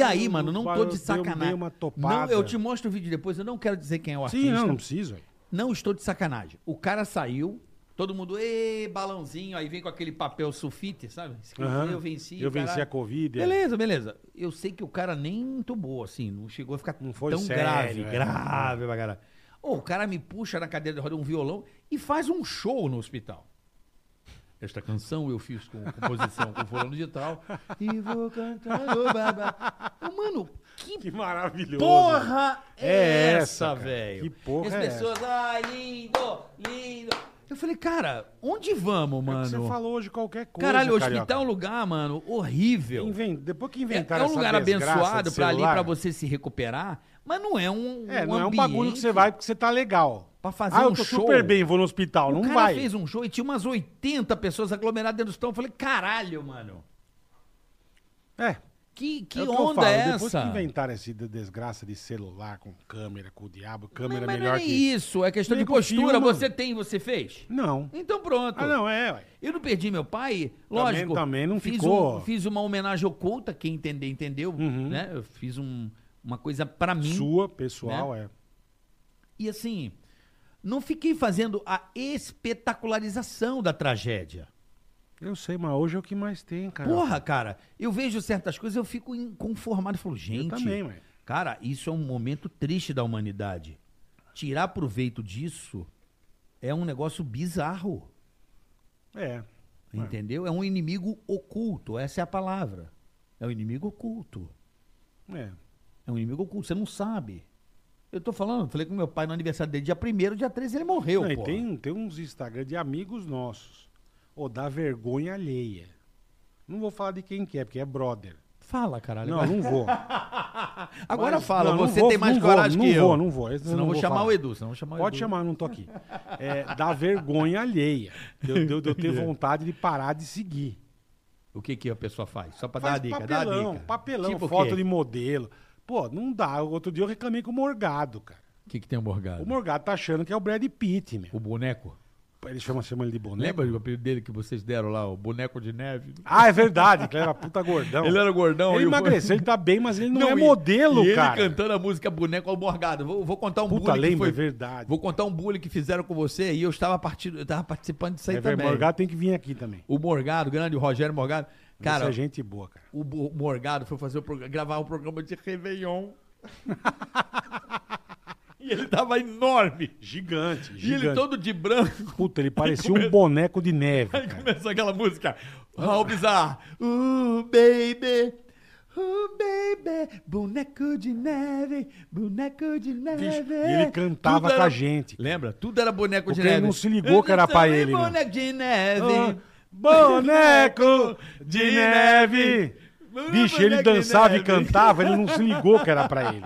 É, Ah,
aí,
eu-
mano, não
eu
tô de
dei-
sacanagem.
dei uma
não,
topada.
eu te mostro o vídeo depois. Eu não quero dizer quem é o artista.
Sim, não, não precisa. velho.
Não estou de sacanagem. O cara saiu, todo mundo, ê, balãozinho, aí vem com aquele papel sulfite, sabe? Escreveu,
Aham.
Eu venci.
Eu venci
caralho.
a Covid. é.
Beleza, beleza. Eu sei que o cara nem entubou, assim, não chegou a ficar
Não foi
tão
sério,
grave,
é.
grave pra caralho. Ô, o cara me puxa na cadeira de roda um violão e faz um show no hospital. Esta canção eu fiz com composição com fulano de tal e vou cantando babá. Mano, que
Que maravilhoso.
porra é
É
essa,
essa, cara?
velho?
Que porra
E As
é
pessoas, ah, lindo, lindo. Eu falei, cara, onde vamos,
É o
mano?
que você falou hoje qualquer coisa.
Caralho, o hospital
Carioca.
é um lugar, mano, horrível.
Inven- Depois que
É,
inventaram
é um lugar abençoado
para
pra ali pra você se recuperar, mas não é um
É,
um
não é um
ambiente-
bagulho que você vai porque você tá legal.
Pra fazer
ah, eu
um
tô
show.
super bem, vou no hospital.
O
não
cara
vai.
fez um show e tinha umas 80 pessoas aglomeradas dentro do hospital. Eu falei, caralho, mano.
É.
Que, um- que
é o eu
onda
falo,
é
Depois que
essa?
inventaram essa de- desgraça de celular com câmera, com o diabo, câmera
Não, mas não
melhor
é
que.
isso, é questão de
Nego
postura.
filma.
Você tem, você fez?
Não.
Então pronto.
Ah, não, é, ué.
Eu não perdi meu pai, lógico.
também não
fiz
ficou-
um- fiz uma homenagem oculta, quem entender, entendeu,
Uhum.
né? Eu fiz um- uma coisa pra mim.
Sua, pessoal,
Né?
é.
E assim, não fiquei fazendo a espetacularização da tragédia.
Eu sei, mas hoje é o que mais tem, cara.
Porra, cara, eu vejo certas coisas, eu fico inconformado. Eu falo, gente,
também, ué.
cara, isso é um momento triste da humanidade. Tirar proveito disso é um negócio bizarro,
É.
entendeu? É um inimigo oculto, essa é a palavra. É um inimigo oculto.
É.
É um inimigo oculto, você não sabe. Eu tô falando, falei com meu pai no aniversário dele, dia 1 dia 13 ele morreu,
Não, e
pô.
tem, tem uns Instagram de amigos nossos. Ou dá vergonha alheia. Não vou falar de quem que é, porque é brother.
Fala, caralho.
Não, não vou.
Agora
Mas-
fala,
não, não
você
vou,
tem mais
não vou,
coragem
não
que eu.
vou, não vou, esse eu
Senão
não
vou,
vou
chamar
falar.
o Edu, senão vou chamar o
Pode
Edu.
chamar, não tô aqui. É, dá vergonha alheia. Deu, deu, deu ter vontade de parar de seguir.
O que que a pessoa faz? Só pra dar a
Faz
dica, dá a
papelão,
dica.
papelão,
Tipo o
foto
quê?
de modelo. Pô, não dá. Outro dia eu reclamei com o Morgado, cara.
O que que tem o Morgado?
O Morgado tá achando que é o Brad Pitt, meu.
O boneco.
Ele chama, chama ele de boneco.
Lembra do apelido dele que vocês deram lá, o boneco de neve?
Ah, é verdade, que ele era puta gordão.
Ele era gordão.
Ele
e o-
emagreceu, ele tá bem, mas ele não, é
e-
modelo,
e
cara.
ele cantando a música Boneco ao Morgado. Vou, vou contar um
Puta,
bullying que
lembra,
foi...
é verdade.
Vou contar um bullying que fizeram com você e eu estava, partindo, eu estava participando disso aí
é,
também.
também. Morgado tem que vir aqui também.
O Morgado, grande, o Rogério Morgado. Cara,
Isso é gente boa, cara.
o Bo- Morgado foi fazer o programa, gravar o programa de Réveillon. e ele tava enorme.
Gigante,
E ele todo de branco.
Puta, ele parecia um boneco de neve,
Aí
cara.
começou aquela música.
Ah.
Raul Bizarro. Uh, baby. Uh, baby. Boneco de neve. Boneco de neve.
Bicho, e ele cantava
Tudo
com a
era-
gente.
Lembra? Tudo era boneco de
Porque
neve.
ele não se ligou que era pra
sou
ele, né?
Boneco de neve.
Ah, Boneco de neve. Bicho, ele dançava e cantava, ele não se ligou que era pra ele.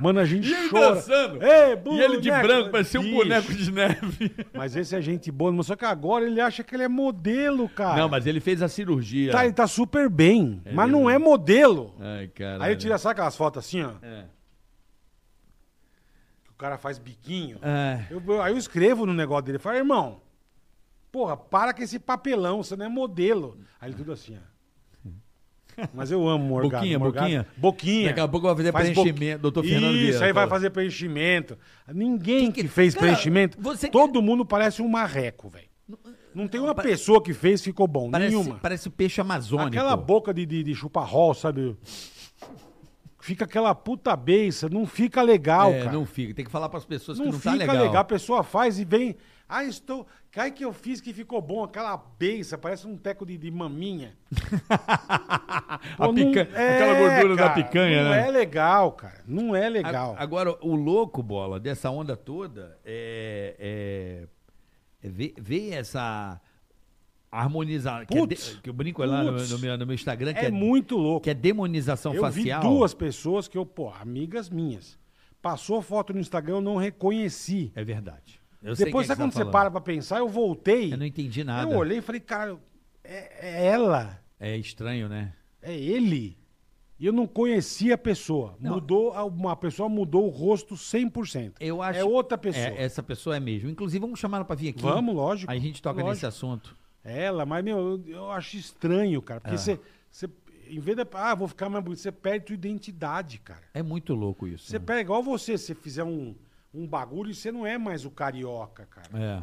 Mano, a gente
E ele
chora.
dançando.
Ei,
E ele de
boneco. né?
branco, parecia um
Bicho,
boneco de neve.
Mas esse é gente boa, mas só que agora ele acha que ele é modelo, cara.
Não, mas ele fez a cirurgia.
Tá, ele tá super bem, mas não é modelo.
Ai, cara.
Aí ele tira, sabe aquelas fotos assim, ó?
É.
Que o cara faz biquinho.
É.
Eu- eu- aí eu escrevo no negócio dele, falo, irmão, Porra, para com esse papelão, você não é modelo. Aí ele tudo assim, ó. Mas eu amo Morgado.
Boquinha,
Morgado-
boquinha.
Boquinha.
Daqui a pouco vai fazer preenchimento, doutor Fernando
Isso,
Vieira
aí vai
falou.
fazer preenchimento. Ninguém
Que
que,
que-
fez
Cara,
preenchimento,
você-
todo mundo parece um marreco, velho. Não tem uma pessoa que fez e ficou bom,
Parece,
nenhuma.
parece peixe amazônico.
Aquela boca de, de, de chuparrol, sabe? Fica aquela puta beiça, não fica legal,
é,
cara.
não fica. Tem que falar pras pessoas
Não,
que não
fica
tá
legal.
legal.
a pessoa faz e vem. Ah, estou. Cai que eu fiz que ficou bom, aquela beiça, parece um teco de, de maminha.
A
Pô,
pica-
não- é,
Aquela gordura da
cara,
picanha,
não
né?
é legal, cara. Não é legal.
A- Agora, o louco, bola, dessa onda toda é. é, é ver, ver essa harmonização. Que, é de-
Putz,
que eu brinco lá no,
putz.
no meu, no meu Instagram, que
é, muito louco.
Que é demonização
eu
facial.
vi duas pessoas que eu, pô, amigas minhas. Passou foto no Instagram, eu não reconheci.
É verdade. Eu sei
Depois,
quem é
sabe quando
que
você
tá falando.
para pra pensar, eu voltei.
Eu não entendi nada.
Eu olhei e falei, cara, é, é ela?
É estranho, né?
É ele? E eu não conhecia a pessoa. Mudou, a- uma pessoa mudou o rosto 100%.
Eu acho.
É outra pessoa.
É, essa pessoa é mesmo. Inclusive, vamos chamar ela pra vir aqui.
Vamos, lógico.
Aí a gente toca
lógico.
nesse assunto.
Ela, mas, meu, eu, eu acho estranho, cara.
Ah.
Porque você, você, em vez de, ah, vou ficar mais bonito, você perde sua identidade, cara.
É muito louco isso.
Você
né?
pega igual você, se você fizer um, um bagulho, você não é mais o carioca, cara.
É.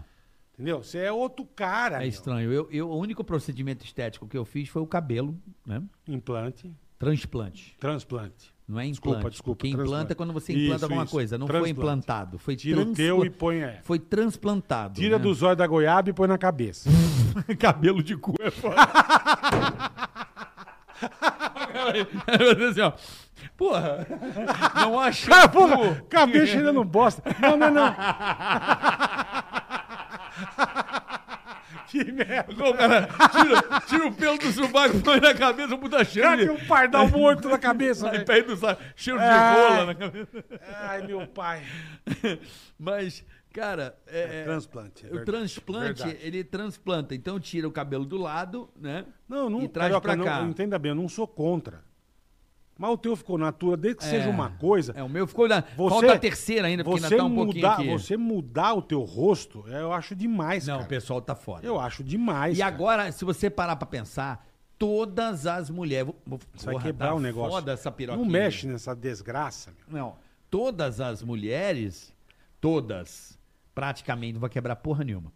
Entendeu? Você é outro cara.
É
meu.
estranho. Eu, eu, o único procedimento estético que eu fiz foi o cabelo, né?
Implante,
Transplante.
transplante.
Não é
Desculpa,
implante.
desculpa,
Porque implanta
transplante.
é quando você implanta
Isso,
alguma
isso.
coisa. Não foi
Transplante.
implantado. Foi
Tira o
transplante.
teu e põe. É.
Foi transplantado.
Tira
né?
dos olhos da goiaba e põe na cabeça.
cabelo de cu é foda. Meu Deus, assim, ó. Porra, não achei.
Cara, porra, cabelo cheirando bosta. Não, não, não. que merda.
Não, cara, tira, tira o pelo do sovaco, põe na cabeça, puta
Cara,
cheiro.
tem
de-
um pardal morto na cabeça. né?
Aí
velho.
perde o sa- cheiro de
Ah.
rola na cabeça.
Ai, meu pai.
Mas, cara, é,
transplante, é
o
verdade.
transplante,
Verdade.
ele transplanta. Então tira o cabelo do lado, né?
Não, não,
E traz
Carioca,
pra
não-
cá.
entenda bem, eu não sou contra. Mas o teu ficou natura, desde que
É.
seja uma coisa.
É, o meu ficou na.
Você-
Falta a terceira ainda, porque ainda
Você,
tá um pouquinho
mudar,
aqui.
você mudar o teu rosto, é, eu acho demais,
Não,
cara.
o pessoal tá fora.
Eu acho demais.
E
cara.
agora, se você parar pra pensar, todas as mulheres. vou- vou-
Isso vai
porra,
quebrar
tá
o negócio.
Foda essa piroquinha.
não mexe né? nessa desgraça, meu.
Não. Todas as mulheres, todas, praticamente, não vai quebrar porra nenhuma.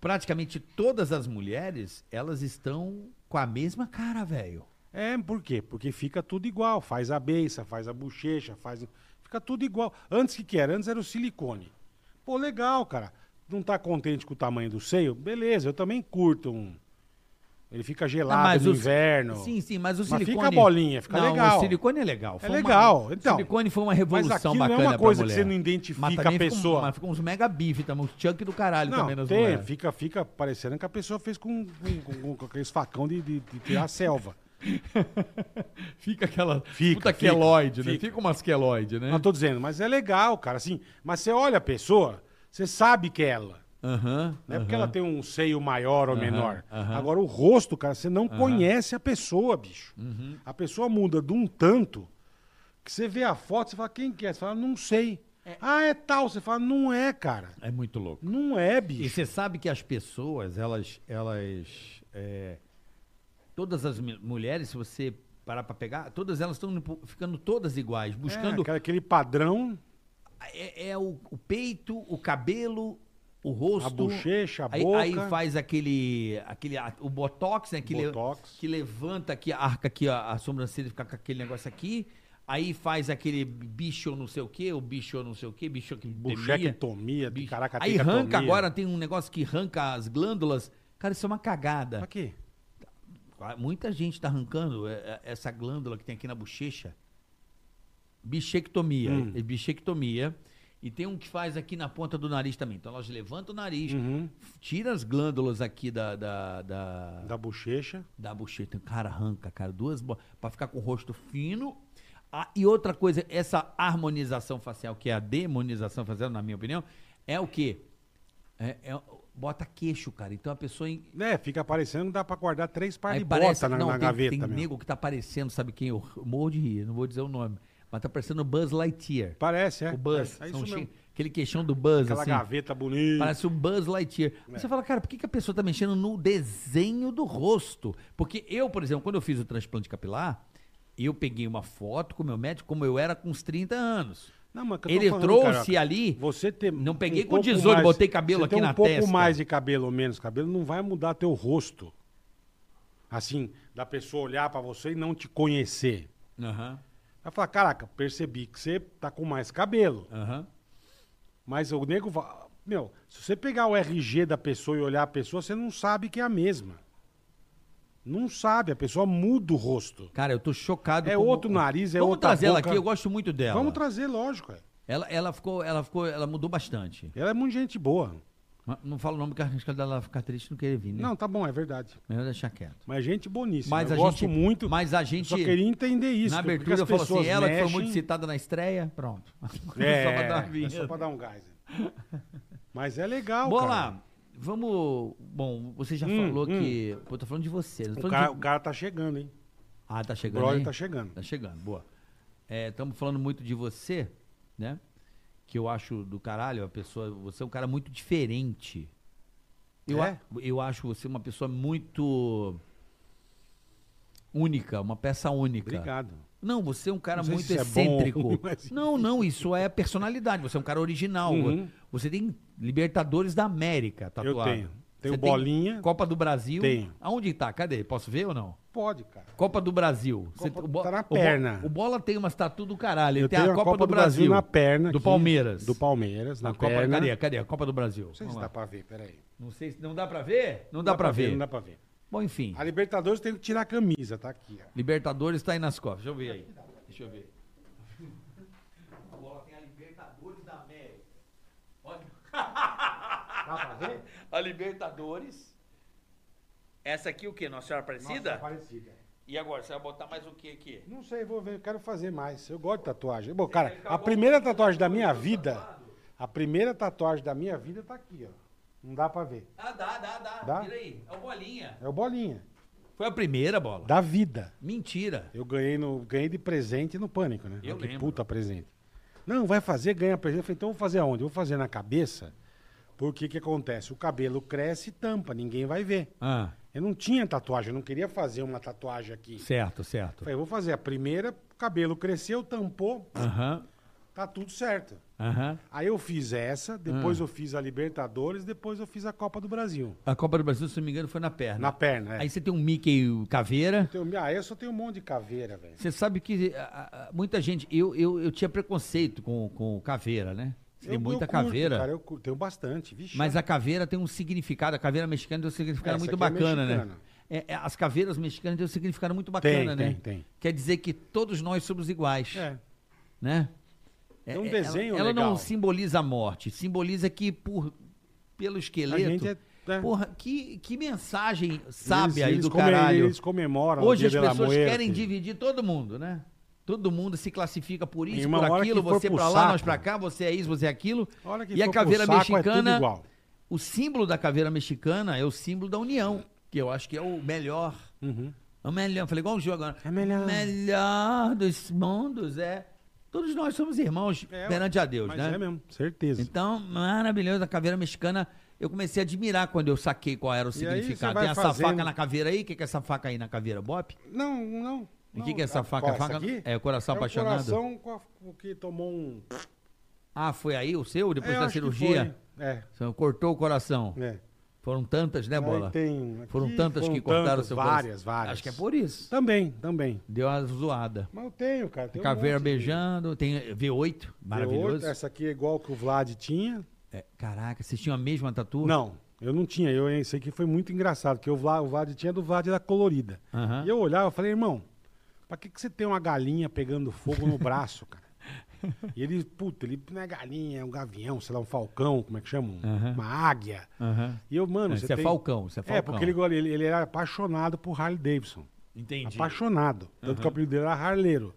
Praticamente todas as mulheres, elas estão com a mesma cara, velho.
É, por quê? Porque fica tudo igual. Faz a beiça, faz a bochecha, faz. o- Fica tudo igual. Antes o que que era? Antes era o silicone. Pô, legal, cara. Não tá contente com o tamanho do seio? Beleza, eu também curto um. Ele fica gelado no
os-
inverno.
Sim, sim, mas o
Mas
silicone.
fica a bolinha, fica
não,
legal.
O silicone é legal. Foi uma-
legal, então.
O silicone foi uma
Mas
revolução
aquilo não
bacana
é uma
pra
coisa que
mulher.
você não identifica
Mas
a
também Ficou,
pessoa.
mas ficou uns mega bife, tá? uns chunk do caralho
Não,
também nas
tem,
mulheres.
fica, fica parecendo que a pessoa fez com, com, com- com aqueles facão de, de- de tirar a selva.
Fica aquela
Fica,
puta
fica,
queloide, né?
fica.
Fica umas queloide, né?
Não tô dizendo, mas é legal, cara. Assim, mas você olha a pessoa, você sabe que é ela.
Aham.
Não é
aham.
porque ela tem um seio maior ou menor.
aham.
Agora, o rosto, cara, você não conhece a pessoa, bicho.
Uhum.
A pessoa muda de um tanto que você vê a foto, você fala, quem que é? Você fala, não sei. Ah, é tal. Você fala, não é, cara.
É muito louco.
Não é,
E
bicho.
você tá sabe que as pessoas, elas. elas é, todas as mi- mulheres, se você parar pra pegar, todas elas estão ficando todas iguais, buscando.
É, aquele- aquele padrão,
É, é o, o peito, o cabelo, o rosto.
a bochecha, a
aí,
boca.
aí faz aquele. aquele a- o botox, né? Que, le-
Botox.
que levanta aqui, arca aqui a, a sobrancelha e fica com aquele negócio aqui. Aí faz aquele bicho não sei o quê, o bicho não sei o quê, bicho que
Buchectomia,
Bicho.
caraca,
Aí arranca agora, tem um negócio que arranca as glândulas. Cara, isso é uma cagada.
Aqui.
Muita gente tá arrancando é, é, essa glândula que tem aqui na bochecha. Bichectomia. É bichectomia. E tem um que faz aqui na ponta do nariz também. Então elas levantam o nariz, tira as glândulas aqui da, da, da,
Da bochecha.
da bochecha. Tem um Cara, arranca, cara. Duas bo- pra ficar com o rosto fino. Ah, e outra coisa, essa harmonização facial, que é a demonização facial, na minha opinião, é o quê? É- é- bota queixo, cara. Então a pessoa. em-
É, fica parecendo que dá pra guardar três pares
Aí
de
parece
bota na,
não,
na
tem,
gaveta
tem
mesmo.
nego que tá parecendo, sabe quem? Eu morro de rir, não vou dizer o nome. Mas tá parecendo o Buzz Lightyear.
Parece, é.
O Buzz.
É, é
são
isso
chi-
mesmo.
Aquele queixão do Buzz,
Aquela
assim.
gaveta É. bonita.
Parece um Buzz Lightyear. Você fala, cara, por que, que a pessoa tá mexendo no desenho do rosto? Porque eu, por exemplo, quando eu fiz o transplante capilar, eu peguei uma foto com o meu médico, como eu era com uns 30 anos.
Não, mas que eu tô
Ele
falando,
trouxe
Carioca,
ali.
Você ter
Não peguei com
pouco
18, botei cabelo
você
aqui
ter
na
um pouco
testa.
mais de cabelo ou menos cabelo não vai mudar teu rosto. Assim, da pessoa olhar pra você e não te conhecer.
Aham,
Vai falar, caraca, percebi que você tá com mais cabelo.
aham.
Mas o nego va- Meu, se você pegar o RG da pessoa e olhar a pessoa, você não sabe que é a mesma. Não sabe, a pessoa muda o rosto.
Cara, eu tô chocado.
É outro nariz, é
Vamos
outra
trazer ela
boca.
aqui, eu gosto muito dela.
Vamos trazer, lógico. é.
Ela, ela ficou, ela ficou, ela mudou bastante.
Ela é muito gente boa.
Mas Não fala o nome, porque acho que ela vai ficar triste e não querer vir, né?
Não, tá bom, é verdade.
Melhor deixar quieto.
Mas gente boníssima.
Mas
eu
a
gosto
gente-
muito.
mas a
eu
gente-
Só queria entender isso.
na
porque
abertura
as
eu falo assim,
pessoas
ela que foi
mexem-
muito citada na estreia, pronto.
É,
Só pra dar uma
é
vinheta.
só pra dar um gás. né? Mas é legal,
Bora
cara.
lá. Vamos. Bom, você já
Hum,
falou
hum.
que. Pô, eu tô falando de você. Não tô
O
falando
cara,
de-
o cara tá chegando, hein?
Ah, tá
O
chegando.
brother
aí?
tá chegando.
Tá chegando, boa. Estamos falando muito de você, né? Que eu acho do caralho, a pessoa. Você é um cara muito diferente. Eu,
É?
a- eu acho você uma pessoa muito única, uma peça única.
Obrigado.
Não, você é um cara
Não sei
muito
se isso é bom ou
excêntrico.
ruim, mas-
Não, não, isso é personalidade. Você é um cara original.
Uhum.
Você tem Libertadores da América tatuado.
tenho. Tenho
Você tem
bolinha.
Copa do Brasil.
Tenho.
Aonde tá? Cadê? Posso ver ou não?
Pode, cara.
Copa do Brasil.
Copa-
Bo-
tá na
Bo-
perna.
O Bola tem umas tatu do caralho. Ele
Eu
tem
tenho
a Copa, do, Brasil,
na perna.
Do
aqui,
Palmeiras.
Do Palmeiras, na
Na Copa,
perna.
cadê? Cadê? A Copa do Brasil.
Não sei
Vamos
se
lá.
dá pra ver, peraí.
Não sei se não dá pra ver? Não dá, pra, ver.
Não dá pra ver.
Bom, enfim.
A Libertadores tem que tirar a camisa, tá aqui, ó.
Libertadores tá aí nas costas. Deixa eu ver aí. Deixa eu ver. O Bola tem a Libertadores da América. Olha.
Dá pra ver?
A Libertadores. Essa aqui o quê? Nossa Senhora Aparecida?
Nossa, tá parecida.
E agora? Você vai botar mais o que aqui?
Não sei, vou ver, eu quero fazer mais. Eu gosto de tatuagem. Bom, cara, a primeira tatuagem da minha vida, a primeira tatuagem da minha vida tá aqui, ó. Não dá pra ver.
Ah, dá, dá, dá.
Dá?
Tira aí. É o Bolinha.
É o bolinha.
Foi a primeira bola.
Da vida.
Mentira.
Eu ganhei, no, ganhei de presente no pânico, né?
Eu
Olha que
lembro.
puta presente. Não, vai fazer, ganha presente. Eu falei, então eu vou fazer aonde? Eu vou fazer na cabeça, porque o que acontece? O cabelo cresce e tampa, ninguém vai ver.
Ah,
Eu não tinha tatuagem, eu não queria fazer uma tatuagem aqui.
certo, certo.
Falei, eu vou fazer a primeira, o cabelo cresceu, tampou,
Aham,
tá tudo certo.
aham.
Aí eu fiz essa, depois eu fiz a Libertadores, depois eu fiz a Copa do Brasil.
A Copa do Brasil, se não me engano, foi na perna.
Na perna, é.
né? Aí você tem um Mickey caveira.
Tenho- ah, eu só tenho um monte de caveira, velho.
Você sabe que ah, ah, muita gente. Eu, eu, eu tinha preconceito com, com caveira, né? Você
Eu-
tem
eu
muita
curto,
caveira.
Cara, eu cu- tenho bastante, vixe.
Mas a caveira tem um significado. A caveira mexicana tem um significado
Essa
muito
aqui é
bacana, né?
mexicana.
É, é, as caveiras mexicanas têm um significado muito bacana,
tem,
né?
tem.
Quer dizer que todos nós somos iguais,
É.
né?
É um
ela-
desenho
Ela, não
legal.
simboliza a morte, simboliza que por pelo esqueleto.
gente é- é.
Porra, que, que mensagem sábia
Eles-
aí do
eles come-
caralho.
Eles comemoram o
Hoje
Dia
as
de la
pessoas
Muerte.
querem dividir todo mundo, né? Todo mundo se classifica por isso,
Em uma
por
hora que
aquilo,
for
você
pro
pra lá,
saco.
nós pra cá, você é isso, você é aquilo.
A hora que
e a
for pro
caveira
saco, é tudo
mexicana,
igual.
o símbolo da caveira mexicana é o símbolo da união, que eu acho que é o melhor. É o melhor, eu falei igual o jogo agora.
É melhor.
melhor dos mundos é todos nós somos irmãos
É,
perante a Deus,
Mas
né?
é mesmo, certeza.
Então, maravilhoso, a caveira mexicana. Eu comecei a admirar quando eu saquei qual era o
aí você
significado.
vai
Tem essa
fazendo-
faca na caveira aí? O que, que é essa faca aí na caveira? Bop?
Não, não.
E o
não.
que, que é essa
Ah,
faca?
qual,
A
essa
faca
aqui?
é o coração
É o
apaixonado?
coração com a- com que tomou um...
Ah, foi aí o seu, depois
É,
da
acho que
cirurgia?
foi. É,
Você cortou o coração.
é.
Foram tantas, né,
Aí
Bola?
tem aqui,
Foram tantas
foram
que cortaram o
tantas,
seu
várias,
coração.
várias.
Acho que é por isso.
Também, também.
Deu uma zoada.
Mas eu tenho, cara. Tem um
Caveira
monte de-
beijando, tem V8, maravilhoso.
Outra, Essa aqui é igual que o Vlad tinha.
É, caraca, vocês tinham a mesma tatu?
Não, eu não tinha. Eu sei que foi muito engraçado, porque o Vlad, o Vlad tinha do Vlad da colorida.
Aham.
E eu olhava e falei, irmão, pra que, que você tem uma galinha pegando fogo no braço, cara? E ele, puta, ele não é galinha, é um gavião, sei lá, um falcão, como é que chama? Um- Uma águia.
Aham.
E eu, mano,
É,
você
você é
tem-
falcão, você é
É,
falcão.
porque ele, go- ele, ele era apaixonado por Harley Davidson.
Entendi.
Apaixonado. Tanto que o apelido dele era Harleiro.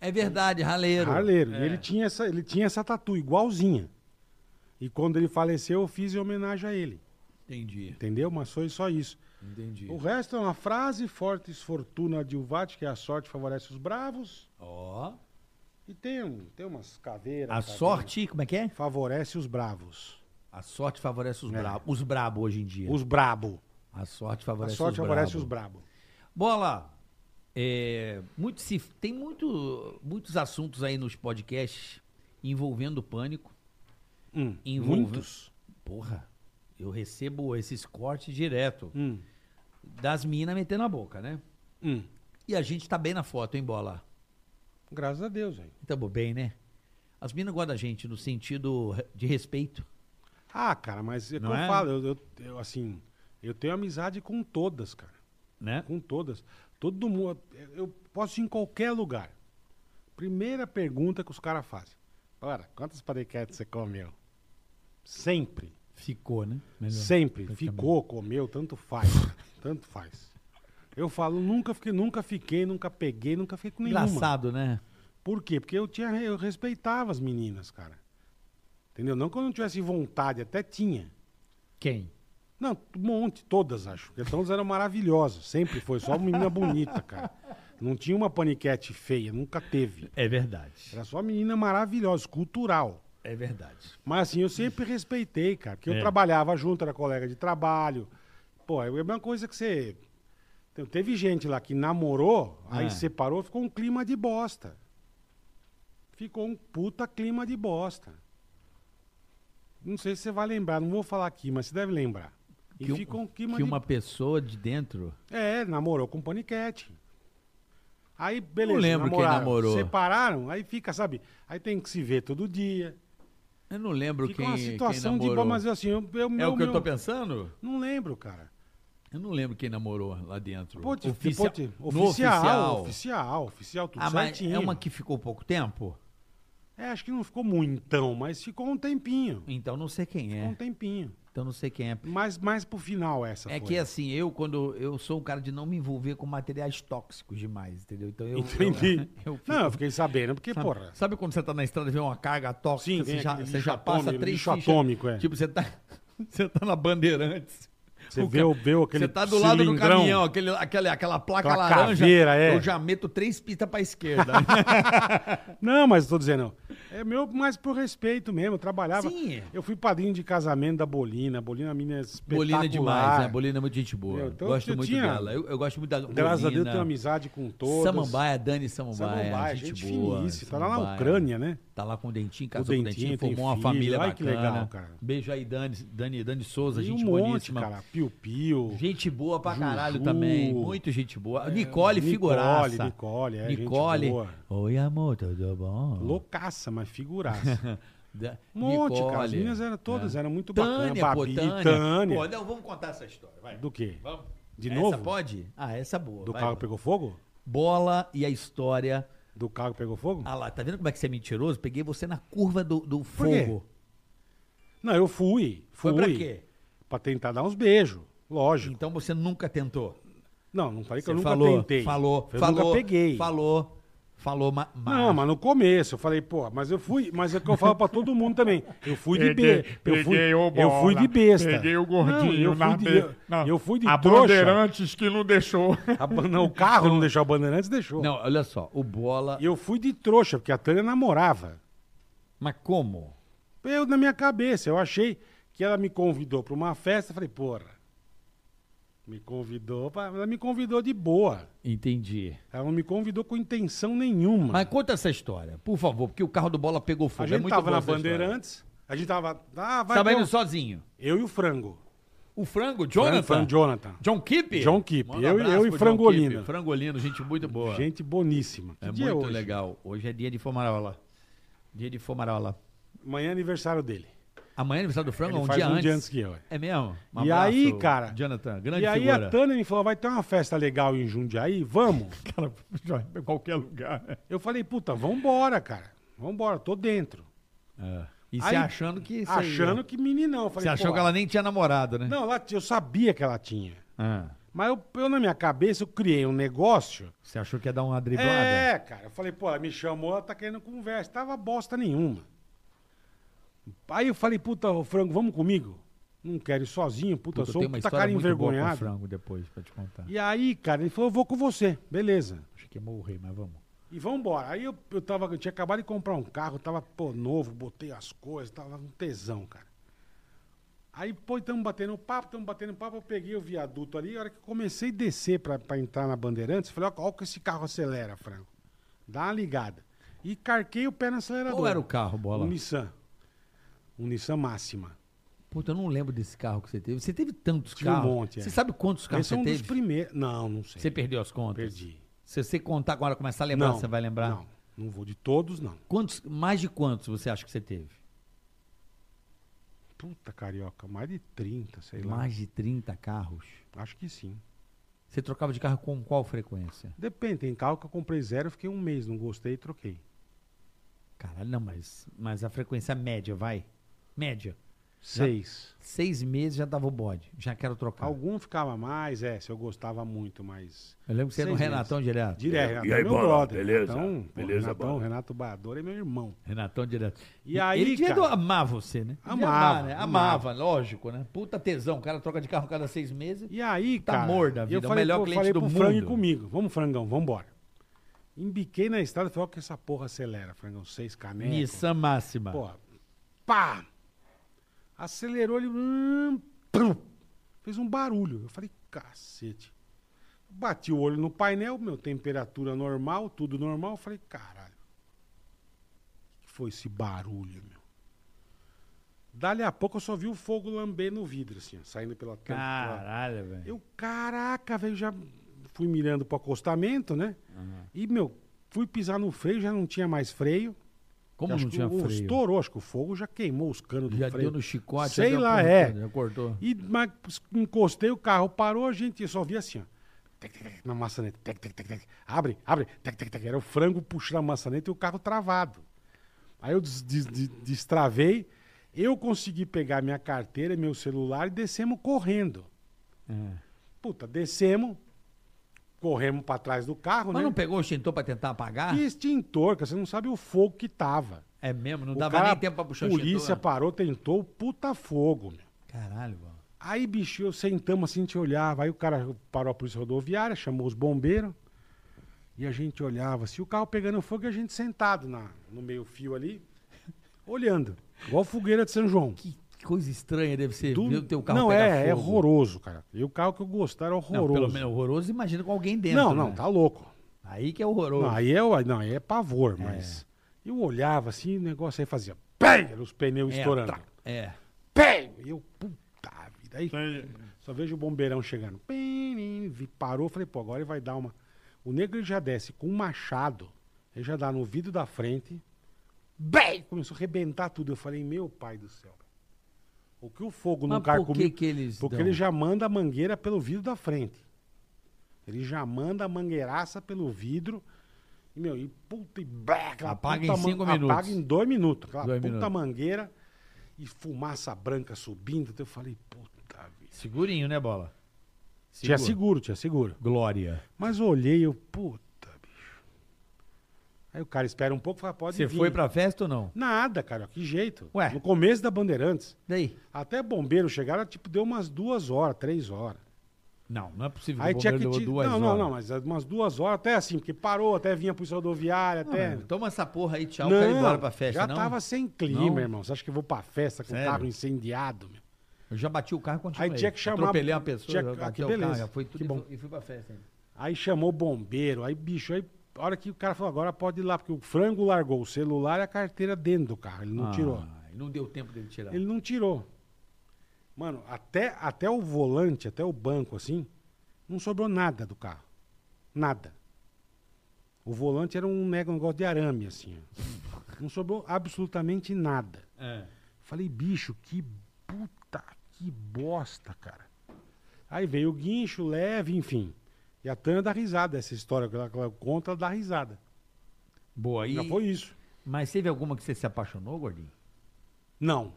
É verdade, raleiro. É.
Harleiro. E ele tinha, essa, ele tinha essa tatu igualzinha. E quando ele faleceu, eu fiz em homenagem a ele.
Entendi,
Entendeu? Mas foi só isso.
entendi.
O resto é uma é frase, fortes fortuna de Uvate, que a sorte favorece os bravos.
Ó,
E tem, um- tem umas caveiras.
A
caveiras.
sorte, como é que é?
favorece os bravos.
A sorte favorece os
É.
bravos. Os brabo hoje em dia.
Os brabo.
A sorte
A
favorece
sorte
os
favorece
brabo.
os brabo.
Bola. é, muito se, tem muito, muitos assuntos aí nos podcasts envolvendo o pânico.
Hum,
Envolve-
Muitos.
Porra, eu recebo esses cortes direto
Hum,
das minas metendo a boca, né?
hum.
E a gente tá bem na foto, hein, Bola?
Graças a Deus, velho.
Tamo bem, né? As minas guardam a gente no sentido de respeito.
Ah, cara, mas é
Não
como
é?
eu falo, eu, eu- eu, assim, eu tenho amizade com todas, cara.
Né?
Com todas. Todo mundo. Eu posso ir em qualquer lugar. Primeira pergunta que os caras fazem. Ora, quantas paniquetes você comeu? Sempre.
Ficou, né? Melhor.
Sempre. Ficou, comeu, tanto faz. tanto faz. Eu falo, nunca fiquei, nunca fiquei, nunca peguei, nunca fiquei com nenhuma.
Engraçado, né?
Por quê? Porque eu, tinha, eu respeitava as meninas, cara. Entendeu? Não que eu não tivesse vontade, até tinha.
Quem?
Não, um monte, todas, acho. Porque todas eram maravilhosas. Sempre foi. Só uma menina bonita, cara. Não tinha uma paniquete feia, nunca teve.
É verdade.
Era só menina maravilhosa, cultural.
É verdade.
Mas assim, eu sempre respeitei, cara. Porque
É.
eu trabalhava junto, era colega de trabalho. Pô, é a mesma coisa que você. Te- Teve gente lá que namorou, aí
É.
separou, ficou um clima de bosta. Ficou um puta clima de bosta. Não sei se você vai lembrar, não vou falar aqui, mas você deve lembrar. E
Que um-
ficou um clima
Que
de
uma pessoa de dentro.
é, namorou com paniquete. Aí, beleza.
Não lembro quem
namoraram,
namorou.
Separaram, aí fica, sabe? Aí tem que se ver todo dia.
Eu não lembro
Fica
quem.
uma situação
quem
de.
namorou.
Mas assim, eu, eu,
É
meu-
o que eu tô
meu-
pensando?
Não lembro, cara.
Eu não lembro quem namorou lá dentro.
Pô, te-
Oficia-
pô, te-
no
oficial, oficial, oficial, tudo
Ah, mas
certinho.
é uma que ficou pouco tempo?
É, acho que não ficou muitão, mas ficou um tempinho.
Então não sei quem
Ficou um
é.
tempinho.
Então não sei quem é.
Mas mais pro final essa
É
foi.
que assim, eu quando eu sou um cara de não me envolver com materiais tóxicos demais, entendeu? Então eu
Entendi.
eu- eu fico-
Não, eu fiquei sabendo, porque,
Sabe,
porra...
sabe quando você tá na estrada e vê uma carga tóxica,
Sim,
você
vem
já,
aquele
você
lixo
já passa
atômico,
três
lixo
fichas.
atômico, é.
Tipo, você tá, você tá na Bandeirantes.
Você
O
vê
ca-
o- vê o- aquele
Você tá do lado do
cilindrão.
caminhão, aquele, aquele, aquela placa
Aquela
laranja.
caveira, é.
Eu já meto três pistas pra esquerda.
Não, mas tô dizendo, é meu, mas por respeito mesmo, eu trabalhava.
Sim.
Eu fui padrinho de casamento da Bolina, a Bolina é uma menina espetacular.
Bolina é demais, né? Bolina é muito gente boa.
Eu- então,
gosto
eu
muito
tinha-
dela. Eu, eu gosto muito da
Graças a Deus
Bolina.
tenho amizade com todos.
Samambaia, é Dani Samambaia.
Samambaia,
gente,
gente,
boa.
finíssima, tá lá na
Samambaia.
Ucrânia, né?
Tá lá com o Dentinho, casou com o
Dentinho,
Dentinho,
tem
formou uma
filho.
família
Ai,
bacana.
que legal, cara.
Beijo aí, Dani, Dani, Dani Souza,
E um
gente
monte,
boníssima.
cara. Piu Piu.
Gente boa pra
Juju.
caralho também. Muito gente boa. Nicole, figuraça.
É, Nicole, é, gente
Nicole.
boa.
Oi, amor, tudo bom?
Loucaça, mas figuraça.
Da-
Um monte,
Nicole. É.
cara. As meninas eram todas, eram muito bacanas.
Tânia, pô,
Babi,
Tânia.
Tânia.
Pô, não, vamos contar essa história, vai.
Do quê?
Vamos.
De
essa
novo?
pode? Ah, essa é boa.
Do
vai,
carro
pô.
que pegou fogo?
Bola e a história.
Do carro que pegou fogo?
Ah lá, tá vendo como é que você é mentiroso? Peguei você na curva do, do
quê?
fogo.
Não, eu fui.
Foi
fui
pra quê?
Pra tentar dar uns beijos. Lógico.
Então você nunca tentou.
Não, não falei É que
Você
eu nunca
falou,
tentei.
falou,
eu
falou,
nunca peguei.
falou, falou, ma- ma-
Não, mas no começo eu falei, pô, mas eu fui, mas é o que eu falo pra todo mundo também. Eu fui de besta. Eu fui,
peguei o
eu fui
bola,
de besta.
Peguei
Não,
o gordinho
eu
na
fui de,
be-
eu,
não,
eu fui de
A
trouxa.
Bandeirantes que não deixou. Então,
A ban- não, o carro não deixou, a Bandeirantes deixou.
Não, olha só, o bola.
E eu fui de trouxa, porque a Tânia namorava.
Mas como?
Eu, na minha cabeça, eu achei que ela me convidou pra uma festa. eu Falei, porra, me convidou, pra... ela me convidou de boa.
Entendi.
Ela não me convidou com intenção nenhuma.
Mas conta essa história, por favor, porque o carro do bola pegou fogo.
A
é
gente
muito
tava
boa
na
essa história.
Bandeirantes, a gente tava. Ah, vai
Tava
ter
indo
um-
sozinho.
Eu e o Frango.
O frango, Jonathan?
Frango Jonathan.
John Kipp?
John Kipp.
Manda
Eu-
abraço
eu e
pro John
Frangolino.
Kipp. Frangolino, gente muito boa.
Gente boníssima. Que
é
dia
muito
hoje?
legal. Hoje é dia de Fomarola. Dia de Fomarola.
Amanhã é aniversário dele.
Amanhã é aniversário do Frango,
Ele
um
faz
dia
um
antes.
dia antes que eu, é.
É mesmo? Um
E
abraço,
aí, cara,
Jonathan, grande
e aí é
figura.
a Tânia me falou, vai ter uma festa legal em Jundiaí, vamos?
Cara, em qualquer lugar.
Eu falei, puta, vambora, cara. Vambora, tô dentro.
É. E
Aí,
você achando que... você ia-
Achando que meninão. Eu Falei,
Você achou
"Pô,
que ela nem tinha namorado, né?
Não, ela- eu sabia que ela tinha.
Ah,
Mas eu, eu, na minha cabeça, eu criei um negócio.
você achou que ia dar uma driblada?
É, cara. Eu falei, pô, ela me chamou, ela tá querendo conversa. Tava bosta nenhuma. Aí eu falei, puta, ô, Frango, vamos comigo? Não quero ir sozinho,
Puta,
puta,
eu
sou
tenho
um
uma
puta
história
cara
muito boa com o
envergonhado.
frango depois, pra te contar.
E aí, cara, ele falou, eu vou com você. Beleza.
Acho que morri, mas vamos.
E vambora. Aí eu, eu, tava, eu tinha acabado de comprar um carro, tava, pô, novo, botei as coisas, tava um tesão, cara. Aí, pô, tamo batendo um papo, tamo batendo papo, eu peguei o viaduto ali, a hora que eu comecei a descer pra, pra entrar na Bandeirantes, falei, ó, ó que esse carro acelera, Franco. Dá uma ligada. E carquei o pé no acelerador.
Qual era o carro, Bola?
Um Nissan. Um Nissan Máxima.
Puta, eu não lembro desse carro que você teve. Você teve tantos
Tinha um
carros.
monte, é.
Você sabe quantos carros
Esse é
você
um
teve?
dos primeiros. Não, não sei.
Você perdeu as contas?
Perdi.
Se você contar agora, começar a lembrar, você vai lembrar?
Não, não vou de todos, não.
Quantos, mais de quantos você acha que você teve?
Puta carioca, mais de 30, sei lá.
Mais de 30 carros.
Acho que sim.
Você trocava de carro com qual frequência?
Depende, tem carro que eu comprei zero, fiquei um mês, não gostei e troquei.
Caralho, não, mas, mas a frequência média, vai. Média.
Seis.
Seis meses já dava o bode. Já quero trocar.
Algum ficava mais, é, se eu gostava muito, mas.
Eu lembro que você era um
Seis
Renatão direto.
Direto, Renato,
E aí,
meu
bola,
brother.
beleza?
Então, pô,
Beleza,
Renatão,
bola.
Renato Bador é meu irmão.
Renatão direto.
E aí,
Ele devia
cara?
amar você, né? Devia
Amava,
amar, né?
amava.
Amava, lógico, né? Puta tesão. O cara troca de carro cada seis meses.
E aí,
Tá
cara.
morto da vida,
eu
é o
falei,
melhor
pô,
cliente
falei
do
pro Frango e
mundo.
comigo. Vamos, Frangão, vambora. Embiquei na estrada e falei, ó, que essa porra acelera, Frangão. Seis canecas.
Nissan máxima.
Pô, pá! Acelerou ele. hum, prum, fez um barulho. Eu falei, cacete. Bati o olho no painel, meu, temperatura normal, tudo normal. Eu falei, caralho. O que foi esse barulho, meu? Dali a pouco eu só vi o fogo lamber no vidro, assim, ó, saindo pela tampa.
Caralho, velho.
Eu, caraca, velho, já fui mirando pro acostamento, né? E, meu, fui pisar no freio, já não tinha mais freio.
Como
Acho
não
que
tinha
o,
freio?
Estourou, acho que o fogo já queimou os canos
Já
do freio.
deu no chicote.
Sei
já deu
lá,
porra
é.
toda, Já cortou.
E mas, encostei, o carro parou, a gente só via assim, ó. Tec, tec, tec, na maçaneta. Tec, tec, tec, tec. Abre, abre. Tec, tec, tec. Era o frango puxando a maçaneta e o carro travado. Aí eu des- des- des- destravei. Eu consegui pegar minha carteira, e meu celular e descemos correndo.
É.
Puta, descemos, corremos pra trás do carro,
Mas
né?
não pegou o extintor pra tentar apagar?
Que extintor, cara, você não sabe o fogo que tava.
É mesmo, não
O
dava
cara-
nem tempo pra puxar
A
o
polícia
extintor. né?
parou, tentou, puta fogo, meu.
Caralho, mano.
Aí, bicho, eu sentamos assim, a gente olhava. Aí o cara parou a polícia rodoviária, chamou os bombeiros. E a gente olhava assim, o carro pegando fogo e a gente sentado na, no meio-fio ali, olhando. Igual fogueira de São João.
Que coisa estranha deve ser
Do-
ver o teu carro
não,
pegar fogo.
é, é horroroso, cara. E o carro que eu gostava
Não,
era horroroso.
pelo menos horroroso, imagina com alguém dentro.
não, não,
né?
tá louco.
Aí que é horroroso.
Não, aí, é, o- não, aí é pavor, mas. Eu olhava assim, o negócio aí fazia. PEM! Era Os pneus
É,
estourando.
tra- É.
PEM! E eu, puta vida. Aí Só vejo o bombeirão chegando. Pirim, vi- Parou, falei, pô, agora ele vai dar uma. O negro ele já desce com um machado, ele já dá no vidro da frente. Bem! Começou a arrebentar tudo. Eu falei, meu pai do céu. O que o fogo não
Mas
cai
por que
comigo?
que eles
Porque
dão?
ele já manda a mangueira pelo vidro da frente. Ele já manda a mangueiraça pelo vidro. E, meu, e puta e blá, aquela
Apaga
puta
em cinco
man-
minutos.
Apaga em dois minutos. Aquela
Dois
puta
minutos.
mangueira e fumaça branca subindo. Então eu falei, puta vida.
Segurinho, né, bola?
Tinha é seguro, tinha seguro.
Glória.
Mas eu olhei, eu, puta, bicho. Aí o cara espera um pouco e fala, pode
Você
vir.
foi pra festa ou não?
Nada, cara, que jeito.
Ué.
No começo da Bandeirantes.
Daí.
Até bombeiro chegaram, tipo, deu umas duas horas, três horas.
Não, não é possível.
Aí
o
tinha que.
bombeiro
ti-
levou duas
não, não,
horas.
não, mas umas duas horas, até assim, porque parou, até vinha polícia rodoviária, até.
mano, Toma essa porra aí, tchau. então quero ir embora pra festa,
É. já
não?
tava sem clima,
Não?
irmão. Você acha que eu vou pra festa com o
Sério?
carro incendiado, meu?
Eu já bati o carro e continuei.
Aí tinha que chamar-
Atropelei uma pessoa,
tinha
já
que- ah, que
bati o
beleza.
carro, já foi
Que
tudo
bom.
e, fui, e fui pra festa ainda.
Aí chamou o bombeiro, aí, bicho, aí, a hora que o cara falou, agora pode ir lá, porque o frango largou o celular e a carteira dentro do carro, ele não tirou.
Ah, não deu tempo dele tirar.
Ele não tirou. Mano, até, até o volante, até o banco, assim, não sobrou nada do carro. Nada. O volante era um neg- um negócio de arame, assim. ó. Não sobrou absolutamente nada.
É.
Falei, bicho, que puta, que bosta, cara. Aí veio o guincho, leve, enfim. E a Tânia dá risada. Essa história que ela, que ela conta, ela dá risada.
Boa, aí.
Já foi isso.
Mas teve alguma que você se apaixonou, gordinho?
Não.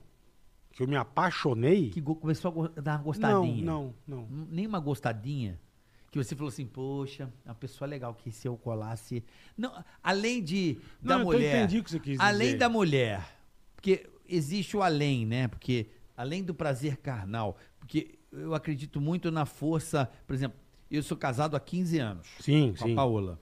Que eu me apaixonei.
Que go- começou a go- dar uma
não,
gostadinha?
não, não.
N- nenhuma gostadinha que você falou assim, poxa, uma pessoa é legal que se eu colasse. Não, além de da
Não, então eu
mulher.
entendi o que você quis
além
dizer.
da mulher. Porque existe o além, né? Porque além do prazer carnal, porque eu acredito muito na força, por exemplo, eu sou casado há 15 anos
Sim,
com a Paola.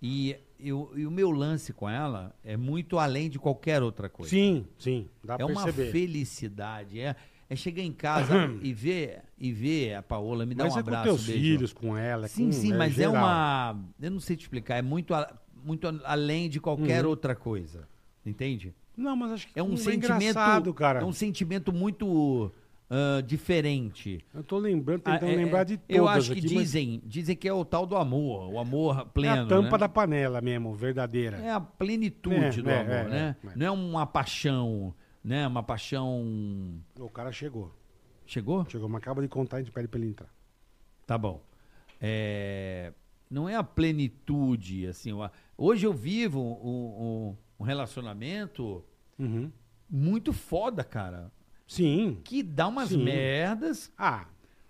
E eu- e o meu lance com ela é muito além de qualquer outra coisa.
Sim, sim, dá
é
pra
uma
perceber.
felicidade. É, é chegar em casa e ver e ver a Paola me dar
Mas
um
é com
abraço.
teus
beijo.
filhos, com ela. é
Sim,
com-
sim, mas é
geral.
uma. Eu não sei te explicar, é muito, a- muito a- além de
Uhum.
qualquer outra coisa. Entende?
Não, mas acho que
É um
é
sentimento.
engraçado, cara.
É um sentimento muito ah, diferente.
Eu tô lembrando,
Ah,
tentando
é-
lembrar de
é-
todas
Eu acho que
aqui, mas
dizem, dizem que é o tal do amor, o amor pleno.
é a tampa
né?
da panela mesmo, verdadeira.
É a plenitude
É,
do
é,
amor,
é,
né?
é, é.
Não é uma paixão, né? Uma paixão.
O cara chegou.
Chegou?
Chegou, mas acaba de contar, a gente pede pra ele entrar.
Tá bom. É, Não é a plenitude, assim. uma- Hoje eu vivo um, um- um relacionamento
Uhum.
muito foda, cara.
Sim.
Que dá umas
Sim.
merdas,
Ah,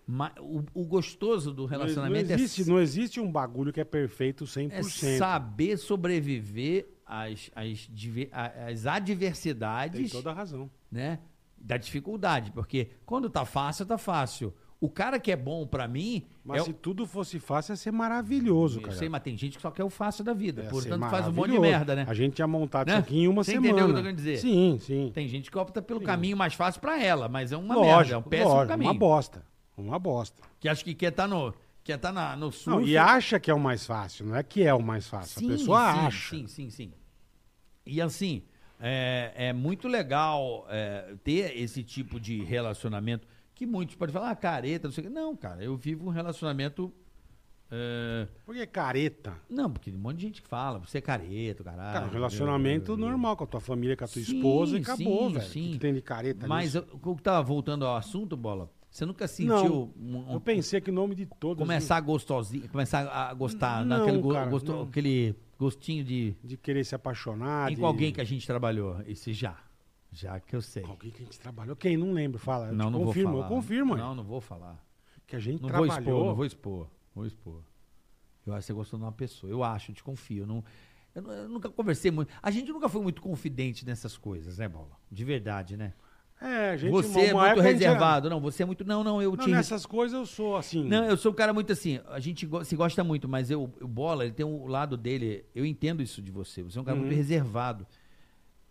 mas o, o gostoso do
mas não
relacionamento é
existe,
s-
não existe um bagulho que é perfeito 100%.
é, saber sobreviver às, às, diver- a- às
Tem
adversidades.
toda a razão.
né? Da dificuldade, porque quando tá fácil, tá fácil. O cara que é bom pra mim,
Mas
é o-
se tudo fosse fácil, ia ser maravilhoso,
eu
cara.
sei, mas tem gente que só quer o fácil da vida,
Ia ser
portanto faz um monte de
É, assim, maravilhoso.
merda, né?
A gente ia montar
Né?
isso aqui em uma
Você
semana.
entendeu o que eu tô querendo dizer?
Sim, sim.
Tem gente que opta pelo caminho mais fácil pra ela, mas é uma
lógico,
merda, é um péssimo
lógico,
caminho.
Uma bosta. Uma bosta.
Que acha que quer estar no, quer tá na, no sul.
Não, e acha que é o mais fácil, não é que é o mais fácil. a pessoa
sim,
acha.
Sim, sim, sim. E assim, é, é muito legal é, ter esse tipo de relacionamento que muitos podem falar, ah, careta, não sei o quê. Não, cara, eu vivo um relacionamento. é,
Porque careta.
Não, porque tem um monte de gente que fala, você é careta, caralho.
Cara, um relacionamento normal com a tua família, com a tua
Sim,
esposa e acabou,
sim,
velho. O que
sim.
que tem de careta
Mas
nisso?
eu, o que tava voltando ao assunto, Bola, você nunca sentiu
Não,
um- um-
eu pensei que o nome de todos.
começar gostosinho, começar a gostar,
Não,
naquele go-
cara,
gosto-
não.
aquele gostinho de.
De, de querer se apaixonar.
E
de...
com alguém que a gente trabalhou, esse já. Já que eu sei.
Com alguém que a gente trabalhou. Quem? Não lembro. Fala. Eu
não,
te
não
confirmo,
vou falar.
eu confirmo.
Não, não vou falar.
Que a gente
Não
trabalhou.
vou expor, não vou expor. Vou expor. Eu acho que você gostou de uma pessoa. Eu acho, eu desconfio. eu Não, eu, nu- eu nunca conversei muito. A gente nunca foi muito confidente nessas coisas, né, Bola? De verdade, né?
É, a gente
você é
uma
muito
época a gente era-
reservado. Não, você é muito. Não, não, eu
Não,
te.
nessas coisas eu sou assim.
Não, eu sou um cara muito assim. A gente go- se gosta muito, mas eu, o Bola, ele tem o lado dele. Eu entendo isso de você. Você é um cara muito reservado.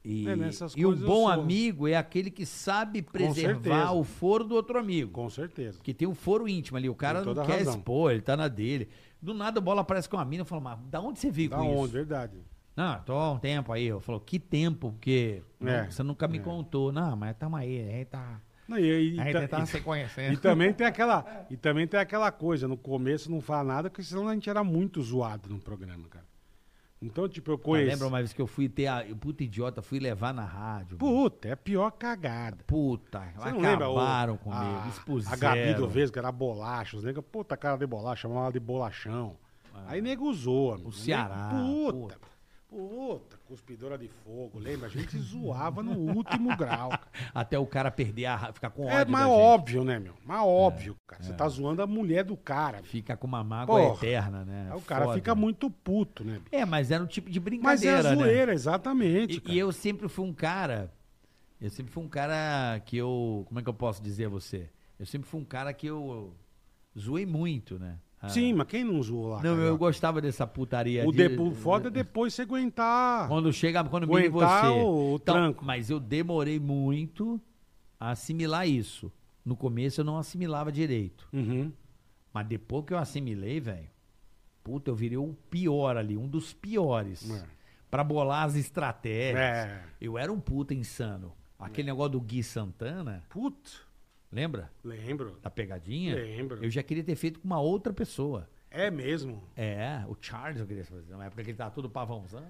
E,
Uhum. É, nessas
e o
coisas eu
bom
sou.
amigo é aquele que sabe preservar
certeza.
o foro do outro amigo.
Com certeza.
Porque tem um foro íntimo ali, o cara
Com
não
toda
quer
razão.
expor, ele tá na dele. Do nada a bola aparece com uma mina e fala, mas da onde você veio
Da
com
onde?
isso?
Verdade.
Não, tô há um tempo aí. Eu falo, que tempo? Porque
É,
não, você nunca me
é.
contou. Não, mas tamo aí, aí tá.
Não, e, e,
Aí
ta-
tá
e-
se conhecendo.
e também tem aquela, e também tem aquela coisa, no começo não fala nada, porque senão a gente era muito zoado no programa, cara. Então, tipo, eu
Eu
conheci.
lembro uma vez que eu fui ter a. eu, Puta idiota, fui levar na rádio.
Puta, é a pior cagada.
Puta,
Você não lembra? o-
acabaram comigo,
a,
expuseram.
A Gabi do Vesgo era bolacha, os negros, puta cara de bolacha, chamava ela de bolachão. Aí nego usou.
Ah. O Ceará,
Puta, puta, cuspidora de fogo, lembra? A gente zoava no último grau. cara.
Até o cara perder a. ra- ficar com ódio.
É
da
mais
gente. É,
óbvio, né, meu? Mais óbvio, cara. Você tá zoando a mulher do cara.
Fica com uma mágoa
Porra.
eterna, né?
Aí o cara
Foda.
fica muito puto, né? bicho?
É, mas era um tipo de
Mas é
brincadeira.
a
né?
zoeira, exatamente.
E,
cara.
e eu sempre fui um cara. Eu sempre fui um cara que eu. Como é que eu posso dizer a você? Eu sempre fui um cara que eu zoei muito, né? Ah,
Sim, mas quem não zoou lá?
Não, eu
carioca?
gostava dessa putaria.
o,
de-
de... o foda é depois você aguentar.
Quando chega, quando mira em você. Então,
aguentar o- o tranco.
Mas eu demorei muito a assimilar isso. No começo eu não assimilava direito.
Uhum.
Mas depois que eu assimilei, velho, puta, eu virei o pior ali, um dos piores.
É.
Pra bolar as estratégias.
É.
Eu era um puta insano. Aquele negócio do Gui Santana,
Puto,
lembra?
lembro.
Da pegadinha?
Lembro.
Eu já queria ter feito com uma outra pessoa.
É mesmo.
É, o Charles eu queria fazer. Na época que ele tava todo pavãozão.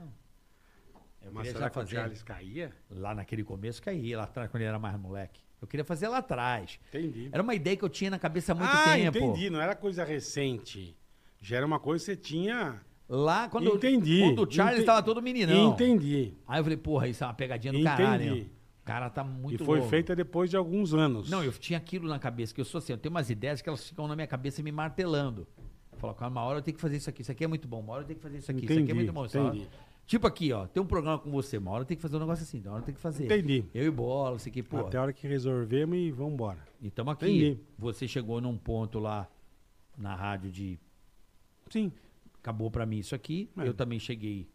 Eu
Mas
queria
será
já
que o
fazer.
Charles caía?
Lá naquele começo caí, lá atrás, quando ele era mais moleque. Eu queria fazer lá atrás.
Entendi.
Era uma ideia que eu tinha na cabeça há muito
ah,
tempo.
entendi. Não era coisa recente. Já era uma coisa que você tinha...
Lá quando,
entendi.
quando o Charles
Ente-
tava todo meninão.
Entendi.
Aí eu falei, porra, isso é uma pegadinha do caralho.
Entendi.
hein? O cara tá muito
e foi
louco.
feita depois de alguns anos.
Não, eu tinha aquilo na cabeça, que eu sou assim, eu tenho umas ideias que elas ficam na minha cabeça me martelando. Eu falo, cara, uma hora eu tenho que fazer isso aqui, isso aqui é muito bom, uma hora eu tenho que fazer isso aqui, isso aqui é
Entendi,
muito bom. isso
entendi.
hora- Tipo aqui, ó, tem um programa com você, uma hora eu tenho que fazer um negócio assim, uma hora eu tenho que fazer.
Entendi.
Eu e bola, isso aqui, pô.
Até a hora que resolvemos e vamos embora.
E estamos aqui.
Entendi.
Você chegou num ponto lá na rádio de
Sim.
acabou pra mim isso aqui.
É.
Eu também cheguei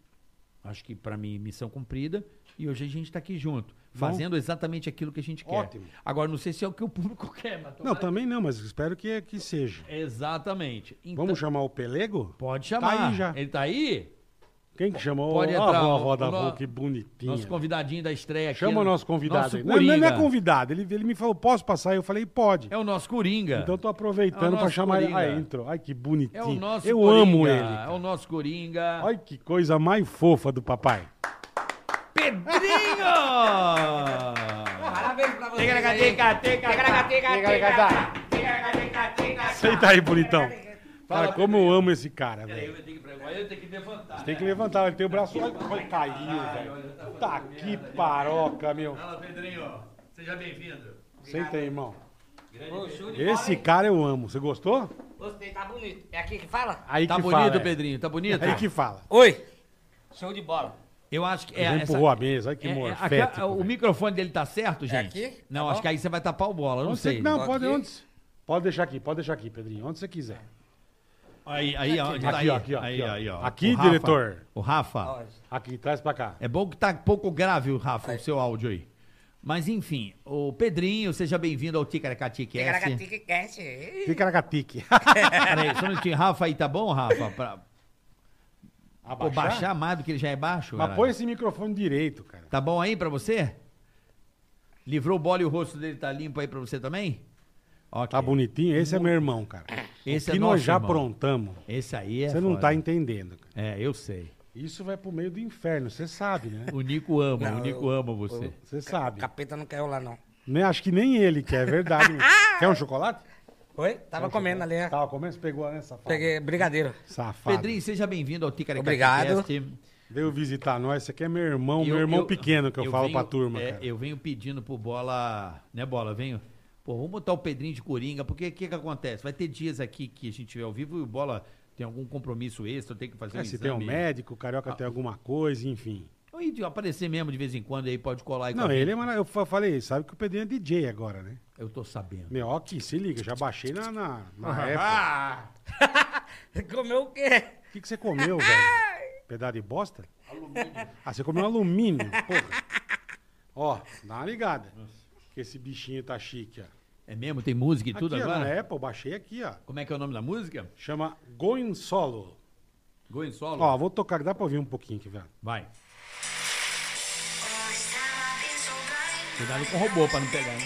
Acho que pra mim, missão cumprida. E hoje a gente tá aqui junto, fazendo exatamente aquilo que a gente quer.
Ótimo.
Agora, não sei se é o que o público quer, mas
Não, tá.
tomara-
também não, mas espero que, que seja.
Exatamente. Então,
Vamos chamar o Pelego?
Pode chamar.
Tá aí já.
Ele tá aí?
Quem que chamou?
Pode
Ó,
entrar,
a vovó
ó,
da
ó,
avó, que bonitinha.
Nosso convidadinho da estreia aqui. é
Chama o nosso convidado.
Nosso
aí. não, não, não é
Coringa.
convidado. Ele, ele me falou, posso passar? Eu falei, pode.
É o nosso Coringa.
Então eu tô
É o
aproveitando
nosso
pra chamar ele.
Coringa.
Ah, entrou. Ai, que
É
bonitinho.
o nosso
eu
Coringa,
amo ele.
É o nosso Coringa.
Olha que coisa mais fofa do papai.
Pedrinho!
Parabéns pra você.
Senta aí, bonitão. Cara, como eu amo esse cara, velho.
Eu tenho que levantar.
Tem que levantar, ele tem o braço. Olha, olha, caiu, velho. Tá que paroca, meu.
Fala, Pedrinho. Seja bem-vindo.
Senta aí, irmão.
Ô, show de bola,
Esse
hein?
cara eu amo. Você gostou?
Gostei, tá bonito. É aqui que fala?
Aí
Tá
que
bonito,
fala. é.
Pedrinho, tá bonito?
Aí que fala.
Oi. Show de bola.
Eu acho que é
Já
essa-
empurrou a mesa, olha que
é- é-
morfético.
aqua- o
velho.
microfone dele tá certo, gente?
aqui?
Não,
Tá
acho
bom.
que aí você vai tapar o bola, eu não
Onde você-
sei.
Não,
Aqui.
pode onde? Pode deixar aqui, pode deixar aqui, Pedrinho. Onde você quiser.
Aí, aí, ó, onde tá
Aqui,
aí?
ó, aqui, ó.
Aí,
aqui,
aí,
ó.
ó.
Aqui,
O Rafa-
diretor.
O Rafa,
Olha,
Aqui, traz pra cá.
é bom que tá pouco grave, o Rafa, o seu áudio aí. Mas enfim, o Pedrinho, seja bem-vindo ao Ticaracatique S.
Ticaracatica Cast. Ih,
Ticaracatique.
Peraí, só um minutinho. Rafa aí, tá bom, Rafa? Pra pô, baixar mais do que ele já é baixo?
Mas
caralho.
põe esse microfone direito, cara.
Tá bom aí pra você? Livrou o bola e o rosto dele tá limpo aí pra você também? Ok.
Tá bonitinho? Esse é meu irmão, cara.
Esse
o
é
que
nosso
nós já
irmão.
aprontamos,
Esse aí é
você não
foda.
tá entendendo, cara.
É, eu sei.
Isso vai pro meio do inferno, você sabe, né?
O Nico ama,
Não,
o Nico
eu-
ama você.
Você sabe.
Capeta não caiu lá, não.
Nem- Acho que nem ele quer, é verdade. né? Quer um chocolate?
Oi? Tava comendo ali, né?
Tava comendo, você pegou, né, safado?
Peguei brigadeiro.
Safado.
Pedrinho, seja bem-vindo ao
Obrigado.
Ticaracatecast.
Veio visitar nós, esse aqui é meu irmão, É meu irmão pequeno que eu, falo pra turma,
é,
cara.
Eu venho pedindo pro Bola, né, Bola? Venho. Pô, vamos botar o Pedrinho de Coringa, porque o que, que acontece? Vai ter dias aqui que a gente tiver ao vivo e o Bola tem algum compromisso extra, tem que fazer um
É, se tem um
exame. Ah.
médico, o carioca tem alguma coisa, enfim.
Ou ir de- aparecer mesmo de vez em quando aí, pode colar aí com
Não,
a gente.
ele é maravilhoso. Eu fa- falei, sabe que o Pedrinho é DJ agora, né?
Eu tô sabendo.
Meu, ó aqui, se liga, já baixei na, na, na
Ah.
época.
Comeu o quê?
O que, que você comeu, velho? Pedaço de bosta? Alumínio. Ah, você comeu alumínio, porra. Ó, dá uma ligada. Que esse bichinho tá chique, ó.
É mesmo? Tem música e tudo
aqui, ó, é.
agora?
na Apple, baixei aqui, ó.
Como é que é o nome da música?
Chama Going Solo.
Goin Solo?
Ó, vou tocar, dá pra ouvir um pouquinho aqui, velho.
Vai. Cuidado com o robô pra não pegar, né?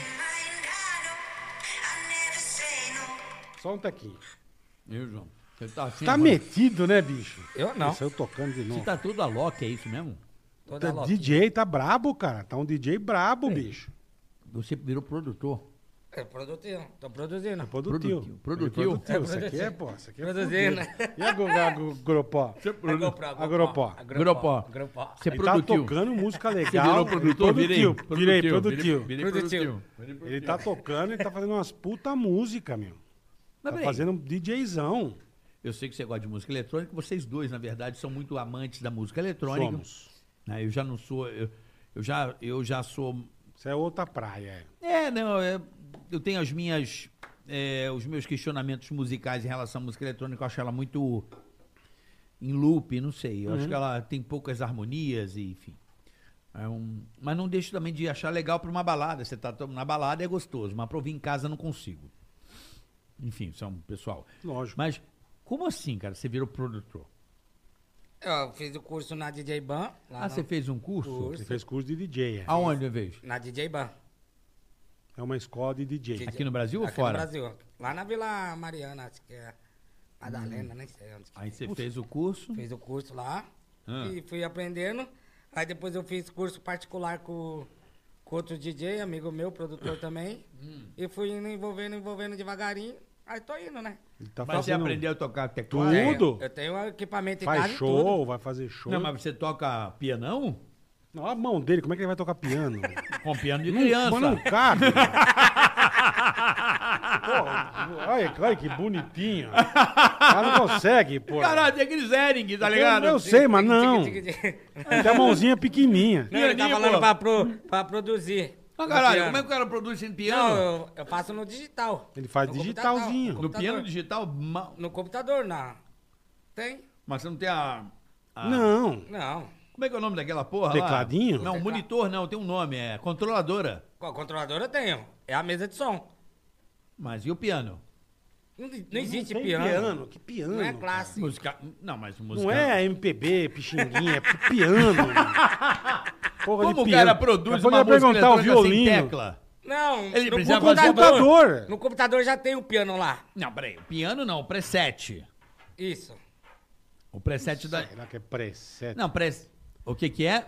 Só um tequinho.
Eu, João. Você tá assim.
Tá
mano.
metido, né, bicho?
Eu não.
Isso eu tocando de
Você
novo.
tá todo a Loki, é isso mesmo?
Toda
Tá
louca.
DJ tá brabo, cara. Tá um DJ brabo, bicho.
Você virou produtor.
É produtivo. Tô produzindo.
Produtivo.
Produtivo. Produtivo.
produtivo. Isso aqui é, pô. Isso aqui é
Produzindo.
né?
fudido. E a Gu- a Gu- Grupó?
é
Agropó.
Agropó.
Agropó.
Agropó.
Você
Ele tá
produtivo.
tocando música
Você
legal.
virou produtor?
Produtivo,
Virei.
Virei
Produtivo.
produtivo.
Virei produtivo.
Ele tá tocando, ele tá fazendo umas puta música, meu.
Mas
Tá
peraí,
fazendo um DJzão.
eu sei que você gosta de música eletrônica. Vocês dois, na verdade, são muito amantes da música eletrônica.
Somos.
Né, Eu já não sou... Eu, eu já, eu já sou...
Isso é outra praia. é.
É, não, é- eu tenho as minhas... é, os meus questionamentos musicais em relação à música eletrônica. Eu acho ela muito... Em loop, não sei. Eu acho que ela tem poucas harmonias e, enfim. É um- mas não deixo também de achar legal pra uma balada. Você tá to- na balada é gostoso, mas pra ouvir em casa eu não consigo. Enfim, isso é um pessoal.
Lógico.
Mas como assim, cara? Você virou produtor?
Eu fiz o curso na DJ Ban. lá
ah,
na-
você fez um curso?
Curso.
Ele fez curso de DJ. é.
Aonde eu vejo?
Na DJ Ban.
É uma escola de DJ.
Aqui no Brasil ou
Aqui
fora?
no Brasil. Lá na Vila Mariana, acho que é. Madalena, nem sei onde. que
Hum. Aí você fez o curso.
Fiz o curso lá
Ah.
e fui aprendendo. Aí depois eu fiz curso particular com, com outro DJ, amigo meu, produtor também.
Hum.
E fui indo, envolvendo, envolvendo devagarinho. Aí tô indo, né?
Ele tá
Mas você
fazendo
aprendeu a tocar
tudo.
teclado?
É, Eu tenho equipamento em
Faz
casa e
show,
tudo.
vai fazer show.
Não, mas você toca pianão?
Olha a mão dele, como é que ele vai tocar piano?
Com piano de
Mas não
criança.
cabe. Porra, olha, olha que bonitinho. O cara não consegue, porra.
Caralho, tem aquele Zering, tá
Eu-
ligado?
Eu, sei, mas
Tique,
não.
tique, tique.
Ele tem a mãozinha pequenininha.
Não, ele tá
Pianinho,
falando
pô.
pra, pro, pra produzir.
Ah,
no
caralho,
piano.
como é que o cara produz sem
Não,
piano?
eu, eu faço no digital.
Ele faz
No
digitalzinho.
no
computador,
piano digital, ma-
No computador, na. Tem?
mas você não tem a. a-
Não.
Não.
Como é que é o nome daquela porra? lá?
Tecladinho?
Não, monitor não, tem um nome, é controladora.
Qual controlador eu tenho? É a mesa de som.
Mas e o piano?
Não, não existe
Tem
piano.
Que piano?
Não é
cara?
classe.
Música. Não, mas música.
Não é MPB, pixinguinha, é piano. mano. Porra
Como o
de
cara
piano.
produz
Daqui a
uma
pouco eu ia
música
perguntar o
eletrônica sem
violino.
tecla?
Não,
Ele
no
precisa
computador,
fazer-
Computador.
No computador já tem o piano lá.
Não, peraí. Piano não, preset.
Isso.
O preset da.
Será que é preset?
Não, preset. O que que é?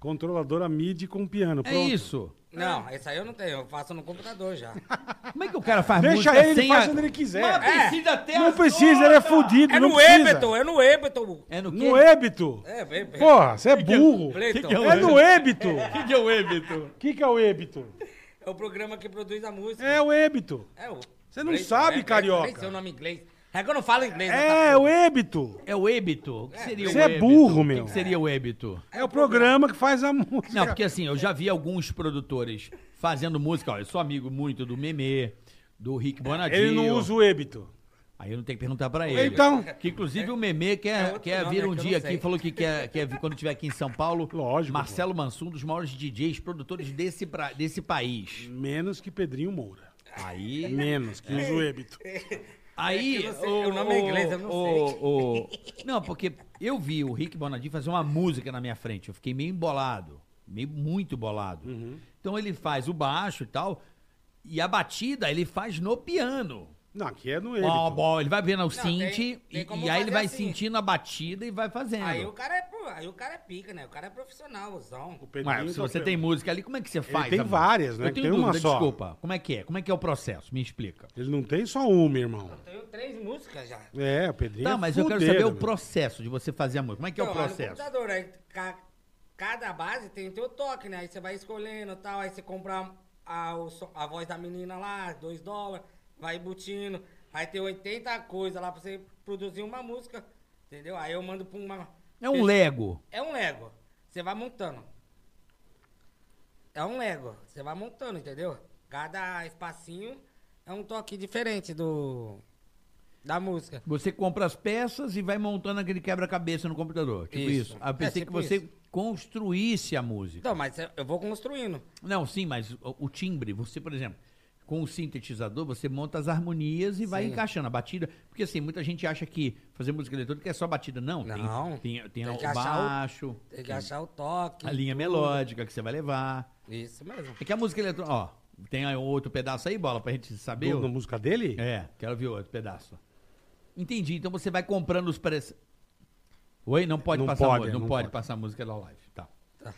Controladora MIDI com piano.
É
pronto.
isso.
Não, esse aí eu não tenho, eu faço no computador já.
Como é que o cara faz
Deixa
música
ele, ele
sem a-
faz quando ele quiser.
Mas
É.
precisa ter
Não
as
precisa, ele é fudido,
É
não
no
precisa.
Ebeton, é no Ebeton.
É no quê?
No ébito.
É, vem, vem.
Porra, você é burro.
Cleiton,
É no ébito.
que, que é o êbito?
O que, que é o ébito?
é o programa que produz a música.
É o ébito.
É o-
Você não
Cleiton,
sabe,
Cleiton,
carioca.
Nem sei o nome em inglês. É que eu não falo inglês.
É
Natasha.
o ébito.
É o êbito. O que seria
Você
o
é
êbito?
burro,
O
meu.
que que seria o êbito?
É o programa que faz a música.
Não, porque assim, eu já vi alguns produtores fazendo música. Olha, eu sou amigo muito do Meme, do Rick Bonadio.
Ele não usa o ébito.
Aí eu não tenho que perguntar pra ele.
Então.
Que inclusive o Meme quer,
outro
quer
nome,
vir
é
um
que eu
dia
não
aqui,
sei.
falou que quer, quer vir quando estiver aqui em São Paulo.
Lógico, pô.
Marcelo Mansum, um dos maiores DJs, produtores desse, pra- desse país.
Menos que Pedrinho Moura.
Aí.
Menos que usa o ébito.
Aí.
É que eu não sei, o nome é inglês, eu não sei.
o- não, porque eu vi o Rick Bonadio fazer uma música na minha frente. Eu fiquei meio embolado. Meio muito bolado.
Uhum.
Então ele faz o baixo e tal. E a batida ele faz no piano.
Não, aqui é no
Ó,
ébito.
bom, ele vai vendo o
tem-
synth e-
tem como
e aí ele
fazer
vai
assim.
sentindo a batida e vai fazendo.
Aí o cara é, pô, aí o cara é pica, né? O cara é profissional, o zão.
O Pedrinho
Mas se
toca-
você tem música ali, como é que você faz?
tem
amor?
várias, né?
Eu tenho
Tem
dúvida,
uma só.
desculpa. Como é que é? Como é que é o processo? Me explica.
Ele não tem só uma, irmão.
Tenho três músicas já.
É, o Pedrinho
Tá,
é
mas eu quero
fudeiro,
saber o
meu.
processo de você fazer a música. Como é que é o
Então, lá no
processo?
computador, aí ca- cada base tem o teu toque, né? Aí você vai escolhendo e tal, aí você compra a, o som- a voz da menina lá, 2 dólares, vai embutindo, aí tem 80 coisas lá pra você produzir uma música, entendeu? Aí eu mando pra uma...
É um Lego.
É um Lego, você vai montando. É um Lego, você vai montando, entendeu? Cada espacinho é um toque diferente do... da música.
Você compra as peças e vai montando aquele quebra-cabeça no computador. Tipo isso.
Isso.
Ah, Eu
É,
pensei
tipo
que você
isso.
construísse a música.
Então, mas eu- eu vou construindo.
Não, sim, mas o, o timbre, você, por exemplo, com o sintetizador, você monta as harmonias e vai encaixando a batida. Porque assim, muita gente acha que fazer música eletrônica é só batida. Não, tem-
Não.
tem, tem,
Tem que achar
o
o-
baixo,
Tem que achar o toque.
a linha melódica que você vai levar.
Isso mesmo.
É que a música eletrônica. Ó, tem aí outro pedaço aí, bola, pra gente saber.
Do- Na música dele?
É, quero ver outro pedaço. Entendi. Então você vai comprando os preços. Oi, não pode
Não
passar
pode,
música. Não,
não
pode,
pode.
passar música da live. Tá.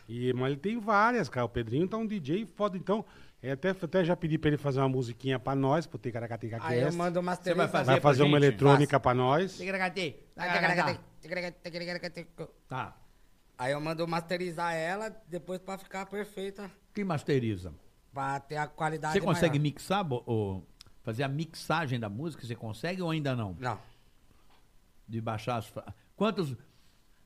E, mas ele tem várias, cara. O Pedrinho tá um DJ foda, então. é, até, até já pedi pra ele fazer uma musiquinha pra nós, pro Ticaracatica
Aí eu
Cast.
mando o
Você vai
masterizado.
fazer
Vai
pra
fazer um uma
gente?
eletrônica pra nós.
tá,
Tá.
Aí eu mando masterizar ela, depois pra ficar perfeita,
Quem masteriza?
pra ter a qualidade
Você consegue
tá maior.
mixar bo- ou fazer a mixagem da música? Você consegue ou ainda não?
Não.
De baixar as. fra- Quantos,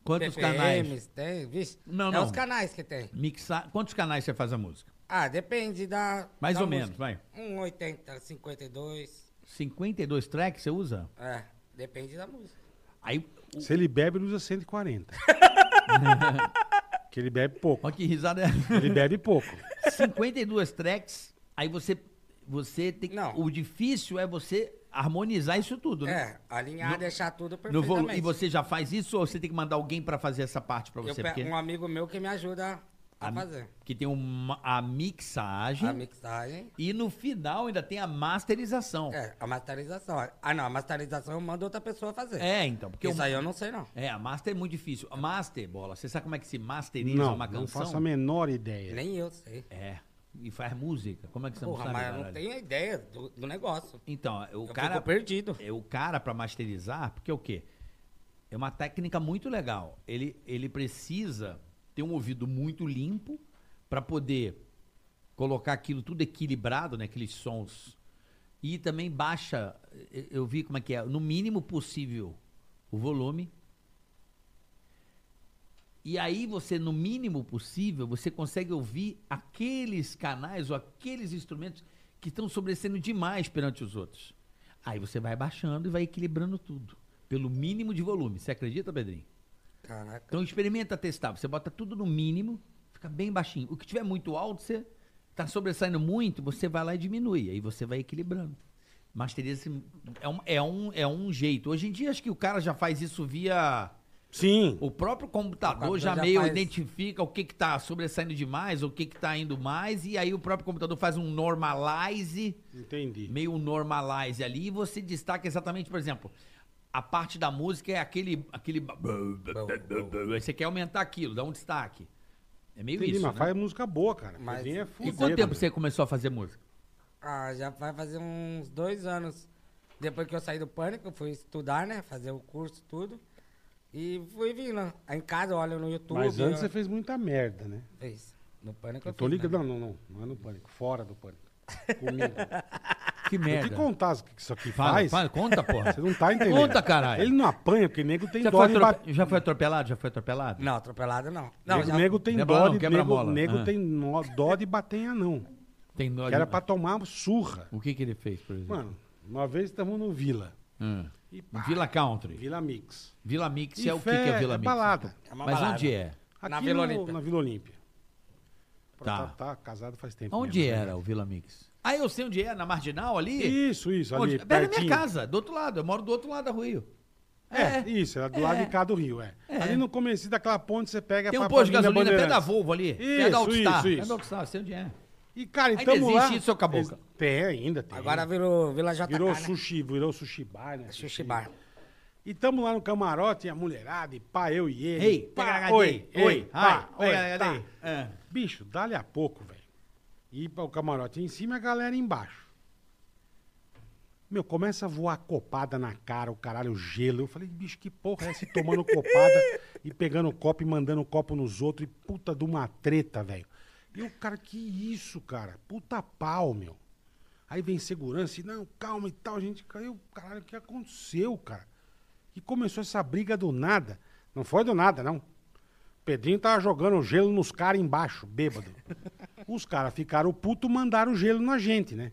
quantos
PPMs
canais?
tem, vixe.
Não,
é
não.
os canais que tem.
Mixar, quantos canais você faz a música?
Ah, depende da...
Mais
da
ou
música.
menos, vai.
Um 80, 52,
52 tracks você usa?
é, depende da música.
Aí.
Se ele bebe, ele usa 140. Porque ele bebe pouco.
Olha que risada é.
Ele bebe pouco.
52 tracks, aí você. Você tem que.
Não.
O difícil é você harmonizar isso tudo, né?
É, alinhar,
No-
deixar tudo
No
É, perfeitamente.
volu- e você já faz isso ou você tem que mandar alguém pra fazer essa parte pra
Eu
você?
pego
Porque,
um amigo meu que me ajuda a,
A-
fazer.
que tem uma, a mixagem
A mixagem.
e no final ainda tem a masterização. É,
É, a masterização. Ah, não, a masterização eu mando outra pessoa fazer.
então,
Porque
porque
Isso
o-
aí eu não sei, não.
é, a master é muito difícil. A master, bola, você sabe como é que se masteriza
Não,
uma
não
canção? Né?
faço a menor ideia.
Nem eu sei.
É. E faz música. Como é que você
Porra,
não sabe?
mas eu não
caralho?
tenho ideia do, do negócio.
Então,
eu
o cara
fico perdido.
é o cara para masterizar, porque o quê? É uma técnica muito legal. Ele, ele precisa ter um ouvido muito limpo para poder colocar aquilo tudo equilibrado, né, aqueles sons. E também baixa, eu- eu vi como é que é, no mínimo possível o volume. E aí você, no mínimo possível, você consegue ouvir aqueles canais ou aqueles instrumentos que estão sobrecendo demais perante os outros. Aí você vai baixando e vai equilibrando tudo, pelo mínimo de volume. Você acredita, Pedrinho?
Caraca.
Então experimenta testar. Você bota tudo no mínimo, fica bem baixinho. O que tiver muito alto, você tá sobressaindo muito, você vai lá e diminui. Aí você vai equilibrando. Masteriza esse- é um, é, um, é um jeito. Hoje em dia, acho que o cara já faz isso via.
Sim.
O próprio computador
computador
já,
já
meio
faz.
identifica o que que tá sobressaindo demais, o que que tá indo mais, e aí o próprio computador faz um normalize
Entendi.
meio normalize ali e você destaca exatamente, por exemplo, a parte da música é aquele. aquele... Aí Você quer aumentar aquilo, dá um destaque. É meio
Entendi,
isso.
mas
né?
faz música boa, cara.
Mas-
Pedrinho é
E
E
fudido,
quanto tempo
né?
você começou a fazer música?
Ah, já vai fazer uns dois anos. Depois que eu saí do pânico, eu fui estudar, né? Fazer o curso, tudo. E fui vindo. Aí em casa eu olho no YouTube.
né? Mas antes
eu...
você fez muita merda, né?
fez. No pânico eu,
Eu tô
fiz, né?
ligado. Não, não, não. Não é no pânico. Fora do pânico. Comigo.
Que
Eu te
merda.
contar o que isso aqui
Fala,
faz.
fala, conta, porra.
Você não tá entendendo.
Conta, caralho.
Ele não apanha, porque nego tem
Já
dó
foi,
de
atrope-
bater.
já foi atropelado? Já foi atropelado?
Não, atropelado não. Não,
nego,
já...
nego tem
Quebra
dó
não,
de
quebra
nego,
bola.
nego
Ah.
tem nó- dó de bater em anão.
Tem nó
Que
de-
era pra tomar surra.
O que que ele fez, por exemplo?
Mano, uma vez estamos no Vila.
Hum.
E pá,
Vila Country.
Vila Mix.
Vila Mix
E
é o que, que
Ah. fé-
é Vila Mix?
Balada.
é uma
Mas
balada.
onde é?
Aqui
Na Vila
no-
Olímpia.
Na Vila Olímpia.
Tá.
Tá. tá casado faz tempo.
Onde
mesmo, né?
era o Vila Mix? Ah, eu sei onde é, na Marginal ali?
Isso, isso, ali
Onde?
pertinho.
Perto da minha casa, do outro lado. Eu moro do outro lado da rua.
É, isso, era do lado
é.
de cá do rio, é. Ali no começo daquela ponte você pega
Tem um
É, pra-
posto de
pra Avenida
gasolina perto da
Bandeirantes.
Volvo ali. perto
Isso,
da Altstar.
isso, isso.
Perto da Altstar, eu sei onde é.
E, cara,
Ainda
então lá...
existe isso, seu caboclo?
Ex- Tem ainda, tem.
Agora virou Vila JK,
virou
né?
sushi, virou sushi bar, né?
Sushi bar.
E tamo lá no camarote, e a mulherada, e pá, eu e ele.
Ei,
pá,
PHD,
oi,
ei,
oi, pá,
ai,
oi,
PHD.
tá.
É.
Bicho, dali a pouco, velho. E pra- o camarote em cima e a galera embaixo. Meu, começa a voar copada na cara, o caralho, gelo. Eu falei, bicho, que porra é essa? E Tomando copada e pegando copo e mandando copo nos outros. E puta de uma treta, velho. E o cara, que isso, cara? Puta pau, meu. Aí vem segurança e não, calma e tal. A gente caiu, caralho, o que aconteceu, cara? E começou essa briga do nada. Não foi do nada, não. Pedrinho tava jogando gelo nos caras embaixo, bêbado. Os caras ficaram puto, mandaram o gelo na gente, né?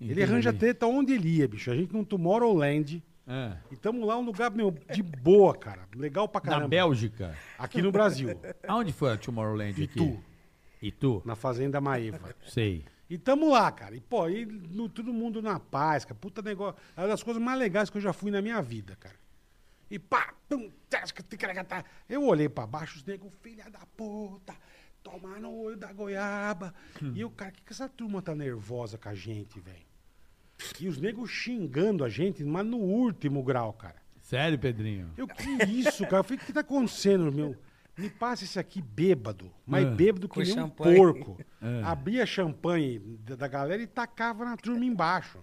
Ele arranja treta onde ele ia, bicho. A gente não Tomorrowland.
É.
E tamo lá um lugar, meu, de boa, cara. Legal pra
Na
caramba.
Bélgica.
Aqui no Brasil.
Aonde foi a Tomorrowland aqui?
Itu.
Itu?
Na Fazenda Maeva.
Sei.
E tamo lá, cara. E, pô, e no- todo mundo na paz, cara. Puta negócio. É uma das coisas mais legais que eu já fui na minha vida, cara. E pá, pum, tchasca, ticaracatá. Eu olhei pra baixo, os negros, filha da puta, tomar no olho da goiaba. E o cara, que, que essa turma tá nervosa com a gente, velho? E os negros xingando a gente, mas no último grau, cara.
Sério, Pedrinho?
Eu, que isso, cara? Eu falei, o que tá acontecendo, meu? Me passa esse aqui bêbado.
Ah.
Mas bêbado que
Com
nem um
champanhe.
porco.
É.
Abria champanhe da, da galera e tacava na turma embaixo.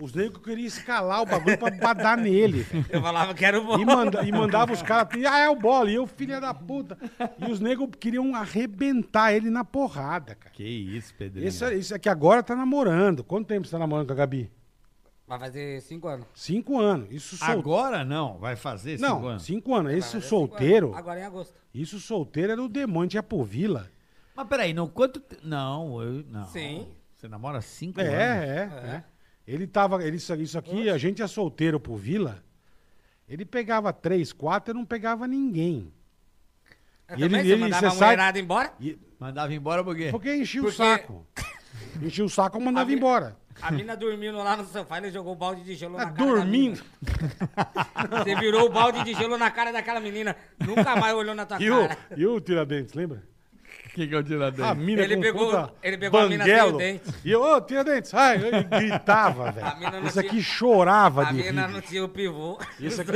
Os negros queriam escalar o bagulho pra, pra dar nele. velho.
Eu falava que era o bom.
E, manda, e mandava os caras. Ah, é o bola, e eu, filha da puta. E os negros queriam arrebentar ele na porrada, cara.
Que isso, Pedrinho.
Esse, esse aqui agora tá namorando. Quanto tempo você tá namorando com a Gabi?
Vai fazer cinco anos.
Cinco anos. Isso solteiro.
Agora não, vai fazer
Não,
cinco anos.
cinco anos.
Vai
Esse
fazer
solteiro.
é cinco anos. Agora em agosto.
Isso solteiro era o demônio, tinha por vila.
Mas peraí, não, quanto... te- Não, eu... Não.
Sim.
Você namora cinco
É,
anos?
é, é. Ele tava, ele, isso isso aqui, a gente é solteiro por vila. Ele pegava três, quatro, eu não pegava ninguém.
Eu
E ele-
também, se
ele-
mandava
cê
a
sabe-
mulherada embora.
E-
Mandava embora porque...
porque enchia
É.
o
Porque-
saco. Enchia o saco e mandava
A vi-
embora.
A mina dormindo lá no sofá, ele jogou o balde de gelo
Ah,
na cara. da
dormindo.
mina. Você virou o balde de gelo na cara daquela menina. Nunca mais olhou na tua
E o,
cara.
e o Tiradentes, lembra?
que que eu tiro dele?
A mina
Ele
com
pegou-
puta
ele pegou a mina sem o
banguelo.
dente.
E eu, ô, Tiradentes, ai, ele gritava,
A mina
velho.
não
Isso aqui
tinha-
chorava
A
de
mina
rir.
não tinha o pivô.
Isso é aqui...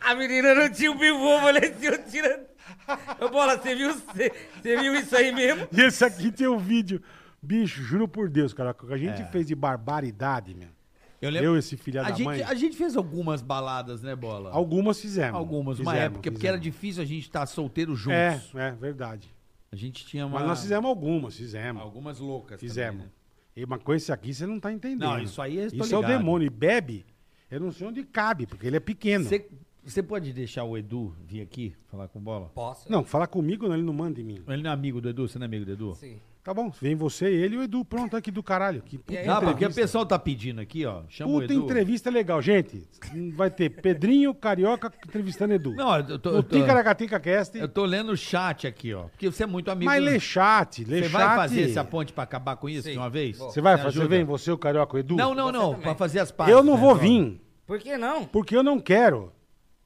A menina não tinha o pivô, eu falei assim, eu tira. Ô, bola, você viu, você, você viu isso aí mesmo?
E esse aqui tem o vídeo. Bicho, juro por Deus, cara, o que a gente
É.
fez de barbaridade, meu.
Eu
Eu, esse filho
a
da
gente,
mãe.
a gente fez algumas baladas, né, Bola?
Algumas fizemos.
Algumas, uma
Fizemos,
época, é porque era
fizemos.
difícil a gente estar solteiro juntos.
É, é verdade.
A gente tinha uma...
Mas nós fizemos algumas, fizemos.
Algumas loucas.
fizemos.
também, né?
E, mas com esse aqui você não tá entendendo.
Não, isso aí eu tô
Isso é o
ligado.
demônio. E bebe, eu não sei onde cabe, porque ele é pequeno.
Você- Você pode deixar o Edu vir aqui falar com bola?
Posso?
Não, fala comigo, não, ele não manda em mim.
Ele não é amigo do Edu? Você não é amigo do Edu?
Sim.
Tá bom, vem você, ele e o Edu. Pronto, aqui do caralho. Que puta
aí,
Ah, porque o
entrevista.
pessoal tá pedindo aqui, ó. Chama o
Puta
Edu.
entrevista legal, gente. Vai ter Pedrinho Carioca entrevistando Edu.
Não, eu tô,
o
eu, tô,
Ticaracatica Cast.
eu tô lendo o chat aqui, ó. Porque você é muito amigo.
Mas lê chat, lê
Você
chat.
vai fazer essa ponte pra acabar com isso de uma vez?
Você vai
Me
fazer,
ajuda.
vem você, o Carioca, o Edu?
Não, não,
Você
não.
também.
Pra fazer as partes. né,
Eu não vou vir,
Por que não?
porque eu não quero.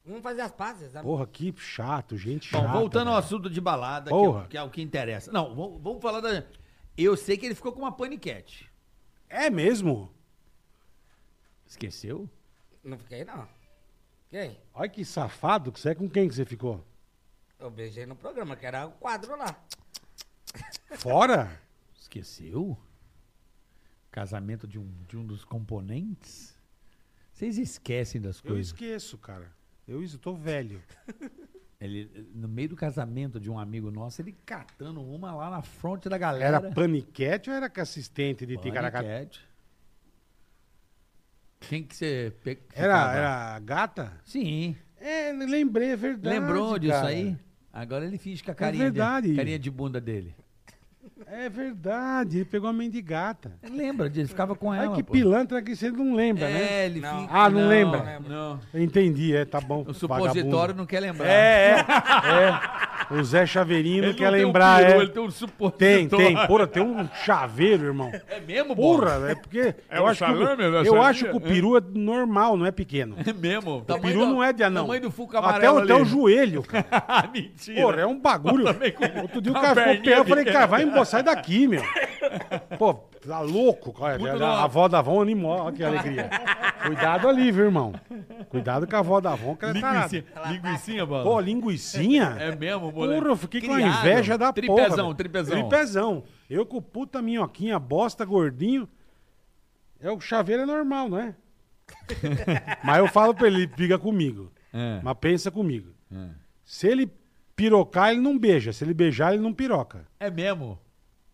Vamos fazer as pazes. tá?
Porra, que chato, gente
Bom,
chata.
voltando ao
velho.
assunto de balada, que é,
Porra.
o- que é o que interessa. Não, vamos, vamos falar da. Eu sei que ele ficou com uma paniquete.
É mesmo?
Esqueceu?
Não fiquei, não. Fiquei.
Olha que safado que você é. Com quem que você ficou?
Eu beijei no programa, que era o quadro lá.
Fora?
Esqueceu? Casamento de um, de um dos componentes? Vocês esquecem das
Eu
coisas.
esqueço, cara. Eu isso, tô velho.
Ele, no meio do casamento de um amigo nosso, ele catando uma lá na fronte da galera.
Era paniquete ou era que assistente de Ticaracatica?
Paniquete. Quem que você... pe-
Era,
ficava?
era gata?
Sim.
É, lembrei, é verdade.
Lembrou disso
cara.
aí? Agora ele finge com a carinha,
verdade.
de, carinha de bunda dele.
É verdade, ele pegou a mendigata.
Lembra, ele ficava com é ela.
Ai, que
pô.
pilantra que você não lembra, né?
É, ele
Não.
fica-
Ah, não lembra?
Não.
Eu entendi, é, tá bom.
O supositório
vagabundo.
não quer lembrar.
É, é, é. O Zé Chaveirinho não quer lembrar,
tem um
é.
peru, ele tem um
Tem,
supositório.
tem. Porra, tem um chaveiro, irmão.
É mesmo, Porra.
Porra, é porque.
É
eu
um
acho
salame,
que o,
né,
Eu
sabia?
acho que o peru é normal, não é pequeno.
É mesmo.
O peru não é de anão.
Tamanho do Fuca
até,
amarelo
o- até o
ali.
joelho, cara.
Ah, mentira. Tá
Porra, é um bagulho. Outro dia o
uma
cara ficou
perninha
pé, eu falei,
pequena.
cara, vai embora, sai daqui, meu. Pô, tá louco. Cara.
Muito
A-
louco.
A avó da Avon animou, olha que alegria. Cuidado ali, viu, irmão? Cuidado com a avó da Avon, que ela é tarada.
Linguicinha, linguicinha, mano.
Pô, linguicinha?
É mesmo, moleque.
Porra, eu fiquei com a
Criado.
inveja da porra.
Tripezão,
velho.
tripezão.
Tripezão. Eu com puta minhoquinha, bosta, gordinho. É o chaveiro é normal, não é? Mas eu falo pra ele, ele briga comigo.
É.
Mas pensa comigo. Se ele pirocar, ele não beija. Se ele beijar, ele não piroca.
É mesmo.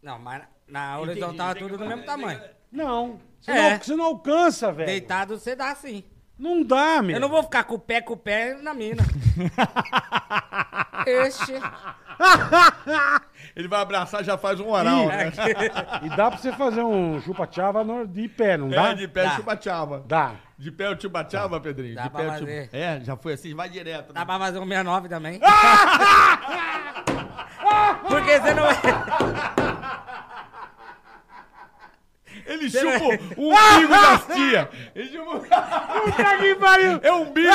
Não, mas na horizontal é tudo do mesmo tamanho.
Não. Você,
É.
não, você não alcança, velho.
Deitado você dá sim.
Não dá, meu.
Eu não vou ficar com o pé com o pé na mina. Este.
Ele vai abraçar, já faz um
oral,
né?
E dá pra você fazer um chupa-chava no- de pé, não dá?
É, de pé
Dá.
chubachava.
Dá.
De pé eu chubachava, Pedrinho.
Dá
de
pra
pé eu
fazer.
chupa- É, já foi assim, vai direto.
Dá pra fazer um 69 também. Porque você não vai.
Ele chupa um umbigo das tia. Ele chupa
Puta que pariu!
É um umbigo.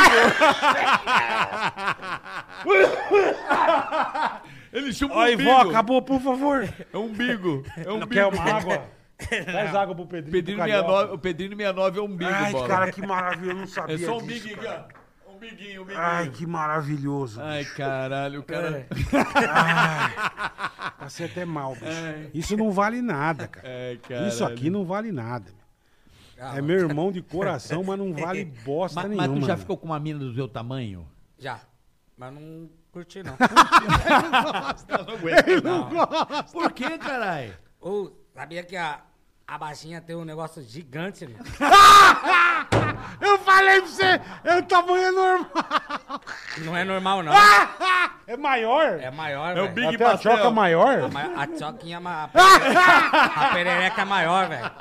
Ele chupa um
Ó,
umbigo.
vó, acabou, por favor.
É um umbigo. É um
Não
umbigo.
quer uma água? Traz água pro Pedrinho.
Pedrinho
pro Carioca.
69, o Pedrinho 69 é um umbigo,
Ai,
bola.
cara, que maravilha, eu não sabia
é só um
disso,
umbigo aqui,
cara.
ó. Um biguinho, um biguinho.
Ai, que maravilhoso.
Ai, caralho, o cara.
Passei até mal, bicho. Isso não vale nada, cara.
Ai, É. caralho.
Isso aqui não vale nada. meu.
Ah,
é meu irmão de coração, mas não vale bosta
Ah, Mas, mas
nenhuma.
tu já
meu.
ficou com uma mina do seu tamanho?
Já. Mas não curti, não.
Por que, caralho?
Ou, sabia que a, a baixinha tem um negócio gigante, né?
Eu falei pra você, é o tamanho normal.
Não é normal, não.
É maior?
É maior,
É o É
velho.
Big
Até a
Pastel.
choca
A
maior?
ma- A tioquinha, é ma- a perereca, a perereca é maior, velho.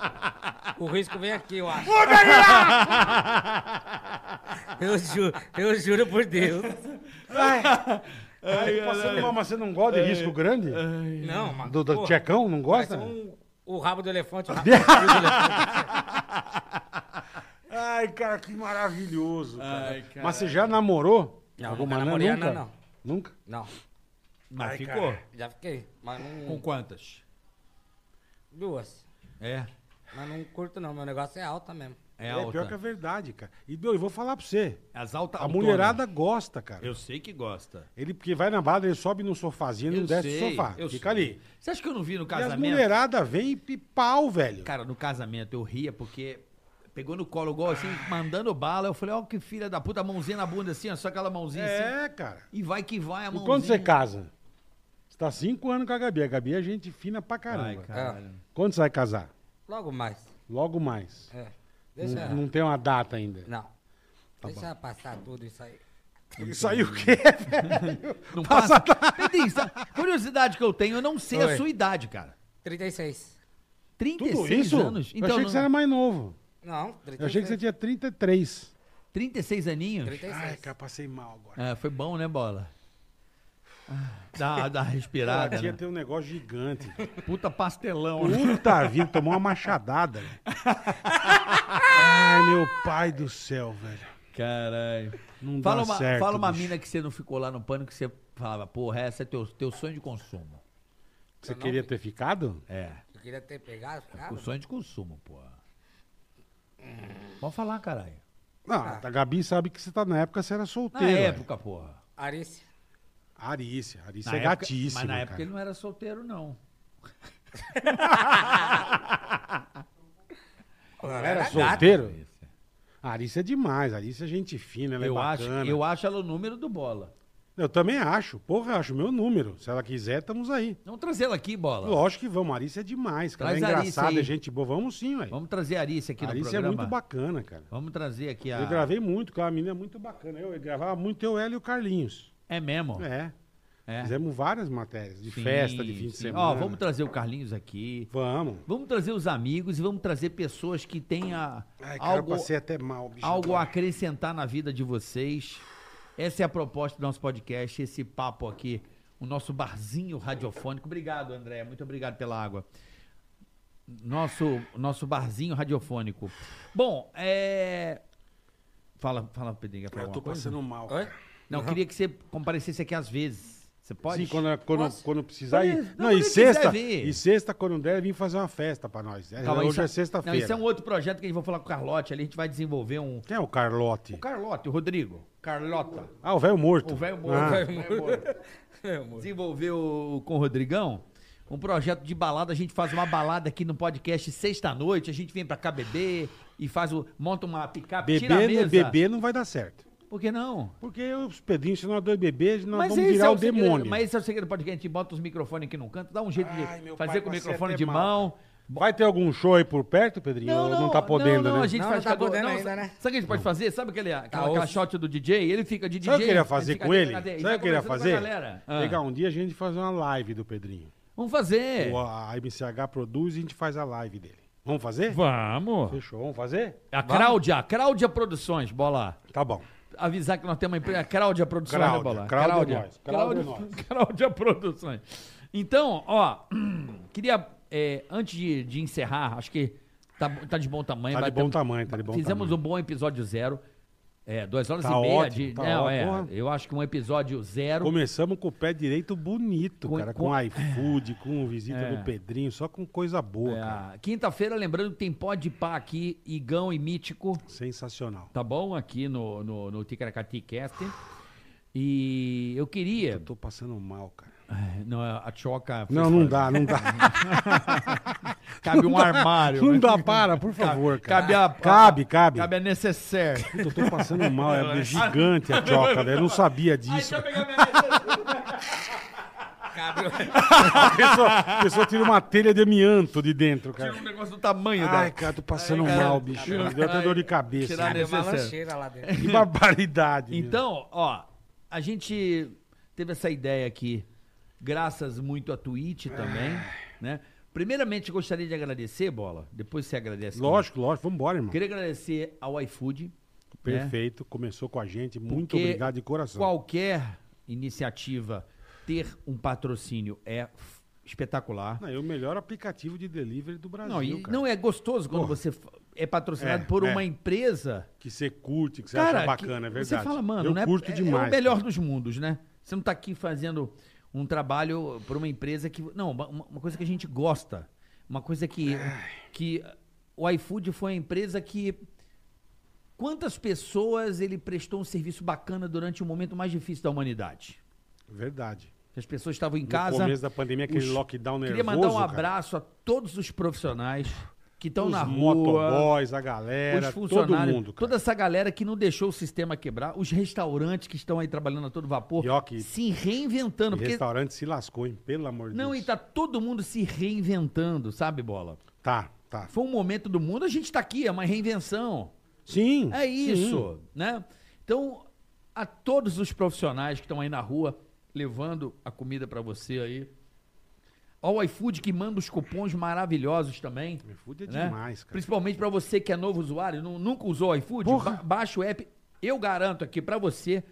O risco vem aqui, eu acho. Eu juro, eu juro por Deus.
Ai, passando mal, mas você não gosta
É.
de risco grande?
Não, mano.
Do, do Tchecão, não gosta?
um
um, o rabo do elefante, o rabo do elefante.
Ai, cara, que maravilhoso. cara.
Ai, cara.
Mas você já namorou?
Não,
Alguma
nunca
não,
namorei,
nunca?
não, não.
Nunca?
Não,
Mas ficou.
já fiquei. Mas
Com
não.
quantas?
Duas.
É.
Mas não curto, não. Meu negócio é alta mesmo.
É,
É,
alta.
pior que a verdade, cara. E meu, eu vou falar pra você.
As altas.
A mulherada gosta, cara.
Eu sei que gosta.
Ele, porque vai na balada, ele sobe no sofazinho, ele
Eu
não desce do
sei,
sofá.
eu
Fica
sei.
ali.
Você acha que eu não vi no
E as
casamento?
mulheradas vêm e pi- pau, velho.
Cara, no casamento eu ria porque pegou no colo igual assim, mandando bala. Eu falei, ó, que filha da puta, a mãozinha na bunda assim, ó, só aquela mãozinha assim.
é, cara.
E vai que vai a
E
mãozinha.
quando você casa? Você tá cinco anos com a Gabi. A Gabi é gente fina pra caramba. É.
Ai, caralho.
Quando você vai casar?
Logo mais.
Logo mais.
É.
Não-
Deixa.
Não, Tá tem uma data ainda.
Não. Deixa passar tudo isso aí.
Isso aí o quê?
Não passa. Pedrinho, sabe? tá? curiosidade que eu tenho, eu não sei a
Oi.
sua idade, cara.
36.
Tudo
36
isso?
anos?
eu achei
Então não-
que você era mais novo.
Não, 36.
Eu achei que você tinha 33.
36 aninhos?
36.
Ai, cara, passei mal agora.
É, foi bom, né, bola? Ah, Dá, dá uma
Cara,
respirada.
a tia
né?
tem um negócio gigante.
Puta pastelão. né?
Puta vida, tomou uma machadada. velho. Ai, meu pai do céu, velho.
Caralho.
Não
Fala
dá
uma,
certo,
fala uma
bicho.
mina que você não ficou lá no pânico que você falava, porra, essa é teu, teu sonho de consumo.
Você queria ter ficado?
É,
Eu queria ter pegado, ficado.
o sonho de consumo, porra. Vamos falar, caralho.
Não, a Gabi sabe que você tá na época, você era
Na
solteiro. velho.
época, porra.
Arícia.
Arícia, Arícia
Na
é
época-
gatíssima,
Mas na
cara.
época ele não era solteiro, não.
Ela
Era solteiro? A Arícia é demais, a Arícia é gente fina, ela
né, eu,
é
acho,
bacana.
eu acho ela o número do bola.
Eu também acho, porra, eu acho meu número. Se ela quiser, estamos aí.
Vamos trazer ela aqui, bola.
Lógico que vamos, a Arícia é demais, cara.
Traz
ela é
a Arícia
engraçada,
aí.
é gente boa. Vamos sim, velho.
Vamos trazer a Arícia aqui
A
no
Arícia é
programa. Ah.
muito bacana, cara.
Vamos trazer aqui a.
Eu gravei muito, cara, a menina é muito bacana. Eu, eu gravava muito eu, ela e o Carlinhos.
É mesmo.
É.
É.
Fizemos várias matérias, de
Sim,
festa, de fim de
sim.
semana.
Ó, vamos trazer o Carlinhos aqui.
Vamos.
Vamos trazer os amigos e vamos trazer pessoas que tenha
Ai, cara,
algo,
eu passei até mal, bicho.
algo a acrescentar na vida de vocês. Essa é a proposta do nosso podcast, esse papo aqui, o nosso barzinho radiofônico. Obrigado, André. Muito obrigado pela água. Nosso, nosso barzinho radiofônico. Bom, é. Fala, fala, Pedrinho. quer falar
Eu tô
alguma coisa?
passando mal.
Oi?
Não, eu queria que você comparecesse aqui às vezes. Você pode?
Sim, quando, quando,
Posso?
quando precisar.
Pode-
ir.
não,
Não,
quando
e
ele quiser
sexta.
vir.
E sexta, quando der, vir fazer uma festa pra nós. É,
Calma,
hoje
isso
é sexta-feira.
Não, isso é um outro projeto que a gente vai falar com o Carlote ali. A gente vai desenvolver um.
Quem é o Carlote?
O Carlote, o Rodrigo. Carlota.
Ah, o velho morto.
O velho
Ah,
morto.
Meu amor.
Desenvolveu com o Rodrigão um projeto de balada. A gente faz uma balada aqui no podcast sexta-noite. A gente vem pra cá beber e faz o. monta uma picape, tira a
Bebê,
mesa.
né, bebê não vai dar certo.
Por que não?
Porque os pedinhos, se nós dois bebês, nós vamos
esse
virar
é
o
segredo,
demônio.
Mas esse é o segredo do podcast. A gente bota os microfones aqui num canto, dá um jeito
Ai,
de
meu
fazer
pai,
com o
passei
microfone
até
de
mal,
mão.
Vai ter algum show aí por perto, Pedrinho? Ou não, tá podendo,
não, não,
né? Tá
a gente
Não,
faz
não tá
cada-
podendo
não,
ainda,
sabe-
né?
Sabe o que a gente pode fazer? Sabe aquele, aquela
ouço.
caixote do DJ? Ele fica de DJ.
Sabe o que eu queria
ele
fazer
fica
com
de
ele?
cadeira,
Sabe o que eu queria
vai
fazer?
conversando com a galera. Ah,
Pegar um dia a gente faz uma live do Pedrinho.
Vamos fazer.
Ou a MCH produz e a gente faz a live dele. Vamos fazer?
Vamos.
Fechou, vamos fazer?
A Cláudia, a Cláudia Produções, bola.
Tá bom.
Avisar que nós temos uma empresa, a Cláudia Produções,
Cláudia,
né, bola?
Cláudia é nós,
Cláudia,
Cláudia é nós.
Cláudia Produções. Então, ó, queria, é, antes de, de encerrar, acho que tá, tá de bom tamanho.
Tá
vai
de bom
ter-
tamanho, tá de bom
Fizemos
tamanho.
um bom episódio zero. É, duas horas
Tá
e meia
ótimo,
de.
tá
não, é,
ótimo.
eu acho que um episódio zero.
Começamos com o pé direito bonito,
Com-
cara.
com-
Com, iFood, com visita
É.
do Pedrinho, só com coisa boa,
É,
cara.
Quinta-feira, lembrando que tem pode pá aqui, Igão e Mítico,
Sensacional.
tá bom? Aqui no, no, no Ticaracati Cast. E eu queria.
Eu tô passando mal, cara.
Ai, Não, a Tchoca. foi
Não,
fora.
não dá, não dá.
Cabe um
Não dá,
armário.
Não
né?
dá, para, por favor, cara.
Cabe a.
Cabe, cabe.
Cabe a necessaire.
Puta, eu tô passando mal, é gigante a choca, velho. Eu não sabia
tá
disso.
Cabe
A pessoa, a pessoa tira uma telha de amianto de dentro, cara.
um negócio do tamanho
Ai, cara, tô passando
Ai, cara.
mal, bicho. Me deu até dor de cabeça.
Tirar
cabe uma
necessário.
lancheira lá dentro.
Que barbaridade. meu.
Então, ó, a gente teve essa ideia aqui, graças muito à Twitch também, né? Primeiramente, gostaria de agradecer, Bola, depois você agradece.
Lógico, lógico. Vambora, irmão.
também. assim, Queria agradecer ao iFood. né?
Perfeito. Começou com a gente. Muito
porque
obrigado de coração.
Qualquer iniciativa ter um patrocínio é f- espetacular.
Não, é o melhor aplicativo de delivery do Brasil,
Não, e
cara.
não é gostoso quando você f- é patrocinado
É,
por
é.
uma empresa
Que você curte, que você acha
Cara, que
bacana, é verdade.
Você fala, mano,
Eu
né?
curto
é,
demais.
É o melhor dos mundos, né? Você não tá aqui fazendo um trabalho para uma empresa que. Não, uma, uma coisa que a gente gosta. Uma coisa que. que o iFood foi a empresa que. Quantas pessoas ele prestou um serviço bacana durante o momento mais difícil da humanidade?
Verdade.
As pessoas estavam em
No
casa.
começo da pandemia, aquele
os-
lockdown nervoso,
Queria mandar um
cara.
abraço a todos os profissionais que estão
Os
na rua
motoboys, a
os
galera, todo
funcionários,
mundo, cara.
toda essa galera que não deixou o sistema quebrar, os restaurantes que estão aí trabalhando a todo vapor,
E ó que-
se reinventando,
E
porque
restaurante se lascou, hein? Pelo amor de
não, e
Deus.
tá todo mundo se reinventando, sabe, bola?
Tá, tá.
Foi um momento do mundo, a gente tá aqui, é uma reinvenção.
Sim.
É
sim.
isso, né? Então, a todos os profissionais que estão aí na rua levando a comida pra você aí, Olha o iFood que manda os cupons maravilhosos também. né?
O iFood é demais, cara.
Principalmente pra você que é novo usuário, nu- nunca usou o iFood, ba- baixa o app. Eu garanto aqui pra você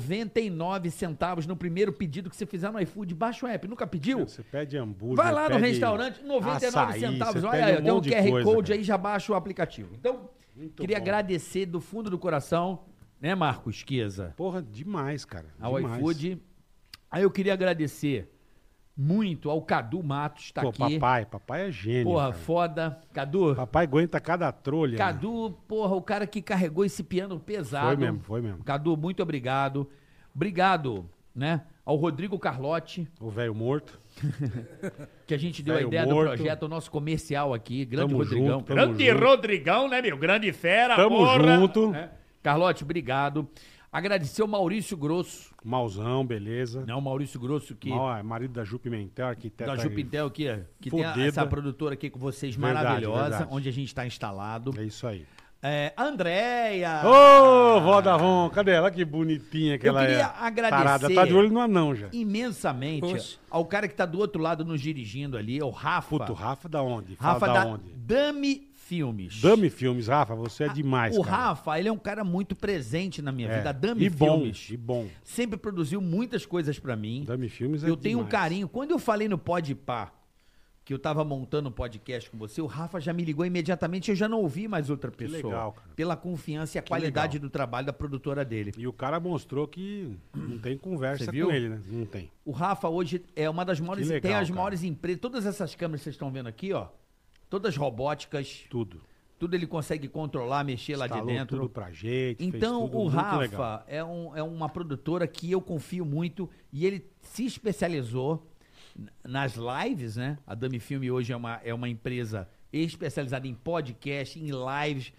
99 centavos no primeiro pedido que você fizer no iFood. Baixa o app. Nunca pediu?
Você pede hambúrguer.
Vai lá no
pede
restaurante, 99
açaí,
centavos.
você
Olha
pede
aí, tem um
monte de
QR
coisa,
Code
cara.
aí, já baixa o aplicativo. Então,
Muito
queria
bom.
agradecer do fundo do coração, né, Marcos Queza?
Porra, demais, cara.
ao
demais.
Ah, iFood. Aí eu queria agradecer muito ao Cadu Matos, tá
Pô,
aqui.
papai, papai é gênio.
porra,
cara.
foda. Cadu,
Papai aguenta cada trolha. né?
Cadu, porra, o cara que carregou esse piano pesado.
Foi mesmo, foi mesmo.
Cadu, muito obrigado. Obrigado, né, ao Rodrigo Carlotti,
O velho morto.
que a gente deu a
Velho
ideia
morto.
do projeto, o nosso comercial aqui, grande
Tamo
Rodrigão.
junto, tamo junto.
Rodrigão, né, meu? Grande fera,
Tamo junto.
É. Carlote, obrigado. Agradecer ao Maurício Grosso,
Mauzão, beleza.
né, o Maurício Grosso que
Mal, é marido da Ju Pimentel, arquiteta.
da
tá aí.
Jupitel que, que tem a-
Fodida.
essa produtora aqui com vocês
Verdade,
maravilhosa,
verdade.
onde a gente está instalado.
É isso aí.
É, Andréia!
Ô, vó da Ron, cadê ela? Que bonitinha que
Ah. Eu
ela é.
queria agradecer-
Parada, tá de olho no anão já.
Imensamente
Poxa.
ao cara que tá do outro lado nos dirigindo ali, é o Rafa.
Puto, Rafa da onde? Fala
Rafa
da,
da,
onde?
Dami Filmes.
Dami Filmes, Rafa, você é demais,
Ah, O
cara.
Rafa, ele é um cara muito presente na minha
É.
vida. A Dami
e bom,
Filmes
E bom.
sempre produziu muitas coisas pra mim.
Dami Filmes é
eu tenho um
demais.
carinho. Quando eu falei no Podpah que eu tava montando um podcast com você, o Rafa já me ligou imediatamente. Eu já não ouvi mais outra pessoa.
legal, cara.
Pela confiança e a qualidade do trabalho da produtora dele.
E o cara mostrou que não tem
Você
conversa
viu?
com ele, né? Não tem.
O Rafa hoje é uma das maiores.
Que legal,
tem as
cara.
maiores empresas. Todas essas câmeras que vocês estão vendo aqui, ó. Todas robóticas.
Tudo.
Tudo ele consegue controlar, mexer lá de
Instalou
dentro.
tudo pra gente. fez
Então,
tudo
o
muito legal.
Rafa é, um- é uma produtora que eu confio muito e ele se especializou n- nas lives, né? A Dami Filme hoje é uma, é uma empresa especializada em podcast, em lives.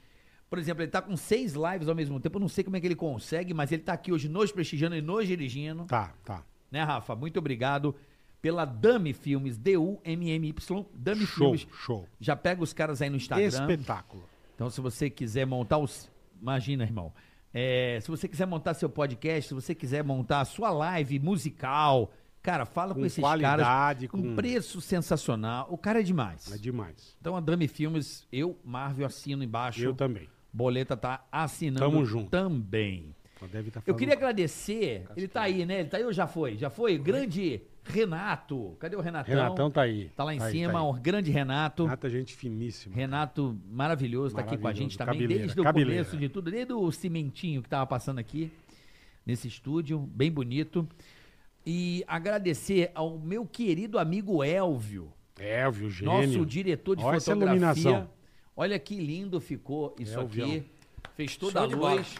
Por exemplo, ele tá com seis lives ao mesmo tempo. Eu não sei como é que ele consegue, mas ele tá aqui hoje nos prestigiando e nos dirigindo.
Tá, tá.
Né, Rafa? Muito obrigado pela Dami Filmes, D-U-M-M-Y, Dami
Show,
Filmes.
show.
Já pega os caras aí no Instagram.
Espetáculo.
Então, se você quiser montar os. Imagina, irmão. É, se você quiser montar seu podcast, se você quiser montar a sua live musical, cara, fala com,
Com
esses caras.
qualidade,
Um
com-
preço sensacional. O cara é demais.
É demais.
Então, a Drame Filmes, eu, Marvel, assino embaixo.
Eu também.
Boleta tá assinando
Tamo junto.
também.
Ela Deve tá
Eu
falando-
queria agradecer. Ele tá aí, né? Ele tá aí ou já foi? Já foi? Grande Renato. Cadê o Renatão?
Renatão tá aí.
então. Tá lá em
Tá aí,
cima,
tá aí.
o grande Renato.
Renata é gente finíssima.
Renato maravilhoso tá aqui com a
Maravilhoso,
gente também,
cabeleira,
desde o
cabeleira.
começo de tudo, desde o cimentinho que tava passando aqui nesse estúdio, bem bonito. E agradecer ao meu querido amigo Elvio,
Elvio, gênio.
nosso diretor de
Olha essa
fotografia.
iluminação.
Olha que lindo ficou isso
Elvião.
aqui. Fez toda
Show de
a luz.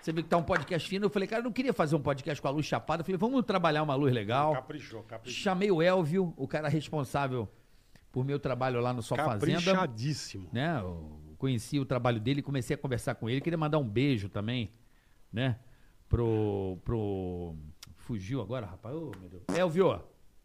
Você viu que tá um podcast fino. Eu falei, cara, eu não queria fazer um podcast com a luz chapada. Eu falei, vamos trabalhar uma luz legal.
Caprichou, caprichou.
Chamei o Elvio, o cara responsável por meu trabalho lá no Só Fazenda
Caprichadíssimo.
né? Eu conheci o trabalho dele, comecei a conversar com ele, queria mandar um beijo também, né? Pro. pro... Fugiu agora, rapaz. Ô, meu Deus. É, Elvio,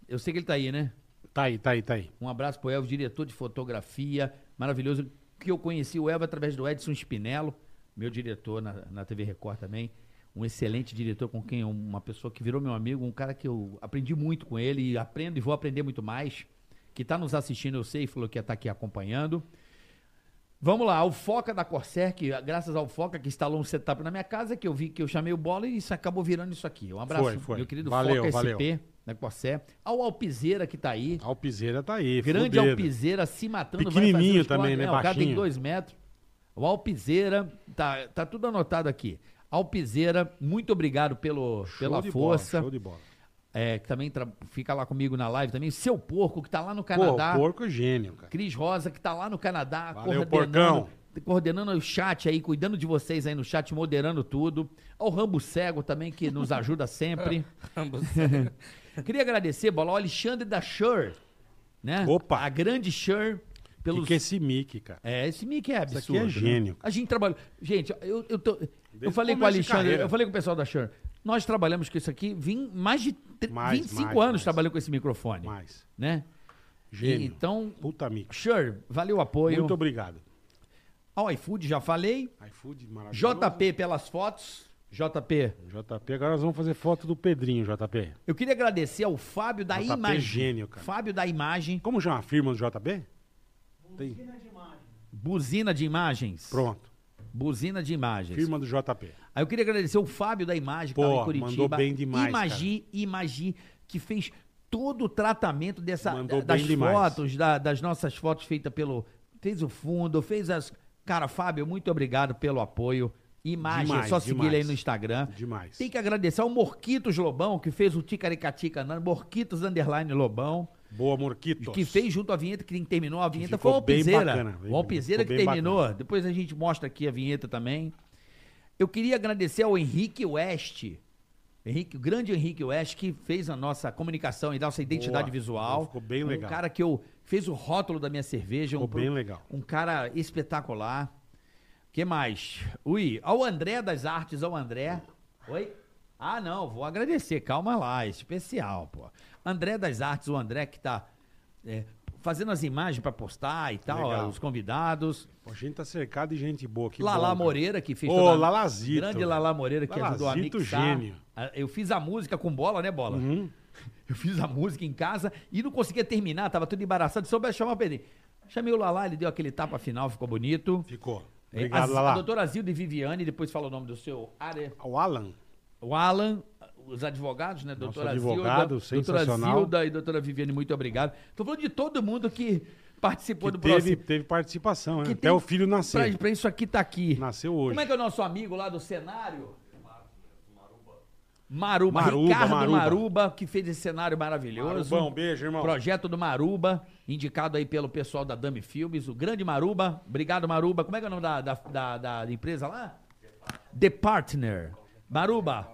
eu sei que ele tá aí, né?
Tá aí, tá aí, tá aí.
Um abraço pro Elvio, diretor de fotografia, maravilhoso, que eu conheci o Elvio através do Edson Spinello, meu diretor na, na TV Record também. Um excelente diretor com quem eu- uma pessoa que virou meu amigo, um cara que eu aprendi muito com ele e aprendo e vou aprender muito mais. Que tá nos assistindo, eu sei, falou que ia estar aqui acompanhando. Vamos lá, o Foca da Corsair, que graças ao Foca que instalou um setup na minha casa, que eu vi que eu chamei o bola e isso acabou virando isso aqui. Um abraço,
Foi, foi.
meu querido
Valeu,
Foca
valeu.
SP da Corsair. Ao Alpizeira que tá aí.
Alpizeira tá aí.
Grande
fudeiro.
Alpizeira se matando. vai
Pequenininho
fazer os
também, né?
quadros. É, O cara tem
Baixinho.
dois metros. O Alpizeira, tá, tá tudo anotado aqui. Alpizeira, muito obrigado pelo,
Show
pela
de
força.
Bola, show de bola.
É, que também tra- fica lá comigo na live também. Seu Porco, que tá lá no
Pô,
Canadá.
o porco é gênio, cara.
Cris Rosa, que tá lá no Canadá.
Valeu, porcão.
Coordenando o chat aí, cuidando de vocês aí no chat, moderando tudo. Ao Rambo Cego também, que nos ajuda sempre.
Ambos.
Queria agradecer, Bola, ao Alexandre da Shure, né?
Opa!
A grande Shure,
Pelos...
pelos...
Que que é esse mic, cara?
É, esse Mickey é
aqui
absurdo.
é
né?
gênio.
A gente trabalhou... Gente, eu, eu, tô- eu
Desde
falei
o
com o
começo de
Alexandre,
carreira.
eu falei com o pessoal da Shure, nós trabalhamos com isso aqui, vim mais de tr-
Mais,
25
mais,
anos
mais.
trabalhando com esse microfone,
Mais.
né?
Gênio.
então-
Puta mic.
Shure, valeu o apoio.
Muito obrigado.
Ao iFood, já falei.
iFood maravilhoso.
JP pelas fotos. JP,
JP, agora nós vamos fazer foto do Pedrinho, JP.
eu queria agradecer ao Fábio da
JP é
Imagem.
gênio, cara.
Fábio da Imagem,
Como já afirma do JP? Tem.
buzina de imagens.
Pronto.
Buzina de imagens.
Firma do JP.
Aí eu queria agradecer o Fábio da Imagem, que
Pô,
tá lá em Curitiba.
mandou bem demais,
Imagi, Imagi, que fez todo o tratamento dessa,
Mandou
da- das
bem demais.
fotos, da- das nossas fotos feitas pelo. Fez o fundo, fez as. Cara, Fábio, muito obrigado pelo apoio. Imagem,
Demais,
é só seguir
demais.
ele aí no Instagram.
Demais.
Tem que agradecer ao Morquitos Lobão, que fez o Ticaricatica, né? Morquitos Underline Lobão.
Boa, Morquitos.
Que fez junto à vinheta, que terminou a vinheta,
Ficou
foi o
bem
Alpizeira.
bacana,
O Alpizeira que
ficou bem
terminou. Depois a gente mostra aqui a vinheta também. Eu queria agradecer ao Henrique West. Henrique, o grande Henrique West, que fez a nossa comunicação e nossa identidade
Boa,
visual.
boa, ficou bem legal.
Um cara que eu fez o rótulo da minha cerveja. um,
Ficou bem legal.
Um cara espetacular. que mais? Ui, ao André das Artes, ao André. Oi? Ah, não, vou agradecer. Calma lá, é especial, pô. André das Artes, o André que tá é, fazendo as imagens pra postar e tal,
Legal.
os convidados.
Pô, A gente tá cercado de gente boa. Que
Lala
bom, cara.
Moreira, que fez
Ô,
toda a-
Lalazito,
Grande
velho.
Lala Moreira, que ajudou a
Lalazito,
mixar.
gênio. Uhum.
A- Eu fiz a música com bola, né, bola? Eu fiz a música em casa e não conseguia terminar, tava tudo embaraçado. Soube chamar o Pedrinho. Chamei o Lala, ele deu aquele tapa final, ficou bonito.
Ficou.
É,
Obrigado,
a,
Lala. Ah,
A doutora Zilda e Viviane, depois fala o nome do seu área.
O Alan.
O Alan, os advogados, né? Doutora
advogado,
Zilda, doutora
sensacional.
Zilda e doutora Viviane, muito obrigado. Tô falando de todo mundo que participou
Que
do
teve,
processo.
teve participação, né?
Que
Até
tem-
o filho
Pra,
nascer.
pra isso aqui tá aqui.
Nasceu hoje.
Como é que é o nosso amigo lá do cenário? Maruba.
Maruba,
Ricardo Maruba.
Maruba.
que fez esse cenário maravilhoso.
Marubão, beijo, irmão.
Projeto do Maruba, indicado aí pelo pessoal da Dami Filmes, o grande Maruba. Obrigado, Maruba. Como é que é o nome da, da, da- da empresa lá? The Partner. Maruba,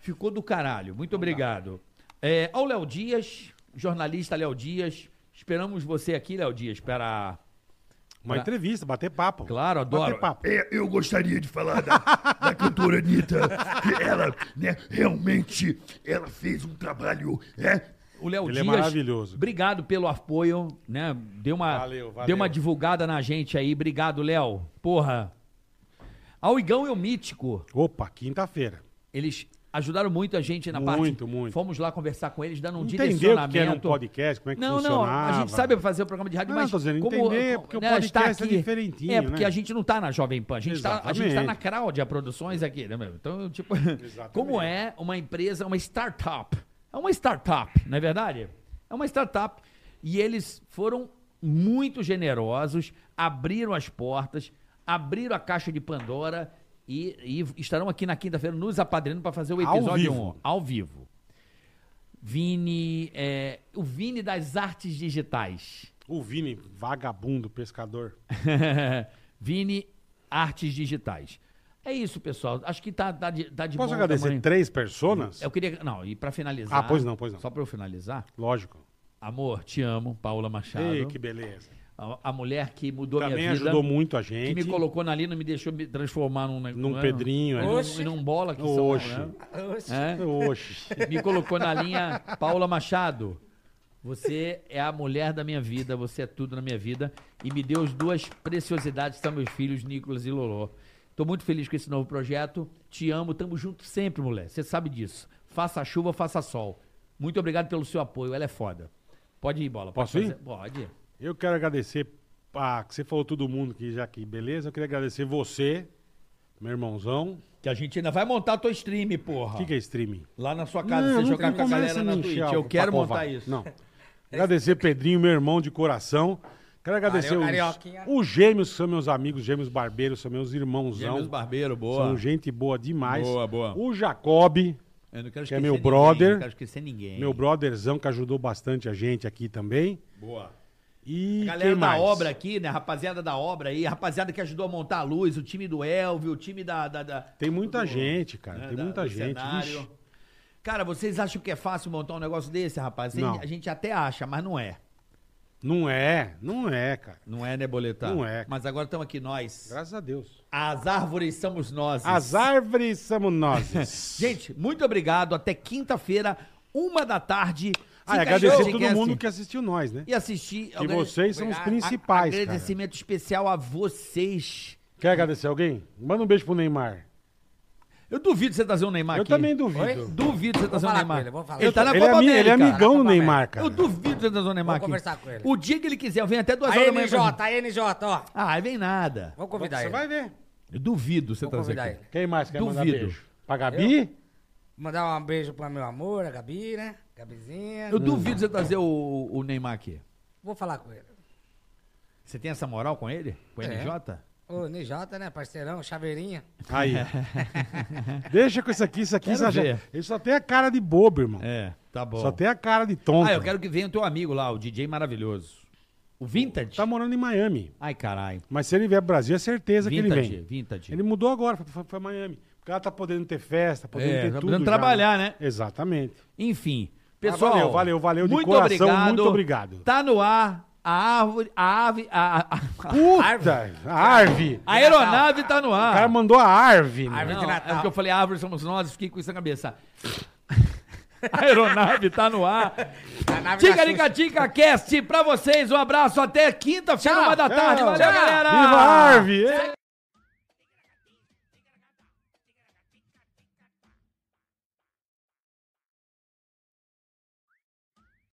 ficou do caralho. Muito obrigado. É, ao Léo Dias, jornalista Léo Dias. Esperamos você aqui, Léo Dias, para
Uma entrevista, bater papo.
Claro, adoro.
Bater papo.
É, eu gostaria de falar da, da cantora Anitta. que Ela, né, realmente, ela fez um trabalho, né,
O Léo
Ele é
Dias.
maravilhoso.
Obrigado pelo apoio, né? Deu uma,
Valeu, valeu.
Deu uma divulgada na gente aí. Obrigado, Léo. Porra. Ao Igão e o Mítico,
Opa, quinta-feira.
eles ajudaram muito a gente na parte.
Muito, muito.
Fomos lá conversar com eles, dando um
Entendeu o
direcionamento.
que era um podcast, como é que
não, não,
funcionava.
a gente sabe fazer o programa de rádio,
Não,
mas
tô dizendo,
como,
entender,
como-
porque o
né, está
podcast é
aqui.
diferentinho,
É, porque
né?
a gente não tá na Jovem Pan, a gente, tá, a gente tá na
Exatamente.
Cláudia Produções aqui, né, meu? Então, tipo, como é uma empresa, uma startup? É uma startup, não é verdade? É uma startup. E eles foram muito generosos, abriram as portas, abriram a caixa de Pandora e, e estarão aqui na quinta-feira nos apadrinhando para fazer o
Ao
episódio
vivo.
1, ao vivo. Vini, é, o Vini das artes digitais.
O Vini, vagabundo, pescador.
É Vini, artes digitais. É isso, pessoal. Acho que tá, tá de, tá de
Posso
bom
agradecer
tamanho. É
três personas?
Eu queria. Não, e pra finalizar.
Ah, pois não, pois não.
Só pra eu finalizar.
Lógico.
Amor, te amo, Paula Machado.
Ei, que beleza.
a, a mulher que mudou
Também
Tá, minha vida.
ajudou muito a
Que
gente.
me colocou na lina, me deixou me transformar num.
Num
não é?
Pedrinho, é.
E num-
Oxe.
E num bola que
Oxe.
são. né?
Oxi.
É?
Oxe.
Me colocou na linha Paula Machado. Você é a mulher da minha vida, você é tudo na minha vida. E me deu as duas preciosidades, que são meus filhos, Nicolas e Lolô. Tô muito feliz com esse novo projeto. Te amo, tamo junto sempre, mulher. Você sabe disso. Faça chuva, faça sol. Muito obrigado pelo seu apoio, ela é foda. Pode ir, bola. pode
Posso ir?
fazer. Pode.
Eu quero agradecer, ah, que você falou todo mundo que já aqui, beleza? Eu queria agradecer você, meu irmãozão.
Que a gente ainda vai montar teu stream, porra.
O que, que é streaming?
Lá na sua casa, você
não
jogar
tem-
com a
começa
galera
a
na
me
Twitch.
encher
Eu
o
quero
papo
montar
ovado.
isso.
Não. Agradecer Pedrinho, meu irmão de coração. Quero agradecer
Valeu,
os,
Carioquinha.
os gêmeos, que são meus amigos, gêmeos barbeiros, são meus irmãozão.
Gêmeos Barbeiro, boa.
São gente boa demais.
Boa, boa.
O Jacob,
Eu não quero
Que é
esquecer
meu
ninguém,
brother.
Não quero esquecer ninguém.
meu brotherzão, que ajudou bastante a gente aqui também.
Boa.
E
Galera
quem
da
mais?
obra aqui, né? Rapaziada da obra aí, rapaziada que ajudou a montar a luz, o time do Elvio, o time da. da, da-
Tem muita
do-
gente, cara.
né,
Tem
da-
muita
do
gente.
cenário.
Vixe.
Cara, vocês acham que é fácil montar um negócio desse, rapaz? Tem-
Não.
A gente até acha, mas não é.
Não é, não é, cara.
Não é, né, Boletar?
Não é.
Mas agora estamos aqui nós.
Graças a Deus.
As árvores somos nós.
As árvores somos nós.
Gente, muito obrigado. Até quinta-feira, uma da tarde.
Ah, e
Fica aí,
agradecer
gente,
todo
cast.
mundo que assistiu nós, né?
E assistir.
Que vocês são os
Obrigado.
principais, cara.
Agradecimento especial a vocês.
Quer agradecer alguém? Manda um beijo pro Neymar.
Eu Eu duvido você trazer o Neymar
Eu
aqui.
também duvido.
Oi?
Duvido você trazer o
falar
Neymar.
com ele, vou falar.
Ele tá na
Ele é,
Copa
ami- ele é
América.
amigão do
Copa
Neymar, cara.
Eu duvido você trazer o Neymar
Vou
aqui.
conversar com ele.
O dia que ele quiser, eu venho até duas
A
horas da manhã.
NJ,
pra-
a NJ, ó.
Ah, aí vem nada.
Vou convidar
Você
ele.
vai ver.
Eu duvido você
Vou
trazer
convidar
aqui.
ele.
Quem mais quer mandar
Duvido.
beijo? Pra Gabi?
Mandar um beijo pra meu amor, a Gabi, né? Gabizinha.
Eu duvido você trazer o, o Neymar aqui.
Vou falar com ele.
Você tem essa moral com ele? Com o
É.
NJ?
Ô, NJ, né? Parceirão, chaveirinha.
Aí. Deixa com isso aqui, isso aqui.
Quero
Isso já...
ver.
Ele só tem a cara de bobo, irmão.
É, tá bom.
Só tem a cara de tonto.
Ah, eu quero que venha o teu amigo lá, o DJ maravilhoso. O Vintage?
Tá morando em Miami.
Ai, caralho.
Mas se ele vier pro Brasil, é certeza que ele
Vintage,
vem.
vintage.
Ele mudou agora, foi, foi, foi Miami. Porque ela tá podendo ter festa, podendo
É,
ter
tá
tudo.
podendo
já,
trabalhar, né?
Exatamente.
Enfim, pessoal.
Ah, valeu, valeu, valeu de coração, muito obrigado.
Tá no ar. A árvore. A ave. A, a- a-
Puta! A Arve.
a aeronave tá no
O cara
ar.
mandou a né? Arve. meu.
Árvore
Não,
de
é
Natal.
porque eu falei árvore somos nós, fiquei com isso na cabeça. A aeronave tá no ar.
A nave da Xuxa.
Ticaricatica Cast pra vocês. Um abraço até quinta-feira,
Tchau.
uma da tarde. Valeu,
É. Tchau.
galera.
Viva a Arve! Ei!